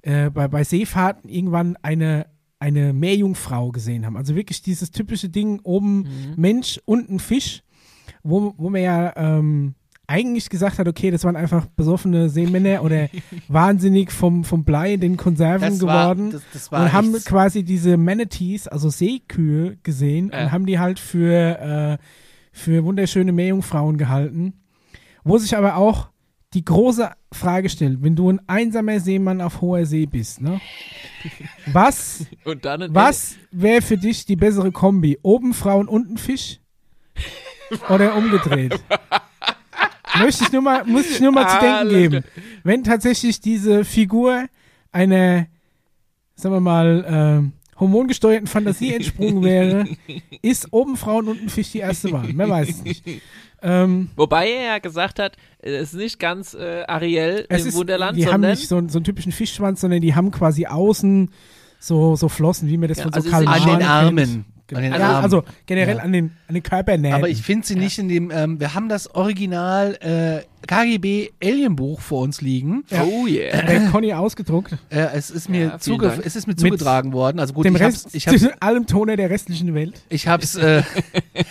Speaker 1: äh, bei, bei Seefahrten irgendwann eine, eine Meerjungfrau gesehen haben. Also wirklich dieses typische Ding, oben
Speaker 2: Mhm.
Speaker 1: Mensch, unten Fisch, wo, wo man ja ähm, eigentlich gesagt hat, okay, das waren einfach besoffene Seemänner oder wahnsinnig vom, vom Blei in den Konserven
Speaker 2: Das war-
Speaker 1: geworden
Speaker 2: das- das war
Speaker 1: und haben
Speaker 2: nichts.
Speaker 1: quasi diese Manatees, also Seekühe, gesehen
Speaker 3: Ja.
Speaker 1: und haben die halt für, äh, für wunderschöne Meerjungfrauen gehalten. Wo sich aber auch die große Frage stellt, wenn du ein einsamer Seemann auf hoher See bist, ne? Was,
Speaker 3: Und dann ein-
Speaker 1: was wäre für dich die bessere Kombi? Oben Frau und unten Fisch? Oder umgedreht? Möchte ich nur mal, muss ich nur mal zu denken
Speaker 3: Alles
Speaker 1: geben. Wenn tatsächlich diese Figur einer, sagen wir mal, ähm, hormongesteuerten Fantasie entsprungen wäre, ist oben Frau und unten Fisch die erste Wahl. Mehr weiß es nicht. Ähm,
Speaker 3: Wobei er ja gesagt hat, es ist nicht ganz äh, Ariel
Speaker 1: es
Speaker 3: im
Speaker 1: ist,
Speaker 3: Wunderland,
Speaker 1: die haben
Speaker 3: sondern
Speaker 1: nicht so, einen- so einen typischen Fischschwanz, sondern die haben quasi außen so, so Flossen, wie man das
Speaker 3: Ja,
Speaker 1: von so
Speaker 3: also
Speaker 1: Karl
Speaker 3: sie sind-
Speaker 1: Marx
Speaker 2: An den
Speaker 1: kennt.
Speaker 2: Armen. An
Speaker 3: Genau.
Speaker 2: den
Speaker 1: ja,
Speaker 2: Armen.
Speaker 1: also ähm, generell
Speaker 2: Ja.
Speaker 1: an den, an den Körpernähten.
Speaker 2: Aber ich finde sie nicht in dem, ähm, wir haben das Original äh, KGB Alien-Buch vor uns liegen.
Speaker 3: oh yeah.
Speaker 1: Der Conny ausgedruckt.
Speaker 2: Äh, es, ist mir
Speaker 3: Ja, vielen
Speaker 2: zuge-
Speaker 3: Dank.
Speaker 2: es ist mir zugetragen worden. Also gut,
Speaker 1: dem
Speaker 2: ich hab's,
Speaker 1: Rest,
Speaker 2: ich hab's,
Speaker 1: zwischen allem Tone der restlichen Welt.
Speaker 2: ich hab's, äh,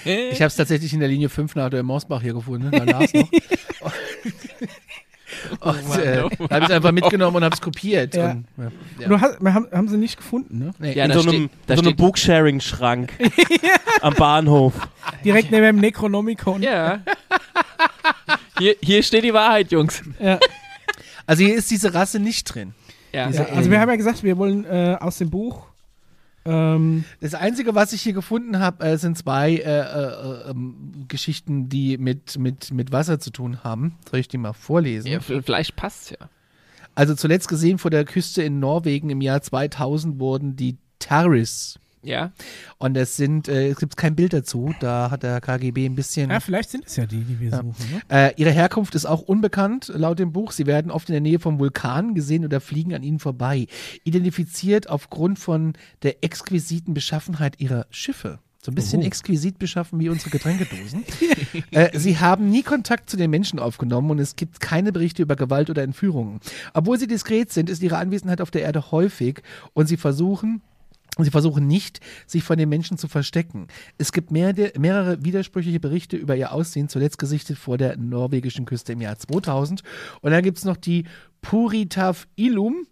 Speaker 2: ich hab's tatsächlich in der Linie 5 nach der Mausbach hier gefunden. Da lag's noch. Und, äh, habe ich einfach mitgenommen und habe es kopiert.
Speaker 1: Ja.
Speaker 2: Und, ja.
Speaker 1: Und du hast, wir haben, haben sie nicht gefunden, ne?
Speaker 2: Nee.
Speaker 3: Ja,
Speaker 4: in
Speaker 3: da
Speaker 4: so einem,
Speaker 3: steht- da
Speaker 4: so einem
Speaker 3: steht-
Speaker 4: Booksharing-Schrank am Bahnhof.
Speaker 1: Direkt neben dem Necronomicon.
Speaker 3: Ja. Hier, hier steht die Wahrheit, Jungs.
Speaker 1: Ja.
Speaker 2: Also hier ist diese Rasse nicht drin.
Speaker 3: Ja.
Speaker 1: Ja, also wir haben ja gesagt, wir wollen äh, aus dem Buch. Ähm,
Speaker 2: Das Einzige, was ich hier gefunden habe, äh, sind zwei äh, äh, ähm, Geschichten, die mit, mit, mit Wasser zu tun haben. Soll ich die mal vorlesen?
Speaker 3: Ja, v- vielleicht passt ja.
Speaker 2: Also zuletzt gesehen vor der Küste in Norwegen im Jahr 2000 wurden die Terrorists.
Speaker 3: Ja.
Speaker 2: Und das sind, äh, es gibt kein Bild dazu, da hat der KGB ein bisschen...
Speaker 1: ja, vielleicht sind es ja die, die wir suchen. Ne?
Speaker 2: Äh, ihre Herkunft ist auch unbekannt, laut dem Buch. Sie werden oft in der Nähe von Vulkanen gesehen oder fliegen an ihnen vorbei. Identifiziert aufgrund von der exquisiten Beschaffenheit ihrer Schiffe. So ein bisschen exquisit beschaffen wie unsere Getränkedosen. äh, sie haben nie Kontakt zu den Menschen aufgenommen und es gibt keine Berichte über Gewalt oder Entführungen. Obwohl sie diskret sind, ist ihre Anwesenheit auf der Erde häufig und sie versuchen, und Sie versuchen nicht, sich von den Menschen zu verstecken. Es gibt mehr, mehrere widersprüchliche Berichte über ihr Aussehen, zuletzt gesichtet vor der norwegischen Küste im Jahr 2000. Und dann gibt es noch die Puritaf Ilum,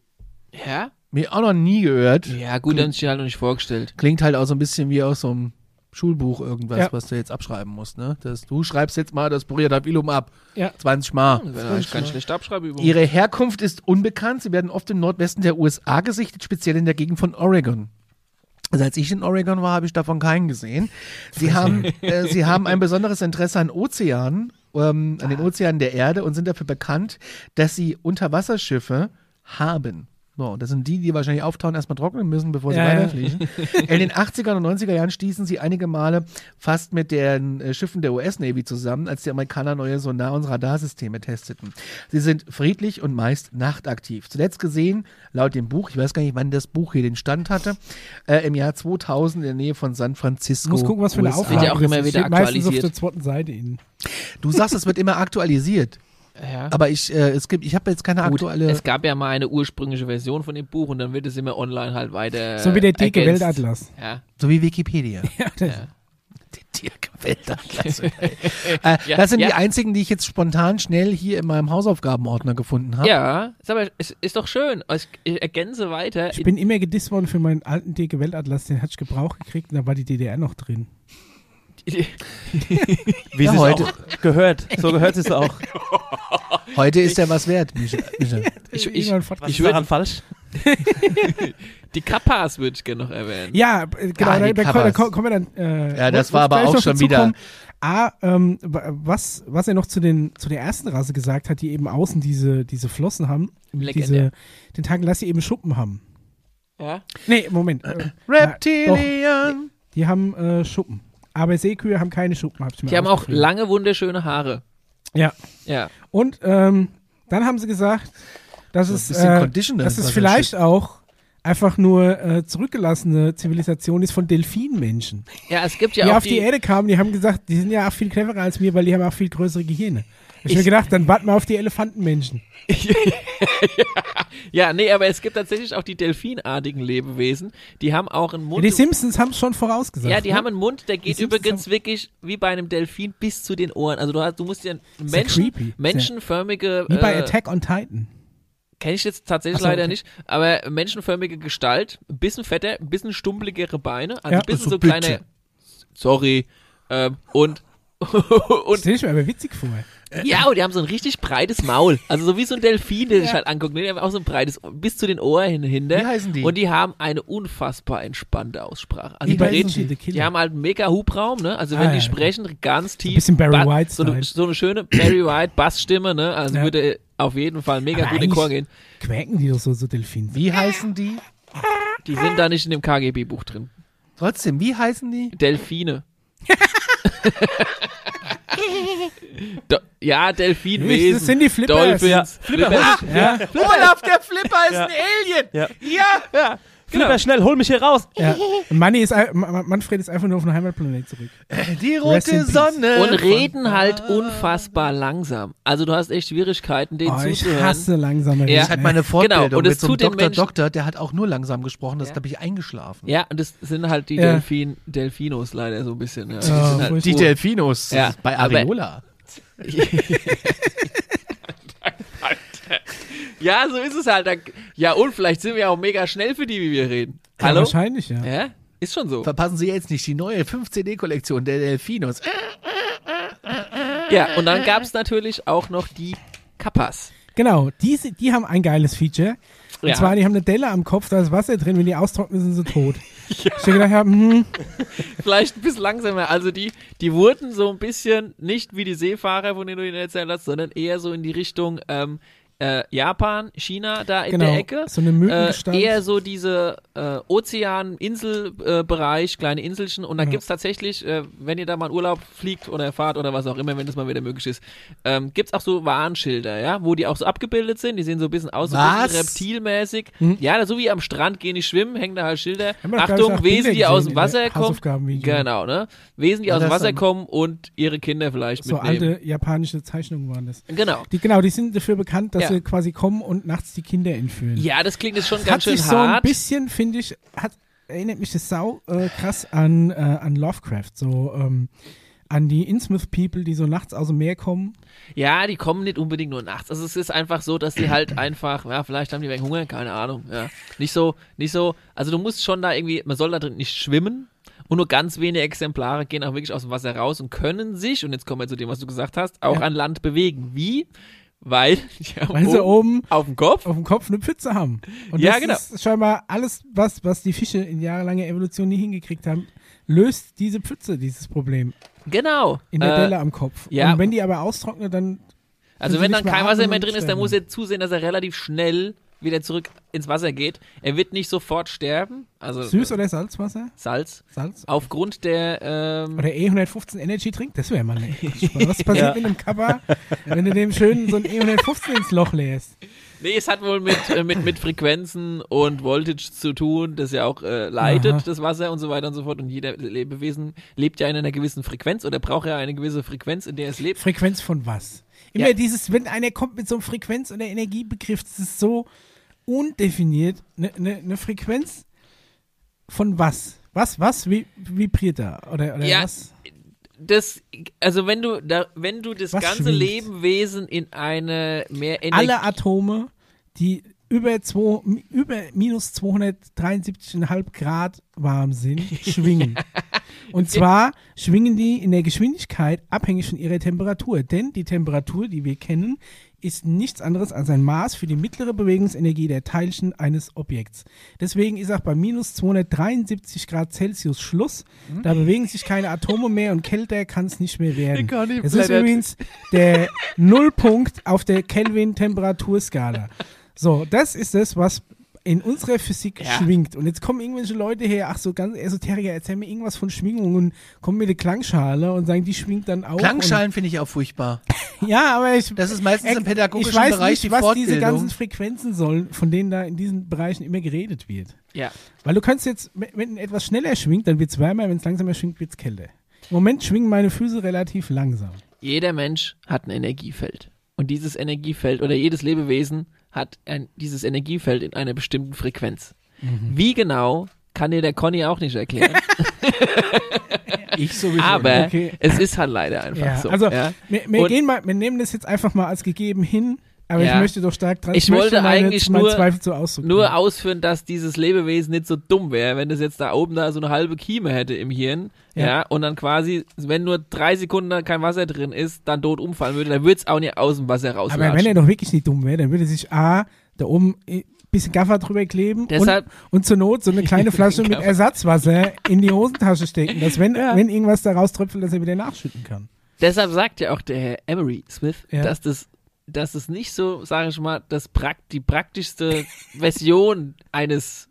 Speaker 3: Ja?
Speaker 2: mir auch noch nie gehört.
Speaker 3: Ja, gut, dann ist die halt noch nicht vorgestellt.
Speaker 2: Klingt halt auch so ein bisschen wie aus so einem Schulbuch irgendwas,
Speaker 1: Ja.
Speaker 2: was du jetzt abschreiben musst. Ne? Das, du schreibst jetzt mal das Puritaf Ilum ab.
Speaker 1: Ja.
Speaker 2: 20 Mal.
Speaker 3: Das ist ganz schlecht Abschreibübung.
Speaker 2: Ihre Herkunft ist unbekannt. Sie werden oft im Nordwesten der USA gesichtet, speziell in der Gegend von Oregon. Also als ich in Oregon war, habe ich davon keinen gesehen. Sie haben, äh, sie haben ein besonderes Interesse an Ozeanen, ähm, an den Ozeanen der Erde und sind dafür bekannt, dass sie Unterwasserschiffe haben. So, das sind die, die wahrscheinlich auftauen, erstmal trocknen müssen, bevor sie
Speaker 1: Ja, ja.
Speaker 2: weiterfliegen. In den 80er und 90er Jahren stießen sie einige Male fast mit den äh, Schiffen der US Navy zusammen, als die Amerikaner neue Sonar- und Radarsysteme testeten. Sie sind friedlich und meist nachtaktiv. Zuletzt gesehen, laut dem Buch, ich weiß gar nicht, wann das Buch hier den Stand hatte, äh, im Jahr 2000 in der Nähe von San Francisco.
Speaker 1: Ich muss gucken, was für eine
Speaker 2: USA.
Speaker 1: Auflage
Speaker 3: Wird ja auch
Speaker 1: das
Speaker 3: immer
Speaker 1: ist.
Speaker 3: wieder
Speaker 1: Steht meistens auf
Speaker 3: aktualisiert.
Speaker 1: der zweiten Seite in.
Speaker 2: Du sagst, es wird immer aktualisiert.
Speaker 3: Ja.
Speaker 2: Aber ich, äh, es gibt, ich habe jetzt keine
Speaker 3: Gut,
Speaker 2: aktuelle.
Speaker 3: es gab ja mal eine ursprüngliche Version von dem Buch und dann wird es immer online halt weiter.
Speaker 1: So wie der dicke
Speaker 3: ergänzt.
Speaker 1: Weltatlas.
Speaker 3: Ja.
Speaker 2: so wie Wikipedia.
Speaker 1: Ja, das,
Speaker 2: Dirk Weltatlas. äh,
Speaker 3: Ja,
Speaker 2: das sind
Speaker 3: ja.
Speaker 2: die einzigen, die ich jetzt spontan schnell hier in meinem Hausaufgabenordner gefunden habe.
Speaker 3: Ja, ist aber es ist doch schön. Ich, ich ergänze weiter.
Speaker 1: Ich bin immer gedisst worden für meinen alten dicke Weltatlas, den hatte ich gebraucht gekriegt und da war die DDR noch drin.
Speaker 4: Wie
Speaker 2: Ja,
Speaker 4: sie es
Speaker 2: heute.
Speaker 4: auch gehört. So gehört sie es auch.
Speaker 2: Heute ist ja was wert, Micha. Micha.
Speaker 3: Ich- ich-
Speaker 1: Irgendwann fort-
Speaker 4: Was
Speaker 3: Ich
Speaker 4: ist daran
Speaker 3: würd-
Speaker 4: falsch?
Speaker 3: die Kappas würde ich gerne noch erwähnen.
Speaker 1: ja, äh, genau,
Speaker 2: Ah,
Speaker 1: da,
Speaker 2: die
Speaker 1: da, ko- da
Speaker 2: Covers.
Speaker 1: ko- kommen wir dann. Äh,
Speaker 2: Ja, das
Speaker 1: wo- wo
Speaker 2: war aber
Speaker 1: gleich
Speaker 2: auch
Speaker 1: noch
Speaker 2: schon
Speaker 1: dazu
Speaker 2: wieder-
Speaker 1: kommen. A, ähm, wa- was, was er noch zu, den, zu der ersten Rasse gesagt hat, die eben außen diese, diese Flossen haben,
Speaker 3: Legendär.
Speaker 1: diese, den Tagen, dass sie eben Schuppen haben.
Speaker 3: Ja.
Speaker 1: Nee, Moment. Äh,
Speaker 2: Reptilian.
Speaker 1: die haben äh, Schuppen. Aber Seekühe haben keine Schuppen. Hab ich mir
Speaker 3: Die haben auch
Speaker 1: aufgeschrieben.
Speaker 3: lange, wunderschöne Haare.
Speaker 1: Ja.
Speaker 3: Ja.
Speaker 1: Und ähm, dann haben sie gesagt, dass
Speaker 2: So ein
Speaker 1: es,
Speaker 2: bisschen
Speaker 1: äh,
Speaker 2: Conditioner
Speaker 1: dass
Speaker 2: ist
Speaker 1: es
Speaker 2: das
Speaker 1: vielleicht auch einfach nur äh, zurückgelassene Zivilisation ist von Delfinmenschen.
Speaker 3: Ja, es gibt ja
Speaker 1: die
Speaker 3: auch
Speaker 1: auf die, Erde kamen, die haben gesagt, die sind ja auch viel cleverer als wir, weil die haben auch viel größere Gehirne. Ich, ich mir gedacht, dann warten wir auf die Elefantenmenschen.
Speaker 3: Ja, nee, aber es gibt tatsächlich auch die delfinartigen Lebewesen. Die haben auch einen Mund.
Speaker 1: die Simpsons haben es schon vorausgesagt.
Speaker 3: Ja, die
Speaker 1: ne?
Speaker 3: haben einen Mund, der geht
Speaker 1: Die Simpsons
Speaker 3: übrigens wirklich wie bei einem Delfin bis zu den Ohren. Also du hast, du musst dir
Speaker 1: creepy.
Speaker 3: Menschen, menschenförmige,
Speaker 1: Wie bei
Speaker 3: äh,
Speaker 1: Attack on Titan.
Speaker 3: kenne ich jetzt tatsächlich
Speaker 1: Ach so,
Speaker 3: leider
Speaker 1: okay.
Speaker 3: nicht, aber menschenförmige Gestalt, ein bisschen fetter, ein bisschen stumpeligere Beine, also
Speaker 1: Ja.
Speaker 3: ein bisschen
Speaker 2: Also
Speaker 3: so,
Speaker 2: bitte.
Speaker 3: kleine, sorry, ähm, und und
Speaker 1: Stell ich mir aber witzig vor.
Speaker 3: ja, und die haben so ein richtig breites Maul. Also so wie so ein Delfin, der sich halt anguckt. Ne? Die haben auch so ein breites, bis zu den Ohren hinter.
Speaker 2: Wie heißen die?
Speaker 3: Und die haben eine unfassbar entspannte Aussprache. Also
Speaker 1: Wie
Speaker 3: die,
Speaker 1: heißen
Speaker 3: reden,
Speaker 1: sie, die
Speaker 3: die,
Speaker 1: Killer?
Speaker 3: haben halt einen mega Hubraum, ne? Also
Speaker 1: Ah,
Speaker 3: wenn
Speaker 1: ja,
Speaker 3: die
Speaker 1: okay.
Speaker 3: sprechen, ganz tief.
Speaker 1: bisschen Barry
Speaker 3: Ba-
Speaker 1: White
Speaker 3: so, eine,
Speaker 1: Style.
Speaker 3: so eine schöne Barry White Bassstimme, ne? Also
Speaker 1: Ja.
Speaker 3: würde auf jeden Fall mega
Speaker 1: Aber
Speaker 3: gut in den Chor
Speaker 1: eigentlich-
Speaker 3: gehen.
Speaker 1: Quäken die doch so, so Delfinen.
Speaker 2: Wie heißen die?
Speaker 3: Die sind da nicht in dem KGB-Buch drin.
Speaker 2: Trotzdem, wie heißen die?
Speaker 3: Delfine. Do ja, Delfinwesen.
Speaker 1: Das sind die Flippers.
Speaker 3: Dolphins.
Speaker 1: Ja.
Speaker 3: Flipper.
Speaker 1: Ja,
Speaker 2: Olaf, der Flipper ist
Speaker 4: Ja.
Speaker 2: ein Alien.
Speaker 4: Ja.
Speaker 2: Ja.
Speaker 3: Genau.
Speaker 4: Flipper, schnell, hol mich hier raus.
Speaker 1: ja. Und Manni ist, ein- Ma- Ma- Manfred ist einfach nur auf den Heimatplanet zurück.
Speaker 2: Die
Speaker 1: Rest in
Speaker 2: rote
Speaker 1: peace.
Speaker 2: Sonne.
Speaker 3: Und
Speaker 1: Äh,
Speaker 3: reden halt unfassbar langsam. Also du hast echt Schwierigkeiten, denen
Speaker 1: Oh, ich
Speaker 3: zuzuhören.
Speaker 1: hasse langsame
Speaker 3: Ja.
Speaker 2: Ich hatte meine Fortbildung
Speaker 3: Genau, und
Speaker 2: mit
Speaker 3: es
Speaker 2: so einem
Speaker 3: tut den
Speaker 2: Doktor,
Speaker 3: Menschen-
Speaker 2: Doktor, der hat auch nur langsam gesprochen, das habe ich eingeschlafen.
Speaker 3: Ja, und das sind halt die
Speaker 1: Ja. Oh,
Speaker 3: Delfin, Delfinos leider so ein bisschen. Ja. Die
Speaker 1: Ja,
Speaker 3: sind halt
Speaker 2: Die
Speaker 3: so-
Speaker 2: Delfinos
Speaker 3: Ja,
Speaker 2: das ist bei
Speaker 3: aber-
Speaker 2: Areola.
Speaker 3: Ja, so ist es halt. Dann- Ja, und vielleicht sind wir auch mega schnell für die, wie wir reden.
Speaker 1: Ja,
Speaker 3: Hallo?
Speaker 1: wahrscheinlich, ja.
Speaker 3: Ja, ist schon so.
Speaker 2: Verpassen Sie jetzt nicht die neue 5CD-Kollektion der Delfinos.
Speaker 3: Oh,
Speaker 2: Äh,
Speaker 3: Ja, und dann gab es natürlich auch noch die Kappas.
Speaker 1: Genau, die, sind- die haben ein geiles Feature. Und
Speaker 3: Ja.
Speaker 1: zwar, die haben eine Delle am Kopf, da ist Wasser drin, wenn die austrocknen, sind sie tot. Ich hab gedacht, habe, hm,
Speaker 3: Vielleicht ein bisschen langsamer. Also die, die wurden so ein bisschen nicht wie die Seefahrer, von denen du ihnen erzählt hast, sondern eher so in die Richtung ähm, äh, Japan, China da in
Speaker 1: Genau,
Speaker 3: der Ecke.
Speaker 1: so eine Mythengestalt.
Speaker 3: Äh, eher so diese äh, Ozean-Insel-Bereich, äh, kleine Inselchen. Und dann
Speaker 1: Ja.
Speaker 3: gibt's tatsächlich, äh, wenn ihr da mal in Urlaub fliegt oder fahrt oder was auch immer, wenn das mal wieder möglich ist, ähm, gibt's auch so Warnschilder, ja, wo die auch so abgebildet sind. Die sehen so ein bisschen aus, so ein
Speaker 2: Was?
Speaker 3: bisschen reptilmäßig.
Speaker 1: Hm?
Speaker 3: Ja, so wie am Strand gehen die schwimmen, hängen da halt Schilder.
Speaker 1: Haben wir doch, glaub ich, auch
Speaker 3: Achtung, Wesen, die
Speaker 1: Bilder
Speaker 3: aus
Speaker 1: gesehen in
Speaker 3: dem
Speaker 1: der
Speaker 3: Wasser kommen.
Speaker 1: Hausaufgabenvideo.
Speaker 3: Genau, ne? Wesen, die aus dem Wasser
Speaker 2: Interessant.
Speaker 3: kommen und ihre Kinder vielleicht
Speaker 1: so
Speaker 3: mitnehmen.
Speaker 1: alte japanische Zeichnungen waren das.
Speaker 3: Genau.
Speaker 1: Die, genau, die sind dafür bekannt, dass
Speaker 3: Ja.
Speaker 1: sie quasi kommen und nachts die Kinder entführen.
Speaker 3: Ja, das klingt jetzt schon
Speaker 1: hat
Speaker 3: ganz schön
Speaker 1: sich so ein
Speaker 3: hart.
Speaker 1: bisschen, finde ich, hat, erinnert mich das sau äh, krass an, äh, an Lovecraft. So ähm, an die Innsmouth People, die so nachts aus dem Meer kommen.
Speaker 3: ja, die kommen nicht unbedingt nur nachts. Also es ist einfach so, dass die halt einfach, ja, vielleicht haben die wegen Hunger, keine Ahnung. Ja. Nicht so, nicht so, also du musst schon da irgendwie, man soll da drin nicht schwimmen. Und nur ganz wenige Exemplare gehen auch wirklich aus dem Wasser raus und können sich, und jetzt kommen wir zu dem, was du gesagt hast, auch an Land bewegen. Wie? Weil, die haben
Speaker 1: Weil sie
Speaker 3: oben
Speaker 1: oben
Speaker 3: auf dem Kopf
Speaker 1: auf dem Kopf eine Pfütze haben. Und
Speaker 3: Ja,
Speaker 1: das
Speaker 3: genau.
Speaker 1: ist scheinbar alles, was, was die Fische in jahrelanger Evolution nie hingekriegt haben, löst diese Pfütze, dieses Problem.
Speaker 3: Genau.
Speaker 1: In der
Speaker 3: Äh,
Speaker 1: Delle am Kopf.
Speaker 3: ja.
Speaker 1: Und wenn die aber austrocknet, dann
Speaker 3: Also
Speaker 1: Wenn
Speaker 3: wenn
Speaker 1: sie
Speaker 3: dann
Speaker 1: nicht mehr
Speaker 3: kein Wasser
Speaker 1: atmen,
Speaker 3: mehr
Speaker 1: dann
Speaker 3: drin ist, dann
Speaker 1: sterben
Speaker 3: muss
Speaker 1: sie.
Speaker 3: er zusehen, dass er relativ schnell wieder zurück ins Wasser geht. Er wird nicht sofort sterben. Also
Speaker 1: süß oder Salzwasser?
Speaker 3: Salz.
Speaker 1: Salz?
Speaker 3: Aufgrund der ähm,
Speaker 1: Oder E115 Energy trinkt? Das wäre mal eine Was passiert mit einem Kappa, wenn du dem schön so ein E115 ins Loch leerst?
Speaker 3: Nee, es hat wohl mit, äh, mit, mit Frequenzen und Voltage zu tun, das ja auch äh, leitet,
Speaker 1: Aha.
Speaker 3: das Wasser und so weiter und so fort. Und jeder Lebewesen lebt ja in einer gewissen Frequenz oder braucht ja eine gewisse Frequenz, in der es lebt.
Speaker 1: Frequenz von was? Immer
Speaker 3: Ja.
Speaker 1: dieses, wenn einer kommt mit so einem Frequenz- oder Energiebegriff, das ist so undefiniert. Eine ne, ne Frequenz von was? Was, was vi- vibriert da? Oder, oder
Speaker 3: Ja,
Speaker 1: was?
Speaker 3: Das, also wenn du da, wenn du das
Speaker 1: Was
Speaker 3: ganze
Speaker 1: schwingt?
Speaker 3: Lebewesen in eine mehr Energie
Speaker 1: Alle Atome, die über, zwei, mi- über minus 273,5 Grad warm sind, schwingen. Und zwar schwingen die in der Geschwindigkeit abhängig von ihrer Temperatur. Denn die Temperatur, die wir kennen, ist nichts anderes als ein Maß für die mittlere Bewegungsenergie der Teilchen eines Objekts. Deswegen ist auch bei minus 273 Grad Celsius Schluss.
Speaker 2: Hm?
Speaker 1: Da bewegen sich keine Atome mehr und kälter kann es nicht mehr werden.
Speaker 2: kann nicht
Speaker 1: Das ist
Speaker 2: blättern.
Speaker 1: übrigens der Nullpunkt auf der Kelvin-Temperaturskala. So, das ist das, was in unserer Physik
Speaker 3: Ja.
Speaker 1: schwingt. Und jetzt kommen irgendwelche Leute her, ach so ganz Esoteriker, erzähl mir irgendwas von Schwingungen, kommen mit der Klangschale und sagen, die schwingt dann auch.
Speaker 2: Klangschalen finde ich auch furchtbar.
Speaker 1: Und, ja, aber ich.
Speaker 2: Das ist meistens
Speaker 1: ich-
Speaker 2: im pädagogischen
Speaker 1: ich weiß
Speaker 2: Bereich
Speaker 1: nicht,
Speaker 2: die
Speaker 1: was
Speaker 2: Fortbildung.
Speaker 1: diese ganzen Frequenzen sollen, von denen da in diesen Bereichen immer geredet wird.
Speaker 3: Ja.
Speaker 1: Weil du kannst jetzt, wenn- wenn etwas schneller schwingt, dann wird es wärmer, wenn es langsamer schwingt, wird es kälter. Im Moment schwingen meine Füße relativ langsam.
Speaker 3: Jeder Mensch hat ein Energiefeld. Und dieses Energiefeld oder jedes Lebewesen hat ein, dieses Energiefeld in einer bestimmten Frequenz.
Speaker 1: Mhm.
Speaker 3: Wie genau, kann dir der Conny auch nicht erklären.
Speaker 2: Ich sowieso.
Speaker 3: aber
Speaker 1: Okay.
Speaker 3: es ist halt leider einfach
Speaker 1: Ja,
Speaker 3: so.
Speaker 1: also
Speaker 3: ja.
Speaker 1: wir, wir,
Speaker 3: Und-
Speaker 1: gehen mal, wir nehmen das jetzt einfach mal als gegeben hin, aber
Speaker 3: Ja.
Speaker 1: ich möchte doch stark dran.
Speaker 3: Ich
Speaker 1: möchte
Speaker 3: wollte
Speaker 1: meine,
Speaker 3: eigentlich
Speaker 1: meinen
Speaker 3: nur-
Speaker 1: Zweifel zu Ausdruck
Speaker 3: Nur
Speaker 1: bringen.
Speaker 3: ausführen, dass dieses Lebewesen nicht so dumm wäre, wenn das jetzt da oben da so eine halbe Kieme hätte im Hirn. Ja.
Speaker 1: Ja.
Speaker 3: und dann quasi, wenn nur drei Sekunden da kein Wasser drin ist, dann tot umfallen würde, dann würde es auch nicht aus dem Wasser raus.
Speaker 1: aber wenn er doch wirklich nicht dumm wäre, dann würde sich A, da oben ein bisschen Gaffer drüber kleben
Speaker 3: Deshalb-
Speaker 1: und, und zur Not so eine kleine Flasche mit Ersatzwasser in die Hosentasche stecken, dass wenn, wenn irgendwas da rauströpfelt, dass er wieder nachschütten kann.
Speaker 3: Deshalb sagt ja auch der Herr Emery Smith,
Speaker 1: Ja.
Speaker 3: dass das dass es nicht so, sage ich mal, das prakt die praktischste Version eines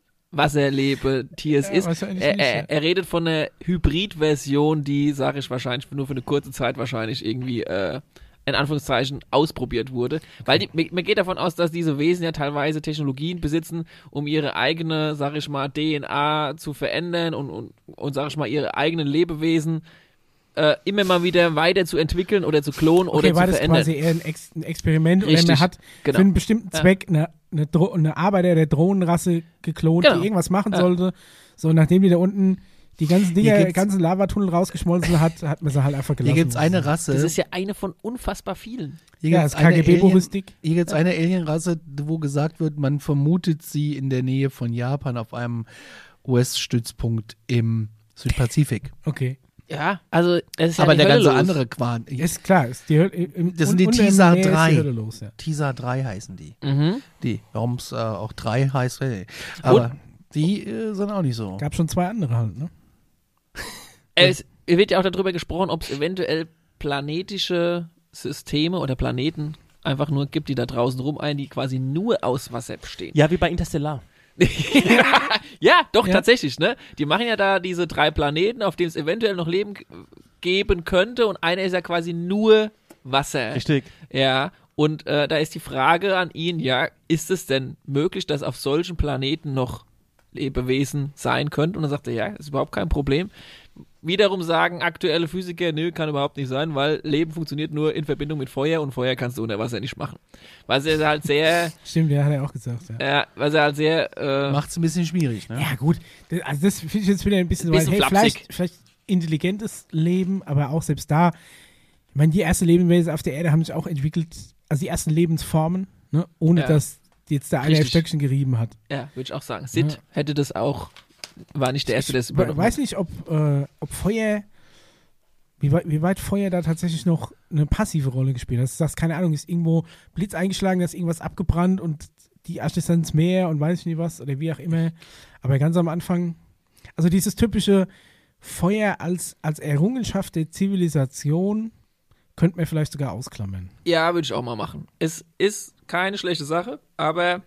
Speaker 3: Wasserlebetiers
Speaker 1: Ja,
Speaker 3: ist.
Speaker 1: wahrscheinlich
Speaker 3: Er,
Speaker 1: nicht, ja.
Speaker 3: er, er redet von einer Hybrid-Version, die, sage ich wahrscheinlich, nur für eine kurze Zeit wahrscheinlich irgendwie äh, in Anführungszeichen ausprobiert wurde. Weil die, mir- mir geht davon aus, dass diese Wesen ja teilweise Technologien besitzen, um ihre eigene, sag ich mal, DNA zu verändern und, und, und sag ich mal, ihre eigenen Lebewesen äh, immer mal wieder weiter zu entwickeln oder zu klonen
Speaker 1: Okay,
Speaker 3: oder
Speaker 1: war
Speaker 3: zu
Speaker 1: das
Speaker 3: verändern.
Speaker 1: quasi eher ein, Ex ein Experiment
Speaker 3: Richtig,
Speaker 1: oder man hat
Speaker 3: genau.
Speaker 1: für einen bestimmten
Speaker 3: Ja.
Speaker 1: Zweck eine, eine, Dro eine Arbeiter der Drohnenrasse geklont,
Speaker 3: Genau.
Speaker 1: die irgendwas machen
Speaker 3: Ja.
Speaker 1: sollte. So, nachdem die da unten die ganzen
Speaker 2: Hier
Speaker 1: Dinger,
Speaker 2: gibt's-
Speaker 1: ganzen Lavatunnel rausgeschmolzen hat, hat man sie halt einfach
Speaker 2: Hier
Speaker 1: gelassen.
Speaker 2: gibt's eine Rasse.
Speaker 3: Das ist ja eine von unfassbar vielen.
Speaker 2: hier
Speaker 1: ja,
Speaker 2: gibt's
Speaker 1: das
Speaker 2: eine
Speaker 1: KGB-Buch
Speaker 2: Alien-
Speaker 1: ist dick.
Speaker 2: Hier gibt's eine Alienrasse, wo gesagt wird, man vermutet sie in der Nähe von Japan auf einem US-Stützpunkt im Südpazifik.
Speaker 1: Okay.
Speaker 3: Ja, also es ist
Speaker 2: Aber
Speaker 3: ja die
Speaker 2: der
Speaker 3: Hölle
Speaker 2: ganze
Speaker 3: los.
Speaker 2: andere Quan.
Speaker 1: Ist klar, ist die Hölle, im,
Speaker 2: Das
Speaker 1: un-
Speaker 2: sind die
Speaker 1: unter dem
Speaker 2: Tisa
Speaker 1: Meer ist die
Speaker 2: 3.
Speaker 1: Hölle Los, ja.
Speaker 2: Tisa 3 heißen die.
Speaker 3: Mhm.
Speaker 2: Die. Warum es äh, auch 3 heißt, hey. aber die äh, sind auch nicht so.
Speaker 1: Gab schon zwei andere halt, ne?
Speaker 3: Es wird ja auch darüber gesprochen, ob es eventuell planetische Systeme oder Planeten einfach nur gibt, die da draußen rumeilen, die quasi nur aus Wasser bestehen.
Speaker 4: Ja, wie bei Interstellar.
Speaker 3: Ja, doch,
Speaker 1: Ja.
Speaker 3: tatsächlich, ne? Die machen ja da diese drei Planeten, auf denen es eventuell noch Leben g- geben könnte und einer ist ja quasi nur Wasser.
Speaker 4: Richtig.
Speaker 3: Ja, und äh, da ist die Frage an ihn, ja, ist es denn möglich, dass auf solchen Planeten noch Lebewesen sein könnten? Und dann sagt er, ja, ist überhaupt kein Problem. Wiederum sagen aktuelle Physiker, nö, kann überhaupt nicht sein, weil Leben funktioniert nur in Verbindung mit Feuer und Feuer kannst du unter Wasser nicht machen. Was er halt sehr,
Speaker 1: Stimmt, der hat er auch gesagt, ja.
Speaker 3: äh, was er halt sehr, äh,
Speaker 2: Macht's ein bisschen schwierig, ne?
Speaker 1: Ja, gut. Das, also, das finde ich jetzt wieder ein bisschen,
Speaker 3: Ein bisschen
Speaker 1: weil, hey,
Speaker 3: flapsig.
Speaker 1: vielleicht, vielleicht intelligentes Leben, aber auch selbst da. Ich meine, die ersten Lebewesen auf der Erde haben sich auch entwickelt, also die ersten Lebensformen, ne? ohne
Speaker 3: Ja.
Speaker 1: dass jetzt da einer
Speaker 3: Richtig.
Speaker 1: ein Stöckchen gerieben hat.
Speaker 3: ja, würde ich auch sagen. Sid hätte das auch, war nicht der Erste, der es
Speaker 1: ich
Speaker 3: übernommen
Speaker 1: we-
Speaker 3: hat.
Speaker 1: weiß nicht, ob, äh, ob Feuer, wie weit, wie weit Feuer da tatsächlich noch eine passive Rolle gespielt hat. Das ist, keine Ahnung, ist irgendwo Blitz eingeschlagen, da ist irgendwas abgebrannt und die Asche ist dann ins Meer und weiß ich nicht was oder wie auch immer. Aber ganz am Anfang, also dieses typische Feuer als, als Errungenschaft der Zivilisation könnte man vielleicht sogar ausklammern.
Speaker 3: Ja, würde ich auch mal machen. Es ist keine schlechte Sache, aber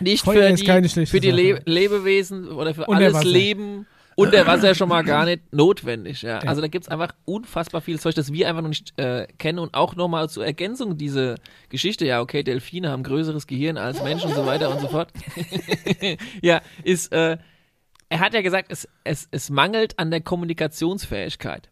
Speaker 3: nicht
Speaker 1: Feuer
Speaker 3: für
Speaker 1: ist
Speaker 3: die,
Speaker 1: keine schlechte
Speaker 3: für die
Speaker 1: Sache.
Speaker 3: Le Lebewesen oder für
Speaker 1: Unter
Speaker 3: alles
Speaker 1: Wasser.
Speaker 3: Leben unter Wasser schon mal gar nicht notwendig. Ja.
Speaker 1: Ja.
Speaker 3: Also da gibt es einfach unfassbar viel Zeug, das wir einfach noch nicht äh, kennen. Und auch nochmal zur Ergänzung diese Geschichte, ja, okay, Delfine haben größeres Gehirn als Menschen und so weiter und so fort. ja, ist, äh, er hat ja gesagt, es, es, es mangelt an der Kommunikationsfähigkeit.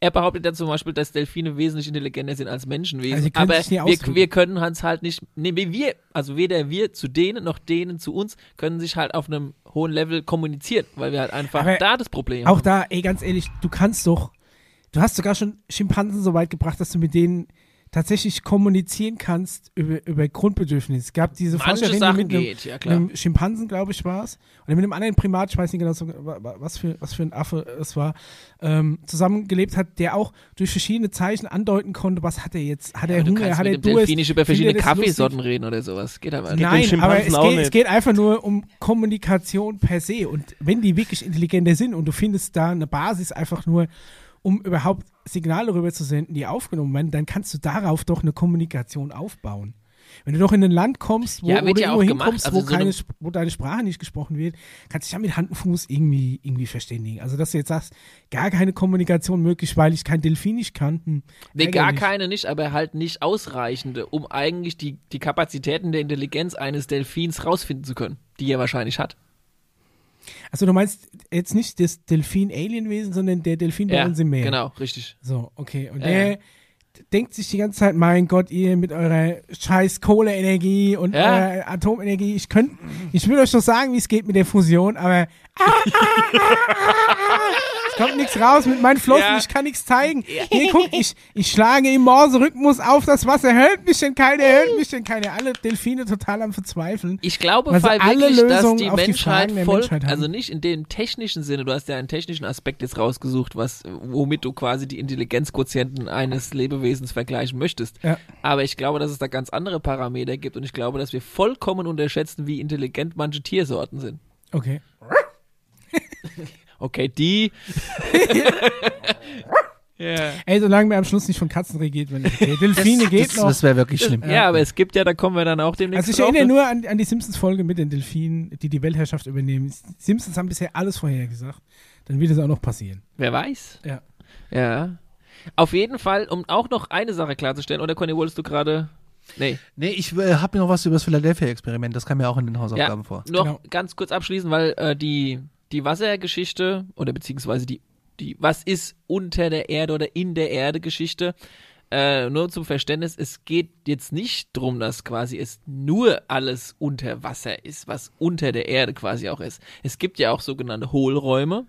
Speaker 3: Er behauptet ja zum Beispiel, dass Delfine wesentlich intelligenter sind als
Speaker 1: Also
Speaker 3: Menschenwesen.
Speaker 1: sie können
Speaker 3: aber
Speaker 1: sich nie
Speaker 3: wir,
Speaker 1: ausdrücken.
Speaker 3: wir können uns halt nicht, nee, wir- wir, also weder wir zu denen noch denen zu uns, können sich halt auf einem hohen Level kommunizieren, weil wir halt einfach
Speaker 1: Aber
Speaker 3: da das Problem
Speaker 1: Auch
Speaker 3: haben.
Speaker 1: da, ey, ganz ehrlich, du kannst doch, du hast sogar schon Schimpansen so weit gebracht, dass du mit denen tatsächlich kommunizieren kannst über, über Grundbedürfnisse. Es gab diese
Speaker 3: Manche
Speaker 1: Forscherin, die
Speaker 3: Sachen
Speaker 1: mit einem,
Speaker 3: geht, ja, klar.
Speaker 1: einem Schimpansen, glaube ich, war es, oder mit einem anderen Primat, ich weiß nicht genau, so, wa- wa- was für, was für ein Affe es war, ähm, zusammengelebt hat, der auch durch verschiedene Zeichen andeuten konnte, was hat er jetzt, hat
Speaker 3: Aber
Speaker 1: er
Speaker 3: du
Speaker 1: Hunger,
Speaker 3: kannst
Speaker 1: hat
Speaker 3: mit
Speaker 1: er
Speaker 3: dem Delfin nicht
Speaker 1: Durst,
Speaker 3: über verschiedene
Speaker 1: findet er das
Speaker 3: Kaffeesorten
Speaker 1: lustig?
Speaker 3: reden oder sowas. Geht aber nicht.
Speaker 4: den
Speaker 1: Nein, aber es
Speaker 4: Schimpansen auch
Speaker 1: geht, es
Speaker 4: nicht.
Speaker 1: geht einfach nur um Kommunikation per se. Und wenn die wirklich intelligenter sind und du findest da eine Basis einfach nur, um überhaupt Signale rüber zu senden, die aufgenommen werden, dann kannst du darauf doch eine Kommunikation aufbauen. Wenn du doch in ein Land kommst, wo,
Speaker 3: Ja,
Speaker 1: wo
Speaker 3: wird
Speaker 1: du
Speaker 3: ja
Speaker 1: irgendwo
Speaker 3: auch gemacht.
Speaker 1: hinkommst,
Speaker 3: Also
Speaker 1: wo,
Speaker 3: so
Speaker 1: keine,
Speaker 3: eine-
Speaker 1: Sp- wo deine Sprache nicht gesprochen wird, kannst du dich ja mit Hand und Fuß irgendwie, irgendwie verständigen. Also, dass du jetzt sagst, gar keine Kommunikation möglich, weil ich kein Delfinisch kann. Hm,
Speaker 3: Nee, gar
Speaker 1: ärgerlich.
Speaker 3: keine nicht, aber halt nicht ausreichende, um eigentlich die, die Kapazitäten der Intelligenz eines Delfins rausfinden zu können, die er wahrscheinlich hat.
Speaker 1: Also, du meinst jetzt nicht das Delfin-Alienwesen, sondern der Delfin bei
Speaker 3: ja,
Speaker 1: uns im Meer.
Speaker 3: genau, richtig.
Speaker 1: So, okay. Und
Speaker 3: Ja,
Speaker 1: der
Speaker 3: ja.
Speaker 1: d- denkt sich die ganze Zeit, mein Gott, ihr mit eurer scheiß Kohleenergie und
Speaker 3: Ja.
Speaker 1: eurer Atomenergie, ich könnte, ich will euch doch sagen, wie es geht mit der Fusion, aber es kommt nichts raus mit meinen Flossen,
Speaker 3: Ja.
Speaker 1: ich kann nichts zeigen. Hier, guck, ich, ich schlage im Morse-Rhythmus auf das Wasser, hört mich denn keiner, hört mich denn keiner. Alle Delfine total am Verzweifeln.
Speaker 3: Ich glaube
Speaker 1: Also
Speaker 3: weil
Speaker 1: alle
Speaker 3: wirklich, dass
Speaker 1: Lösungen
Speaker 3: die
Speaker 1: auf die
Speaker 3: Menschheit
Speaker 1: Fragen der
Speaker 3: voll,
Speaker 1: Menschheit haben.
Speaker 3: also nicht in dem technischen Sinne, du hast ja einen technischen Aspekt jetzt rausgesucht, was, womit du quasi die Intelligenzquotienten eines Lebewesens vergleichen möchtest.
Speaker 1: Ja.
Speaker 3: Aber ich glaube, dass es da ganz andere Parameter gibt und ich glaube, dass wir vollkommen unterschätzen, wie intelligent manche Tiersorten sind.
Speaker 1: Okay.
Speaker 3: Okay, die. ja.
Speaker 1: Ey, solange mir am Schluss nicht von Katzen regiert, wenn ich okay. Delfine geht
Speaker 2: das
Speaker 1: noch.
Speaker 2: das wäre wirklich schlimm.
Speaker 3: Äh, Ja, aber es gibt ja, da kommen wir dann auch demnächst
Speaker 1: Also ich
Speaker 3: drauf,
Speaker 1: erinnere
Speaker 3: ne?
Speaker 1: nur an, an die Simpsons-Folge mit den Delfinen, die die Weltherrschaft übernehmen. Die Simpsons haben bisher alles vorhergesagt. Dann wird es auch noch passieren.
Speaker 3: ne? Wer weiß.
Speaker 1: Ja.
Speaker 3: Ja. Auf jeden Fall, um auch noch eine Sache klarzustellen, oder Conny, wolltest du gerade. Nee.
Speaker 2: Nee, ich äh, habe noch was über das Philadelphia-Experiment, das kam ja auch in den Hausaufgaben vor.
Speaker 3: Noch
Speaker 1: Genau.
Speaker 3: ganz kurz abschließen, weil äh, die, die Wassergeschichte oder beziehungsweise die, die Was ist unter der Erde oder in der Erde Geschichte, äh, nur zum Verständnis, es geht jetzt nicht drum, dass quasi es nur alles unter Wasser ist, was unter der Erde quasi auch ist. Es gibt ja auch sogenannte Hohlräume,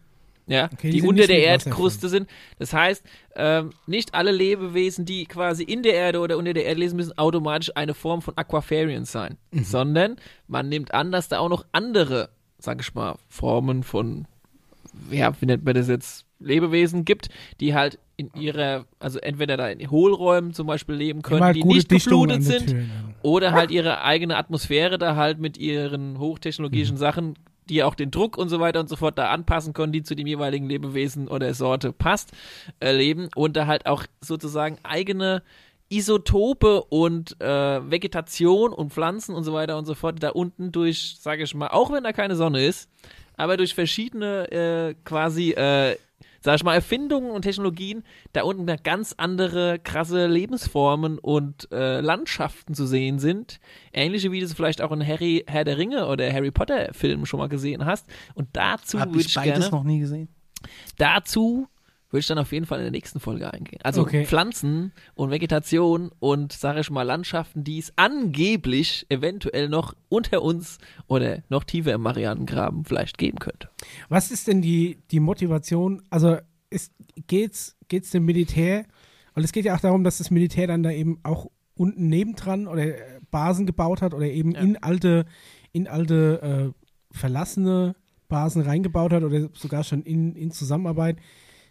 Speaker 3: ja,
Speaker 1: Okay, die
Speaker 3: die
Speaker 1: sind
Speaker 3: unter
Speaker 1: nicht
Speaker 3: der
Speaker 1: mit
Speaker 3: Erdkruste sind. Das heißt, ähm, nicht alle Lebewesen, die quasi in der Erde oder unter der Erde lesen, müssen automatisch eine Form von Aquafarians sein,
Speaker 1: Mhm.
Speaker 3: sondern man nimmt an, dass da auch noch andere, sag ich mal, Formen von, ja, wie nennt man das jetzt, Lebewesen gibt, die halt in ihrer, also entweder da in Hohlräumen zum Beispiel leben können,
Speaker 1: Immer
Speaker 3: die
Speaker 1: gute
Speaker 3: nicht
Speaker 1: Dichtungen
Speaker 3: geflutet
Speaker 1: an der
Speaker 3: sind,
Speaker 1: Tür, ja.
Speaker 3: oder halt ihre eigene Atmosphäre da halt mit ihren hochtechnologischen Sachen, die auch den Druck und so weiter und so fort da anpassen können, die zu dem jeweiligen Lebewesen oder Sorte passt, erleben und da halt auch sozusagen eigene Isotope und äh, Vegetation und Pflanzen und so weiter und so fort da unten durch, sage ich mal, auch wenn da keine Sonne ist, aber durch verschiedene äh, quasi, äh, sag ich mal, Erfindungen und Technologien da unten da ganz andere krasse Lebensformen und äh, Landschaften zu sehen sind. Ähnliche wie du es vielleicht auch in Harry Herr der Ringe oder Harry Potter Filmen schon mal gesehen hast. Und dazu
Speaker 2: Hab
Speaker 3: würde
Speaker 2: ich
Speaker 3: ich
Speaker 2: beides
Speaker 3: gerne,
Speaker 2: noch nie gesehen.
Speaker 3: dazu würde ich dann auf jeden Fall in der nächsten Folge eingehen. Also
Speaker 1: Okay.
Speaker 3: Pflanzen und Vegetation und sage ich mal Landschaften, die es angeblich eventuell noch unter uns oder noch tiefer im Marianengraben vielleicht geben könnte.
Speaker 1: Was ist denn die, die Motivation? Also ist, geht's, geht's dem Militär? Und es geht ja auch darum, dass das Militär dann da eben auch unten nebendran oder äh, Basen gebaut hat oder eben in alte, in alte äh, verlassene Basen reingebaut hat oder sogar schon in, in Zusammenarbeit.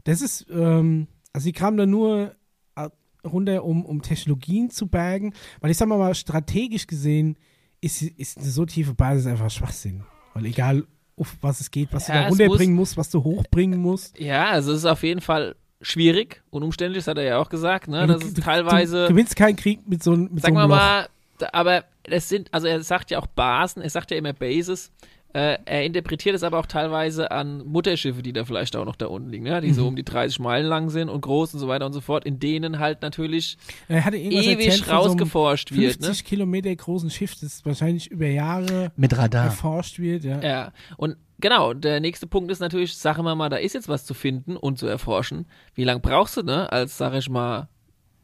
Speaker 1: Das ist, ähm, also sie kamen da nur äh, runter, um, um Technologien zu bergen, weil ich sag mal, mal strategisch gesehen ist, ist eine so tiefe Basis einfach Schwachsinn. Weil egal, auf was es geht, was
Speaker 3: Ja,
Speaker 1: du da
Speaker 3: es
Speaker 1: runterbringen musst, was du hochbringen musst.
Speaker 3: Ja, also es ist auf jeden Fall schwierig und umständlich, das hat er ja auch gesagt, ne?
Speaker 1: Du-
Speaker 3: Das ist
Speaker 1: du-
Speaker 3: teilweise.
Speaker 1: Du gewinnst keinen Krieg mit so, einem- mit
Speaker 3: sagen
Speaker 1: so
Speaker 3: wir
Speaker 1: einem Loch.
Speaker 3: mal, da- aber es sind, also er sagt ja auch Basen, er sagt ja immer Bases. Äh, er interpretiert es aber auch teilweise an Mutterschiffe, die da vielleicht auch noch da unten liegen, ne?
Speaker 1: Mhm.
Speaker 3: die so um die 30 Meilen lang sind und groß und so weiter und so fort, in denen halt natürlich
Speaker 1: Er hatte irgendwas erzählt
Speaker 3: ewig
Speaker 1: von so einem
Speaker 3: rausgeforscht wird.
Speaker 1: 50
Speaker 3: Ne?
Speaker 1: Kilometer großen Schiff, das wahrscheinlich über Jahre
Speaker 2: Mit Radar.
Speaker 1: erforscht wird. Ja.
Speaker 3: Ja, und genau, der nächste Punkt ist natürlich, sagen wir mal, da ist jetzt was zu finden und zu erforschen. Wie lange brauchst du, ne, als, sag ich mal,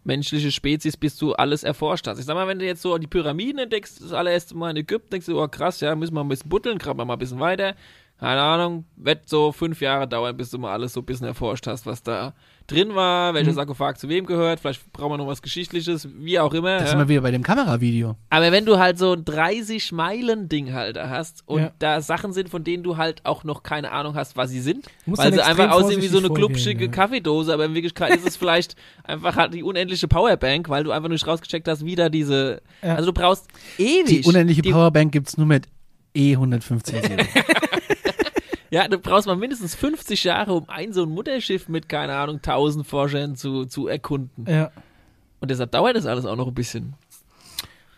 Speaker 3: menschliche Spezies, bis du alles erforscht hast? Ich sag mal, wenn du jetzt so die Pyramiden entdeckst, das allererste Mal in Ägypten, denkst du, oh krass, ja, müssen wir ein bisschen buddeln, graben wir mal ein bisschen weiter. Keine Ahnung, wird so fünf Jahre dauern, bis du mal alles so ein bisschen erforscht hast, was da drin war, welcher Sarkophag zu wem gehört, vielleicht brauchen wir noch was Geschichtliches, wie auch immer.
Speaker 2: Da
Speaker 3: ja.
Speaker 2: sind wir wieder bei dem Kameravideo.
Speaker 3: Aber wenn du halt so ein 30-Meilen-Ding halt da hast und
Speaker 1: Ja.
Speaker 3: da Sachen sind, von denen du halt auch noch keine Ahnung hast, was sie sind,
Speaker 1: Musst
Speaker 3: weil
Speaker 1: dann
Speaker 3: sie
Speaker 1: extrem
Speaker 3: einfach aussehen wie so eine
Speaker 1: vorsichtig vorgehen,
Speaker 3: klubschige
Speaker 1: ja.
Speaker 3: Kaffeedose, aber in Wirklichkeit ist es vielleicht einfach halt die unendliche Powerbank, weil du einfach nicht rausgecheckt hast, wie da diese.
Speaker 1: Ja.
Speaker 3: Also du brauchst ewig.
Speaker 2: Die unendliche
Speaker 3: die-
Speaker 2: Powerbank gibt's nur mit E E115.
Speaker 3: Ja, du brauchst mal mindestens 50 Jahre, um ein so ein Mutterschiff mit, keine Ahnung, 1000 Forschern zu, zu erkunden.
Speaker 1: ja.
Speaker 3: Und deshalb dauert das alles auch noch ein bisschen.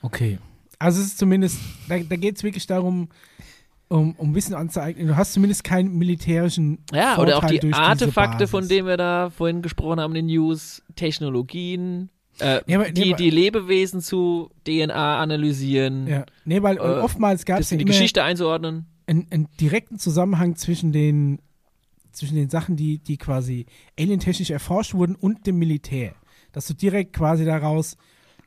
Speaker 1: Okay. Also es ist zumindest, da, da geht es wirklich darum, um, um Wissen anzueignen. Du hast zumindest keinen militärischen
Speaker 3: Ja,
Speaker 1: Vorteil
Speaker 3: oder auch die
Speaker 1: durch
Speaker 3: Artefakte,
Speaker 1: diese Basis.
Speaker 3: von denen wir da vorhin gesprochen haben, in den News, Technologien, äh,
Speaker 1: Ja, aber- nee,
Speaker 3: die,
Speaker 1: aber-
Speaker 3: die Lebewesen zu DNA analysieren,
Speaker 1: Ja. Nee, weil und
Speaker 3: Äh,
Speaker 1: oftmals gab
Speaker 3: das
Speaker 1: es ja
Speaker 3: in die
Speaker 1: immer
Speaker 3: Geschichte einzuordnen.
Speaker 1: einen, einen direkten Zusammenhang zwischen den, zwischen den Sachen, die, die quasi alientechnisch erforscht wurden und dem Militär. Dass du direkt quasi daraus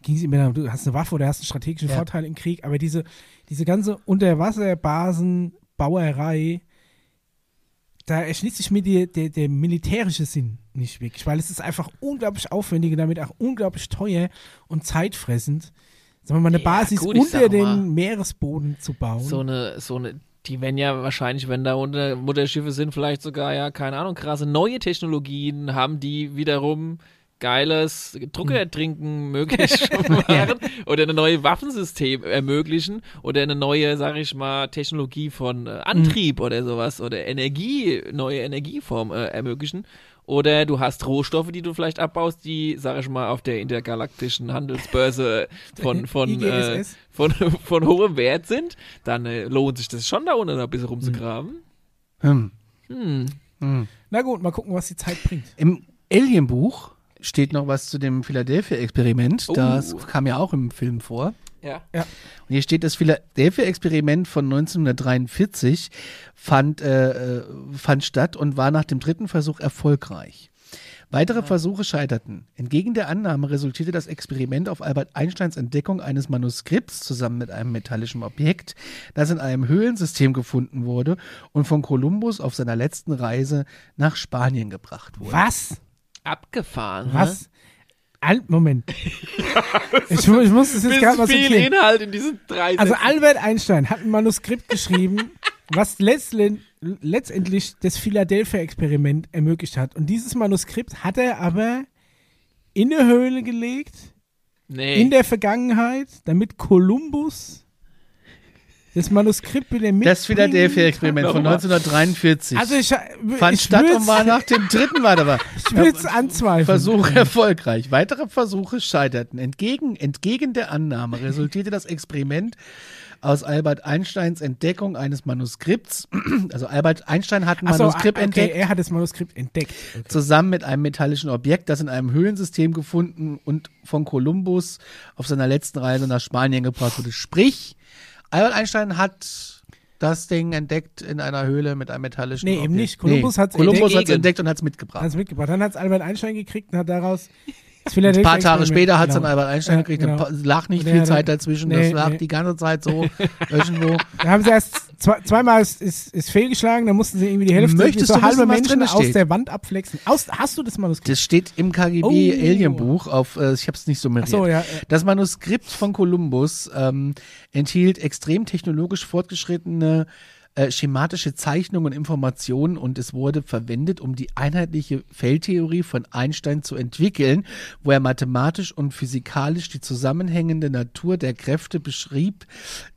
Speaker 1: ging es immer darum, du hast eine Waffe oder hast einen strategischen
Speaker 2: Ja.
Speaker 1: Vorteil im Krieg, aber diese, diese ganze Unterwasserbasenbauerei, da erschließt sich mir die, der, der militärische Sinn nicht wirklich, weil es ist einfach unglaublich aufwendig und damit auch unglaublich teuer und zeitfressend. Sagen wir mal, eine
Speaker 3: Ja,
Speaker 1: Basis
Speaker 3: gut, ich
Speaker 1: unter
Speaker 3: sag mal,
Speaker 1: den Meeresboden zu bauen.
Speaker 3: So eine, so eine, die werden ja wahrscheinlich, wenn da unter Mutterschiffe sind, vielleicht sogar, ja, keine Ahnung, krasse neue Technologien haben, die wiederum geiles Druckertrinken möglich machen oder ein neues Waffensystem ermöglichen oder eine neue, sag ich mal, Technologie von äh, Antrieb oder sowas oder Energie, neue Energieform äh, ermöglichen. Oder du hast Rohstoffe, die du vielleicht abbaust, die, sag ich mal, auf der intergalaktischen Handelsbörse von, von, äh,
Speaker 1: IGSS.
Speaker 3: von, von hohem Wert sind, dann äh, lohnt sich das schon da unten ein bisschen rumzugraben.
Speaker 2: hm.
Speaker 3: Hm.
Speaker 1: Na gut, mal gucken, was die Zeit bringt.
Speaker 2: Im Alien-Buch steht noch was zu dem Philadelphia-Experiment.
Speaker 3: Oh.
Speaker 2: Das kam ja auch im Film vor.
Speaker 3: Ja.
Speaker 2: Und hier steht, das Philadelphia-Experiment von 1943 fand, äh, äh, fand statt und war nach dem dritten Versuch erfolgreich. Weitere Versuche scheiterten. Entgegen der Annahme resultierte das Experiment auf Albert Einsteins Entdeckung eines Manuskripts zusammen mit einem metallischen Objekt, das in einem Höhlensystem gefunden wurde und von Kolumbus auf seiner letzten Reise nach Spanien gebracht wurde.
Speaker 1: Was?
Speaker 3: Abgefahren. hä?
Speaker 1: Was? Al Moment. ich, mu- ich muss das jetzt gerade
Speaker 3: Bisschen
Speaker 1: mal
Speaker 3: viel
Speaker 1: erklären.
Speaker 3: Inhalt in diesen drei
Speaker 1: Also
Speaker 3: Sätzen.
Speaker 1: Albert Einstein hat ein Manuskript geschrieben, was letztlen- letztendlich das Philadelphia-Experiment ermöglicht hat. Und dieses Manuskript hat er aber in eine Höhle gelegt,
Speaker 3: nee.
Speaker 1: in der Vergangenheit, damit Kolumbus das Manuskript wieder mit.
Speaker 2: Das Philadelphia-Experiment von 1943
Speaker 1: Also ich,
Speaker 2: fand
Speaker 1: ich
Speaker 2: statt und war
Speaker 1: würd's-
Speaker 2: nach dem dritten, warte mal,
Speaker 1: Ich will es anzweifeln.
Speaker 2: Versuch erfolgreich. Weitere Versuche scheiterten. Entgegen, entgegen der Annahme resultierte das Experiment aus Albert Einsteins Entdeckung eines Manuskripts. Also Albert Einstein hat ein
Speaker 1: Ach so,
Speaker 2: Manuskript
Speaker 1: ah, okay,
Speaker 2: entdeckt,
Speaker 1: Er hat das Manuskript entdeckt.
Speaker 2: zusammen mit einem metallischen Objekt, das in einem Höhlensystem gefunden und von Kolumbus auf seiner letzten Reise nach Spanien gebracht wurde. Sprich, Albert Einstein hat das Ding entdeckt in einer Höhle mit einem metallischen
Speaker 1: Nee, eben
Speaker 2: Objekt.
Speaker 1: nicht. Kolumbus hat's
Speaker 2: Kolumbus
Speaker 3: entdeckt.
Speaker 2: hat es entdeckt und hat es mitgebracht.
Speaker 1: Hat es mitgebracht. Dann hat es Albert Einstein gekriegt und hat daraus.
Speaker 2: Ein paar Tage später hat es dann Albert Einstein gekriegt. Dann pa- lag nicht
Speaker 1: Und
Speaker 2: viel
Speaker 1: genau. der-
Speaker 2: Zeit dazwischen.
Speaker 1: nee,
Speaker 2: das lag
Speaker 1: nee.
Speaker 2: die ganze Zeit so irgendwo.
Speaker 1: Da haben sie erst zwei, zweimal ist, ist, ist fehlgeschlagen, da mussten sie irgendwie die Hälfte
Speaker 2: Möchtest
Speaker 1: so
Speaker 2: du
Speaker 1: halbe
Speaker 2: wissen, was
Speaker 1: Menschen
Speaker 2: drinne
Speaker 1: aus
Speaker 2: steht?
Speaker 1: der Wand abflexen. Aus, hast du das Manuskript?
Speaker 2: Das steht im KGB
Speaker 1: Oh.
Speaker 2: Alien-Buch auf, äh, ich habe es nicht summariert.
Speaker 1: Ach so, ja, äh.
Speaker 2: Das Manuskript von Kolumbus ähm, enthielt extrem technologisch fortgeschrittene äh, schematische Zeichnungen und Informationen und es wurde verwendet, um die einheitliche Feldtheorie von Einstein zu entwickeln, wo er mathematisch und physikalisch die zusammenhängende Natur der Kräfte beschrieb,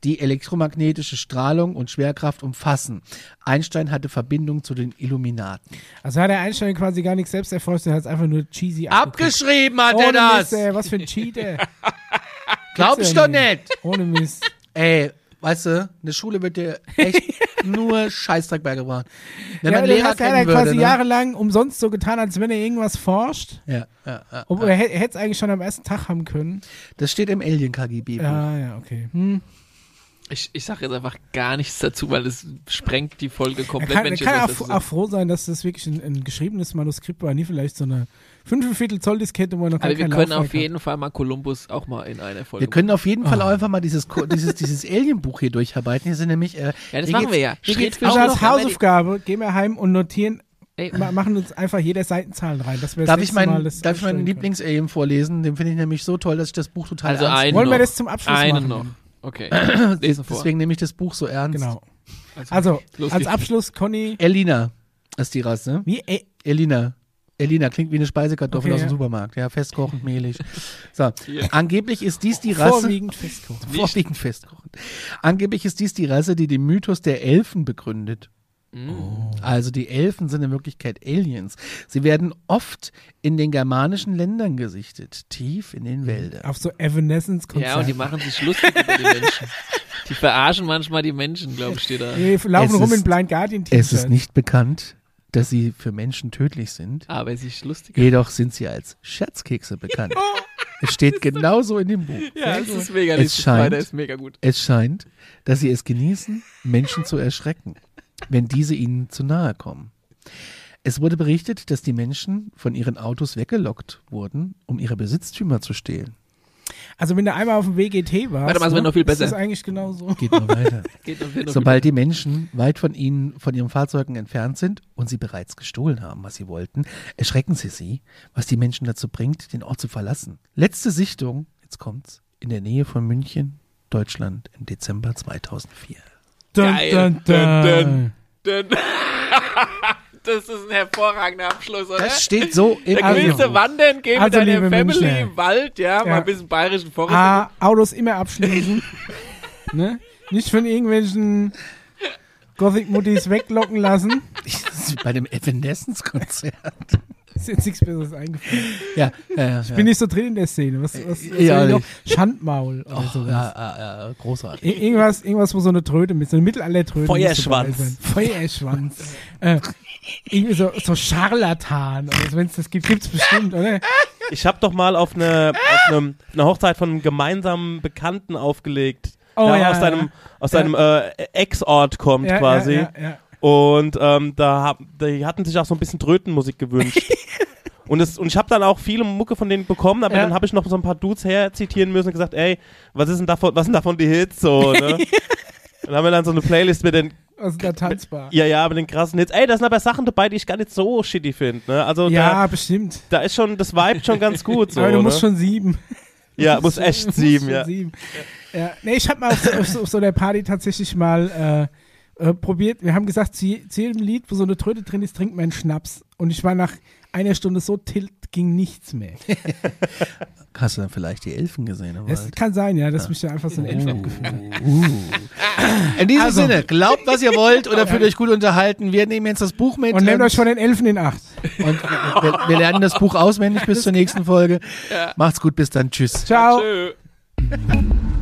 Speaker 2: die elektromagnetische Strahlung und Schwerkraft umfassen. Einstein hatte Verbindung zu den Illuminaten.
Speaker 1: Also hat der Einstein quasi gar nichts selbst erforscht, er hat es einfach nur cheesy abgeguckt.
Speaker 2: Abgeschrieben hat
Speaker 1: Ohne
Speaker 2: er
Speaker 1: Mist,
Speaker 2: das!
Speaker 1: ey, was für ein Cheater.
Speaker 2: Glaubst du nicht?
Speaker 1: Ohne Mist.
Speaker 2: Ey, weißt du, eine Schule wird dir echt nur Scheißdreck beigebracht. Wenn
Speaker 1: Ja,
Speaker 2: man
Speaker 1: das
Speaker 2: Lehrer
Speaker 1: heißt, er hat
Speaker 2: kennen
Speaker 1: ja
Speaker 2: würde,
Speaker 1: quasi
Speaker 2: ne?
Speaker 1: jahrelang umsonst so getan, als wenn er irgendwas forscht.
Speaker 2: ja, ja, ja.
Speaker 1: Obwohl er hätte es eigentlich schon am ersten Tag haben können.
Speaker 2: Das steht im Alien-KGB.
Speaker 1: Ja, ja, okay. Hm.
Speaker 3: Ich, ich sage jetzt einfach gar nichts dazu, weil es sprengt die Folge
Speaker 1: Er
Speaker 3: komplett.
Speaker 1: kann, er
Speaker 3: wenn ich
Speaker 1: kann
Speaker 3: jetzt was
Speaker 1: auch,
Speaker 3: dazu
Speaker 1: auch
Speaker 3: sage.
Speaker 1: froh sein, dass das wirklich ein, ein geschriebenes Manuskript war, nie vielleicht so eine 5,25 Zoll Diskette, wo er noch gar
Speaker 3: Aber Also wir
Speaker 1: kein
Speaker 3: können
Speaker 1: Laufwerk
Speaker 3: auf jeden Fall mal Kolumbus auch mal in einer Folge.
Speaker 2: Wir können auf jeden
Speaker 1: Ah.
Speaker 2: Fall auch einfach mal dieses, Ko- dieses, dieses Alien-Buch hier durcharbeiten. Hier sind nämlich. Äh,
Speaker 3: Ja, das
Speaker 2: hier
Speaker 3: machen
Speaker 2: geht's-
Speaker 3: wir ja.
Speaker 2: Hier
Speaker 3: Schritt
Speaker 2: geht's um,
Speaker 3: für
Speaker 1: hat.
Speaker 2: auch
Speaker 1: Also
Speaker 3: Schritt.
Speaker 1: als
Speaker 2: noch,
Speaker 3: Auch noch,
Speaker 1: Hausaufgabe gehen wir heim und notieren,
Speaker 3: Ey,
Speaker 1: ma- machen uns einfach jeder Seitenzahlen rein. Dass wir das
Speaker 2: darf ich
Speaker 1: nächste Mal
Speaker 2: meinen,
Speaker 1: das
Speaker 2: darf ich meinen
Speaker 1: aufstellen können.
Speaker 2: Lieblings-Alien vorlesen? Den finde ich nämlich so toll, dass ich das Buch total
Speaker 3: also
Speaker 2: ernst
Speaker 3: einen
Speaker 1: Wollen
Speaker 3: noch.
Speaker 1: wir das zum Abschluss machen?
Speaker 3: einen noch. Okay. Lesen vor.
Speaker 2: Deswegen nehme ich das Buch so ernst.
Speaker 1: Genau. Also,
Speaker 3: los
Speaker 1: als
Speaker 3: geht's.
Speaker 1: Abschluss, Conny.
Speaker 2: Elina ist die Rasse.
Speaker 1: Wie? e- Ey,
Speaker 2: Elina. Elina klingt wie eine Speisekartoffel
Speaker 1: Okay,
Speaker 2: aus dem
Speaker 1: ja.
Speaker 2: Supermarkt. Ja, festkochend, mehlig. So,
Speaker 3: Ja.
Speaker 2: angeblich ist dies die Rasse.
Speaker 1: vorwiegend festkochen.
Speaker 3: Nicht.
Speaker 2: Vorwiegend festkochend. Angeblich ist dies die Rasse, die den Mythos der Elfen begründet. Also die Elfen sind in Wirklichkeit Aliens. Sie werden oft in den germanischen Ländern gesichtet, tief in den Wäldern.
Speaker 1: Auf so Evanescence-Konzert.
Speaker 3: Ja, und die machen sich lustig über die Menschen. Die verarschen manchmal die Menschen, glaube ich, steht da.
Speaker 1: laufen
Speaker 2: Es
Speaker 1: rum
Speaker 2: ist-
Speaker 1: in Blind Guardian T-Shirts.
Speaker 2: Es ist nicht bekannt, dass sie für Menschen tödlich sind.
Speaker 3: Aber Ah, sich lustig.
Speaker 2: Jedoch sind sie als Scherzkekse bekannt. Es steht genauso in dem Buch.
Speaker 3: Ja, es ist mega
Speaker 2: Es
Speaker 3: lustig.
Speaker 2: scheint-
Speaker 3: Weiter ist mega gut.
Speaker 2: Es scheint, dass sie es genießen, Menschen zu erschrecken, wenn diese ihnen zu nahe kommen. Es wurde berichtet, dass die Menschen von ihren Autos weggelockt wurden, um ihre Besitztümer zu stehlen.
Speaker 1: Also, wenn du einmal auf dem WGT warst,
Speaker 3: Warte mal, es wird
Speaker 1: ne,
Speaker 3: noch viel
Speaker 1: ist das
Speaker 3: besser.
Speaker 1: eigentlich genau so.
Speaker 2: Geht nur weiter.
Speaker 3: Geht noch, wird noch
Speaker 2: Sobald die Menschen weit von ihnen, von ihren Fahrzeugen entfernt sind und sie bereits gestohlen haben, was sie wollten, erschrecken sie sie, was die Menschen dazu bringt, den Ort zu verlassen. Letzte Sichtung, jetzt kommt's, in der Nähe von München, Deutschland im Dezember 2004.
Speaker 1: Dun,
Speaker 3: Geil.
Speaker 1: dun,
Speaker 3: Dun,
Speaker 1: dun.
Speaker 3: dun. Denn- das ist ein hervorragender Abschluss, oder?
Speaker 2: Das steht so im
Speaker 3: Da willst du wandern gehen
Speaker 1: Also,
Speaker 3: mit deiner
Speaker 1: liebe
Speaker 3: Family
Speaker 1: Münchner.
Speaker 3: im Wald, ja, mal
Speaker 1: Ja.
Speaker 3: ein bisschen bayerischen Forest.
Speaker 1: A, Ah, Autos immer abschließen. ne? Nicht von irgendwelchen Gothic-Muttis weglocken lassen.
Speaker 2: Bei dem Evanescence-Konzert.
Speaker 1: Ist jetzt nichts Besseres eingefallen.
Speaker 2: Ja, ja, ja.
Speaker 1: Ich bin nicht so drin in der Szene. Was, was, was
Speaker 2: Ja,
Speaker 1: soll ich noch?
Speaker 2: nicht.
Speaker 1: Schandmaul oder
Speaker 2: Och,
Speaker 1: sowas.
Speaker 2: Oh, ja, ja, ja, großartig.
Speaker 1: Ir- Irgendwas, irgendwas, wo so eine Tröte mit, so eine Mittelalter-Tröte. muss
Speaker 4: Feuerschwanz.
Speaker 1: dabei sein. Feuerschwanz. äh, irgendwie so, so Scharlatan. Also wenn es das gibt, gibt's bestimmt, oder?
Speaker 4: Ich habe doch mal auf eine auf einem, einer Hochzeit von einem gemeinsamen Bekannten aufgelegt,
Speaker 1: Oh,
Speaker 4: der
Speaker 1: ja,
Speaker 4: aus
Speaker 1: ja.
Speaker 4: seinem aus seinem äh, Ex-Ort kommt
Speaker 1: Ja,
Speaker 4: quasi.
Speaker 1: Ja, ja, ja.
Speaker 4: Und ähm, da hab, die hatten sich auch so ein bisschen Trötenmusik gewünscht. Und, es, und ich habe dann auch viele Mucke von denen bekommen, aber
Speaker 1: Ja.
Speaker 4: dann habe ich noch so ein paar Dudes herzitieren müssen und gesagt, ey, was ist denn davon, was sind davon die Hits so, ne? Dann haben wir dann so eine Playlist mit den,
Speaker 1: Aus der Also Tanzbar.
Speaker 4: ja, ja, mit den krassen Hits. Ey, da sind aber Sachen dabei, die ich gar nicht so shitty finde, ne? Also
Speaker 1: Ja, bestimmt.
Speaker 4: da, da ist schon, das Vibe schon ganz gut so,
Speaker 1: Aber du
Speaker 4: ne?
Speaker 1: musst schon sieben.
Speaker 4: Ja, muss echt sieben,
Speaker 1: schon
Speaker 4: ja.
Speaker 1: sieben. ja. Nee, ich habe mal auf so, auf, so, auf so der Party tatsächlich mal äh, äh, probiert. Wir haben gesagt, zu, je- zu jedem Lied, wo so eine Tröte drin ist, trinkt man einen Schnaps. Und ich war nach einer Stunde so tilt, ging nichts mehr.
Speaker 2: Hast du dann vielleicht die Elfen gesehen? im
Speaker 1: Das
Speaker 2: Wald?
Speaker 1: kann sein, ja, dass mich da einfach so ein Elf abgefühlt hat.
Speaker 2: In diesem
Speaker 1: Also.
Speaker 2: Sinne, glaubt, was ihr wollt oder fühlt euch gut unterhalten. Wir nehmen jetzt das Buch mit.
Speaker 1: Und nehmt euch von den Elfen in Acht.
Speaker 2: und wir, wir lernen das Buch auswendig bis zur nächsten Folge. Macht's gut, bis dann. Tschüss.
Speaker 1: Ciao.
Speaker 3: Tschö.